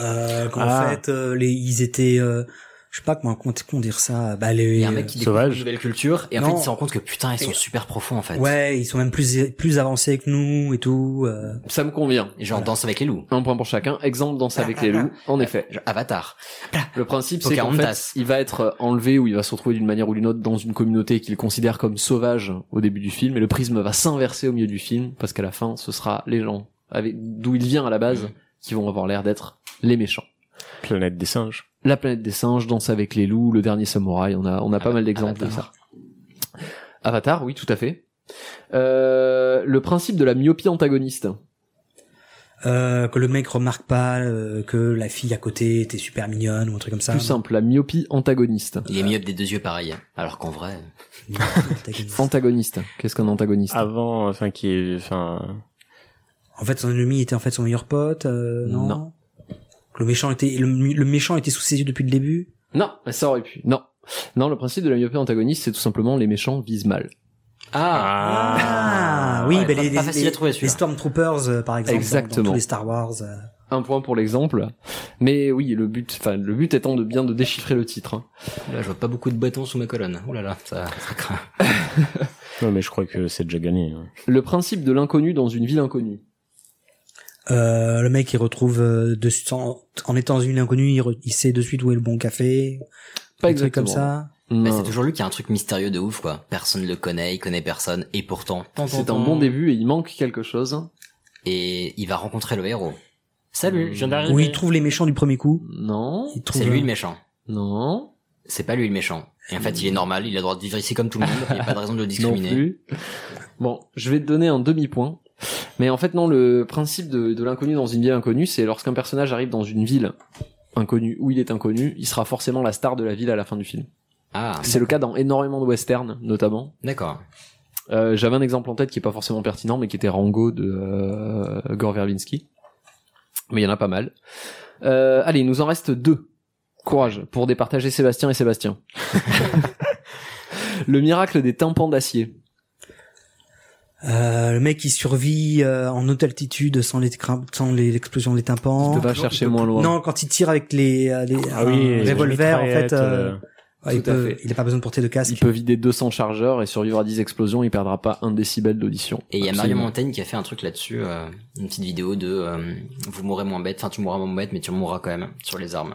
Speaker 3: Euh, qu'en
Speaker 1: Ah.
Speaker 3: fait, euh, les, ils étaient, euh, je sais pas comment, comment comment dire ça. Bah les.
Speaker 5: Il y a un mec qui découvre
Speaker 1: Sauvage.
Speaker 5: une nouvelle culture, et en
Speaker 3: Non.
Speaker 5: fait, il se rend compte que putain, ils sont super profonds, en fait.
Speaker 3: Ouais, ils sont même plus plus avancés que nous et tout. euh.
Speaker 2: Ça me convient.
Speaker 5: Et genre, danse avec les loups.
Speaker 2: Un point pour chacun. Exemple danse avec les loups. En effet.
Speaker 5: Genre, Avatar.
Speaker 2: Le principe, c'est qu'en
Speaker 5: Pocahontas.
Speaker 2: fait, il va être enlevé ou il va se retrouver d'une manière ou d'une autre dans une communauté qu'il considère comme sauvage au début du film, et le prisme va s'inverser au milieu du film, parce qu'à la fin, ce sera les gens avec d'où il vient à la base qui vont avoir l'air d'être les méchants.
Speaker 1: Planète des singes.
Speaker 2: La planète des singes, Danse avec les loups, Le dernier samouraï, on a, on a pas
Speaker 5: Ava-
Speaker 2: mal d'exemples de ça.
Speaker 5: Avatar.
Speaker 2: Avatar, oui, tout à fait. Euh, le principe de la myopie antagoniste.
Speaker 3: Euh, que le mec remarque pas euh, que la fille à côté était super mignonne ou un truc comme ça.
Speaker 2: Plus simple, la myopie antagoniste.
Speaker 5: Il est myope des deux yeux pareil. Alors qu'en vrai,
Speaker 2: Antagoniste. Qu'est-ce qu'un antagoniste
Speaker 1: Avant, enfin, qui est, enfin,
Speaker 3: En fait, son ennemi était en fait son meilleur pote. euh, non.
Speaker 2: Non.
Speaker 3: Le méchant était le, mi- le méchant était sous ses yeux depuis le début.
Speaker 2: Non, mais ça aurait pu. Non. Non, le principe de la myopie antagoniste, c'est tout simplement les méchants visent mal.
Speaker 5: Ah,
Speaker 3: Ah, oui,
Speaker 5: ouais,
Speaker 3: bah,
Speaker 5: pas-
Speaker 3: les,
Speaker 5: pas
Speaker 3: les-
Speaker 5: facile
Speaker 3: les-
Speaker 5: à trouver,
Speaker 3: les
Speaker 5: celui-là.
Speaker 3: Stormtroopers euh, par exemple, dans- dans,
Speaker 2: Exactement.
Speaker 3: tous les Star Wars. euh.
Speaker 2: Un point pour l'exemple. Mais oui, le but, enfin, le but étant de bien de déchiffrer le titre. hein.
Speaker 5: là, je vois pas beaucoup de bâtons sous ma colonne. Oh là là, ça, ça craint.
Speaker 1: non, mais je crois que c'est déjà gagné. hein.
Speaker 2: Le principe de l'inconnu dans une ville inconnue.
Speaker 3: Euh, le mec il retrouve euh, de suite- en, en étant dans une inconnue, il, re- il sait de suite où est le bon café.
Speaker 2: Pas
Speaker 3: un truc
Speaker 2: exactement.
Speaker 3: comme ça.
Speaker 5: Mais
Speaker 2: Non.
Speaker 5: Bah, c'est toujours lui qui a un truc mystérieux de ouf, quoi. Personne le connaît, il connaît personne, et pourtant, tant, tant,
Speaker 2: C'est un
Speaker 5: tant,
Speaker 2: bon début et il manque quelque chose. hein.
Speaker 5: Et il va rencontrer le héros. Salut, je viens d'arriver.
Speaker 3: Où il trouve les méchants du premier coup.
Speaker 2: Non.
Speaker 3: Il trouve
Speaker 5: C'est lui
Speaker 3: euh,
Speaker 5: le méchant.
Speaker 2: Non.
Speaker 5: C'est pas lui le méchant. Et en fait, il est normal, il a le droit de vivre ici comme tout le monde, il n'y a pas de raison de le
Speaker 2: Non
Speaker 5: discriminer.
Speaker 2: plus. Bon, je vais te donner un demi-point. Mais en fait, non, le principe de, de l'inconnu dans une ville inconnue, c'est lorsqu'un personnage arrive dans une ville inconnue où il est inconnu, il sera forcément la star de la ville à la fin du film.
Speaker 5: Ah,
Speaker 2: C'est le cas dans énormément de westerns, notamment.
Speaker 5: d'accord.
Speaker 2: Euh, j'avais un exemple en tête qui est pas forcément pertinent, mais qui était Rango de euh, Gore Verbinski. Mais il y en a pas mal. Euh, allez, il nous en reste deux. Courage pour départager Sébastien et Sébastien. le miracle des tympans d'acier.
Speaker 3: euh, le mec qui survit euh, en haute altitude sans les crin- sans les explosions des tympans.
Speaker 2: Tu vas chercher moins loin.
Speaker 3: Non, quand il tire avec les, euh, les
Speaker 1: Ah oui,
Speaker 3: un
Speaker 1: les
Speaker 3: revolver en
Speaker 1: mitraillettes,
Speaker 3: fait, euh,
Speaker 1: euh,
Speaker 3: ouais, il,
Speaker 2: tout à
Speaker 3: peut-
Speaker 2: fait.
Speaker 3: il a pas besoin de porter de
Speaker 2: Il
Speaker 3: casque.
Speaker 2: peut vider 200 chargeurs et survivre à 10 explosions, il perdra pas un décibel d'audition.
Speaker 5: Et il y a Mario
Speaker 2: Absolument.
Speaker 5: Montaigne qui a fait un truc là-dessus, euh, une petite vidéo de euh, vous mourrez moins bête, enfin tu mourras moins bête, mais tu mourras quand même sur les armes.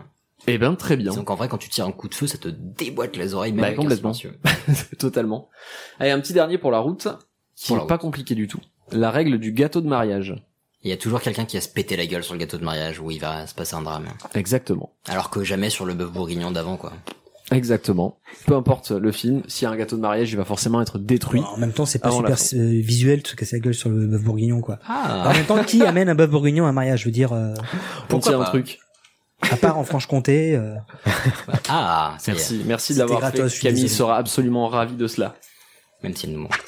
Speaker 2: Eh ben, très bien.
Speaker 5: Donc en vrai, quand tu tires un coup de feu, ça te déboîte les oreilles, même
Speaker 2: Bah,
Speaker 5: avec un
Speaker 2: complètement.
Speaker 5: silencieux.
Speaker 2: Totalement. Allez, un petit dernier pour la route, qui
Speaker 5: Pour la
Speaker 2: n'est pas
Speaker 5: route.
Speaker 2: compliqué du tout. La règle du gâteau de mariage.
Speaker 5: Il y a toujours quelqu'un qui va se péter la gueule sur le gâteau de mariage où il va se passer un drame.
Speaker 2: Exactement.
Speaker 5: Alors que jamais sur le bœuf bourguignon d'avant, quoi.
Speaker 2: Exactement. Peu importe le film, s'il y a un gâteau de mariage, il va forcément être détruit.
Speaker 3: En même temps, c'est pas
Speaker 2: Avant la
Speaker 3: super euh, visuel de se casser la gueule sur le bœuf bourguignon quoi.
Speaker 5: Ah,
Speaker 3: En même temps, qui amène un bœuf bourguignon à un mariage Je veux dire, euh,
Speaker 2: On
Speaker 5: pourquoi
Speaker 2: tient un
Speaker 5: pas
Speaker 2: truc.
Speaker 3: à part en Franche-Comté. euh,
Speaker 5: ah, ça y est.
Speaker 2: Merci, merci de
Speaker 3: C'était
Speaker 2: l'avoir fait.
Speaker 3: gratos, je suis
Speaker 2: Camille
Speaker 3: désolé.
Speaker 2: sera absolument ravie de cela.
Speaker 5: Même s'il nous manque.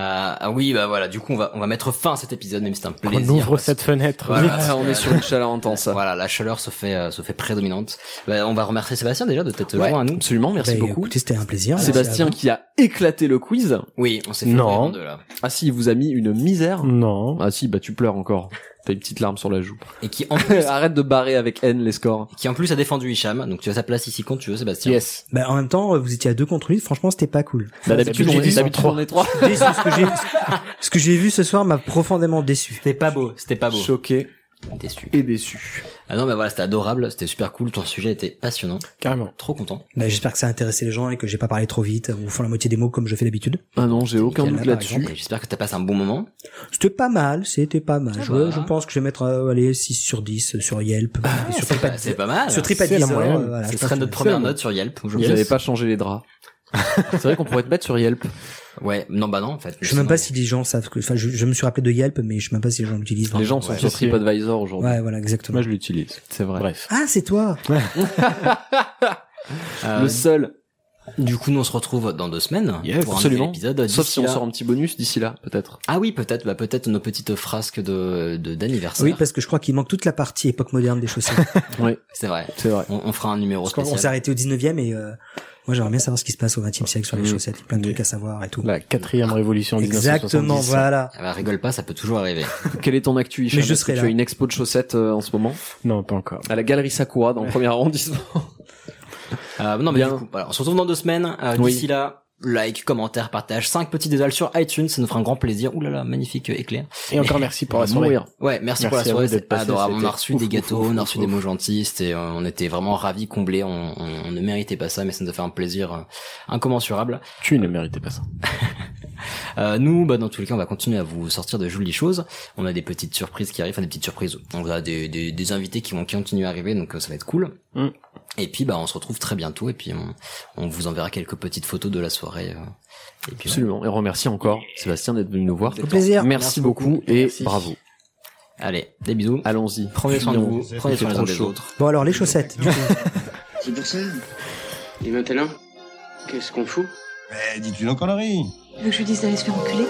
Speaker 5: Ah oui, bah voilà. Du coup, on va on va mettre fin à cet épisode, même si c'est un plaisir.
Speaker 1: On ouvre cette fenêtre.
Speaker 5: Voilà,
Speaker 1: vite.
Speaker 5: on est sur une chaleur intense. Voilà, la chaleur se fait euh, se fait prédominante. Bah, on va remercier Sébastien déjà de t'être
Speaker 2: Ouais,
Speaker 5: joint à nous.
Speaker 2: absolument, merci Bah, beaucoup.
Speaker 3: C'était un plaisir.
Speaker 2: Sébastien qui a éclaté le quiz.
Speaker 5: Oui, on s'est fait
Speaker 2: Non.
Speaker 5: rire de là.
Speaker 2: Ah si, il vous a mis une misère.
Speaker 1: Mm. Non.
Speaker 2: Ah si, bah tu pleures encore. T'as une petite larme sur la joue.
Speaker 5: Et qui en plus,
Speaker 2: arrête de barrer avec N les scores.
Speaker 5: Qui en plus a défendu Hicham, donc tu as sa place ici quand tu veux, Sébastien.
Speaker 3: Bah, en même temps, vous étiez à deux contre lui. Franchement, c'était pas cool.
Speaker 5: Bah, d'habitude,
Speaker 3: C'était
Speaker 5: on est-
Speaker 3: décevant.
Speaker 5: d'habitude, on est trois.
Speaker 3: Déçu, ce que j'ai- ce que j'ai vu ce soir m'a profondément déçu.
Speaker 5: C'était pas beau. C'était pas beau.
Speaker 2: Choqué.
Speaker 5: Déçu.
Speaker 2: Et déçu.
Speaker 5: Ah non, mais voilà, c'était adorable, c'était super cool. Ton sujet était passionnant.
Speaker 1: Carrément.
Speaker 5: Trop content.
Speaker 3: Bah, j'espère que ça a intéressé les gens et que j'ai pas parlé trop vite ou font la moitié des mots comme je fais d'habitude.
Speaker 2: Ah non, j'ai aucun
Speaker 5: Nickel,
Speaker 2: doute
Speaker 5: par
Speaker 2: là-dessus.
Speaker 5: exemple. Et J'espère que t'as passé un bon moment.
Speaker 3: C'était pas mal, c'était pas mal.
Speaker 5: Ah
Speaker 3: je,
Speaker 5: bah.
Speaker 3: je pense que je vais mettre euh, allez, 6 sur 10 sur Yelp. et sur
Speaker 5: C'est pas, Ah,
Speaker 3: TripAdvisor.
Speaker 5: Euh, c'est pas mal.
Speaker 3: Sur
Speaker 5: C'est la
Speaker 3: TripAdvisor,
Speaker 5: moyenne.
Speaker 3: euh, voilà, je
Speaker 5: Ce
Speaker 3: pense
Speaker 5: serait
Speaker 3: que-
Speaker 5: notre première note sur Yelp.
Speaker 2: Vous
Speaker 5: aujourd'hui.
Speaker 2: n'avez pas changé les draps. C'est vrai qu'on pourrait te mettre sur Yelp.
Speaker 5: Ouais, non, bah non, en fait.
Speaker 3: Je sais même pas si les gens savent que, enfin, je, je me suis rappelé de Yelp, mais je sais même pas si les gens l'utilisent.
Speaker 2: Les gens sont sur TripAdvisor aujourd'hui.
Speaker 3: Ouais, voilà, exactement.
Speaker 1: Moi, je l'utilise.
Speaker 2: C'est vrai.
Speaker 1: Bref.
Speaker 3: Ah, c'est toi!
Speaker 5: Euh,
Speaker 2: Le seul.
Speaker 5: Du coup, nous on se retrouve dans deux semaines pour un
Speaker 2: absolument.
Speaker 5: nouvel épisode.
Speaker 2: Sauf
Speaker 5: D'ici
Speaker 2: si on
Speaker 5: là-
Speaker 2: sort un petit bonus d'ici là, peut-être.
Speaker 5: Ah oui, peut-être, bah peut-être nos petites frasques de de- d'anniversaire.
Speaker 3: Oui, parce que je crois qu'il manque toute la partie époque moderne des chaussettes.
Speaker 2: Oui.
Speaker 5: c'est vrai.
Speaker 2: C'est vrai.
Speaker 5: On, on fera un numéro
Speaker 3: Parce qu'on- on s'est
Speaker 5: spécial.
Speaker 3: arrêté au 19e et, euh, moi, j'aimerais bien savoir ce qui se passe au 20e siècle sur
Speaker 5: Mmh.
Speaker 3: les chaussettes. Il y a plein de trucs à savoir et tout.
Speaker 1: La quatrième révolution
Speaker 3: Exactement,
Speaker 1: 1970.
Speaker 3: voilà.
Speaker 5: Ah bah, rigole pas, ça peut toujours arriver.
Speaker 2: Quel est ton actu, Hicham
Speaker 3: Mais je
Speaker 2: Est-ce que
Speaker 3: serai
Speaker 2: Tu
Speaker 3: là.
Speaker 2: as une expo de chaussettes euh, en ce moment
Speaker 1: Non, pas encore.
Speaker 2: à la Galerie Sakura dans le premier arrondissement.
Speaker 5: Euh, non mais
Speaker 2: Bien.
Speaker 5: du coup, voilà, on se retrouve dans deux semaines. Euh,
Speaker 2: Oui.
Speaker 5: D'ici là, like, commentaire, partage, cinq petits détails sur iTunes, ça nous fera un grand plaisir. Ouh là là, magnifique euh, éclair.
Speaker 1: Et encore merci pour la
Speaker 2: On va
Speaker 1: soirée.
Speaker 2: mourir.
Speaker 5: Ouais, merci,
Speaker 1: Merci
Speaker 5: pour la
Speaker 1: à vous
Speaker 5: soirée,
Speaker 1: d'être
Speaker 5: c'est
Speaker 1: passé,
Speaker 5: adorable. On
Speaker 1: c'était
Speaker 5: a reçu
Speaker 1: ouf,
Speaker 5: des
Speaker 1: ouf,
Speaker 5: gâteaux,
Speaker 1: ouf,
Speaker 5: on a
Speaker 1: ouf,
Speaker 5: reçu des
Speaker 1: ouf.
Speaker 5: mots gentils, c'était, euh, on était vraiment ravis, comblés, on, on- on ne méritait pas ça, mais ça nous a fait un plaisir euh, incommensurable.
Speaker 1: Tu ne méritais pas ça.
Speaker 5: Euh, nous, bah, dans tous les cas, on va continuer à vous sortir de jolies choses. On a des petites surprises qui arrivent, enfin des petites surprises. On a des, des, des invités qui vont continuer à arriver, donc euh, ça va être cool.
Speaker 1: Mm.
Speaker 5: Et puis, bah, on se retrouve très bientôt, et puis on, on vous enverra quelques petites photos de la soirée. euh. Et puis,
Speaker 2: Absolument. Et on remercie encore Sébastien d'être venu nous voir.
Speaker 3: Au plaisir.
Speaker 2: Merci, beaucoup et
Speaker 1: Merci.
Speaker 2: bravo.
Speaker 5: voilà. Allez, des bisous.
Speaker 2: Allons-y.
Speaker 5: Prenez soin de vous,
Speaker 2: Fuyons.
Speaker 5: prenez
Speaker 2: Il fait
Speaker 5: soin les uns
Speaker 2: trop
Speaker 5: des
Speaker 2: chaud.
Speaker 5: autres.
Speaker 3: Bon, alors, les chaussettes, du coup.
Speaker 9: C'est pour ça. Et maintenant, qu'est-ce qu'on fout
Speaker 7: Mais dis-tu nos conneries
Speaker 10: Tu veux que je lui dise d'aller se faire enculer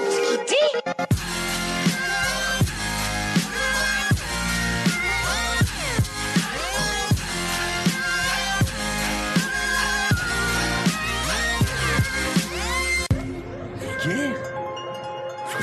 Speaker 14: Vulgaire Je trouve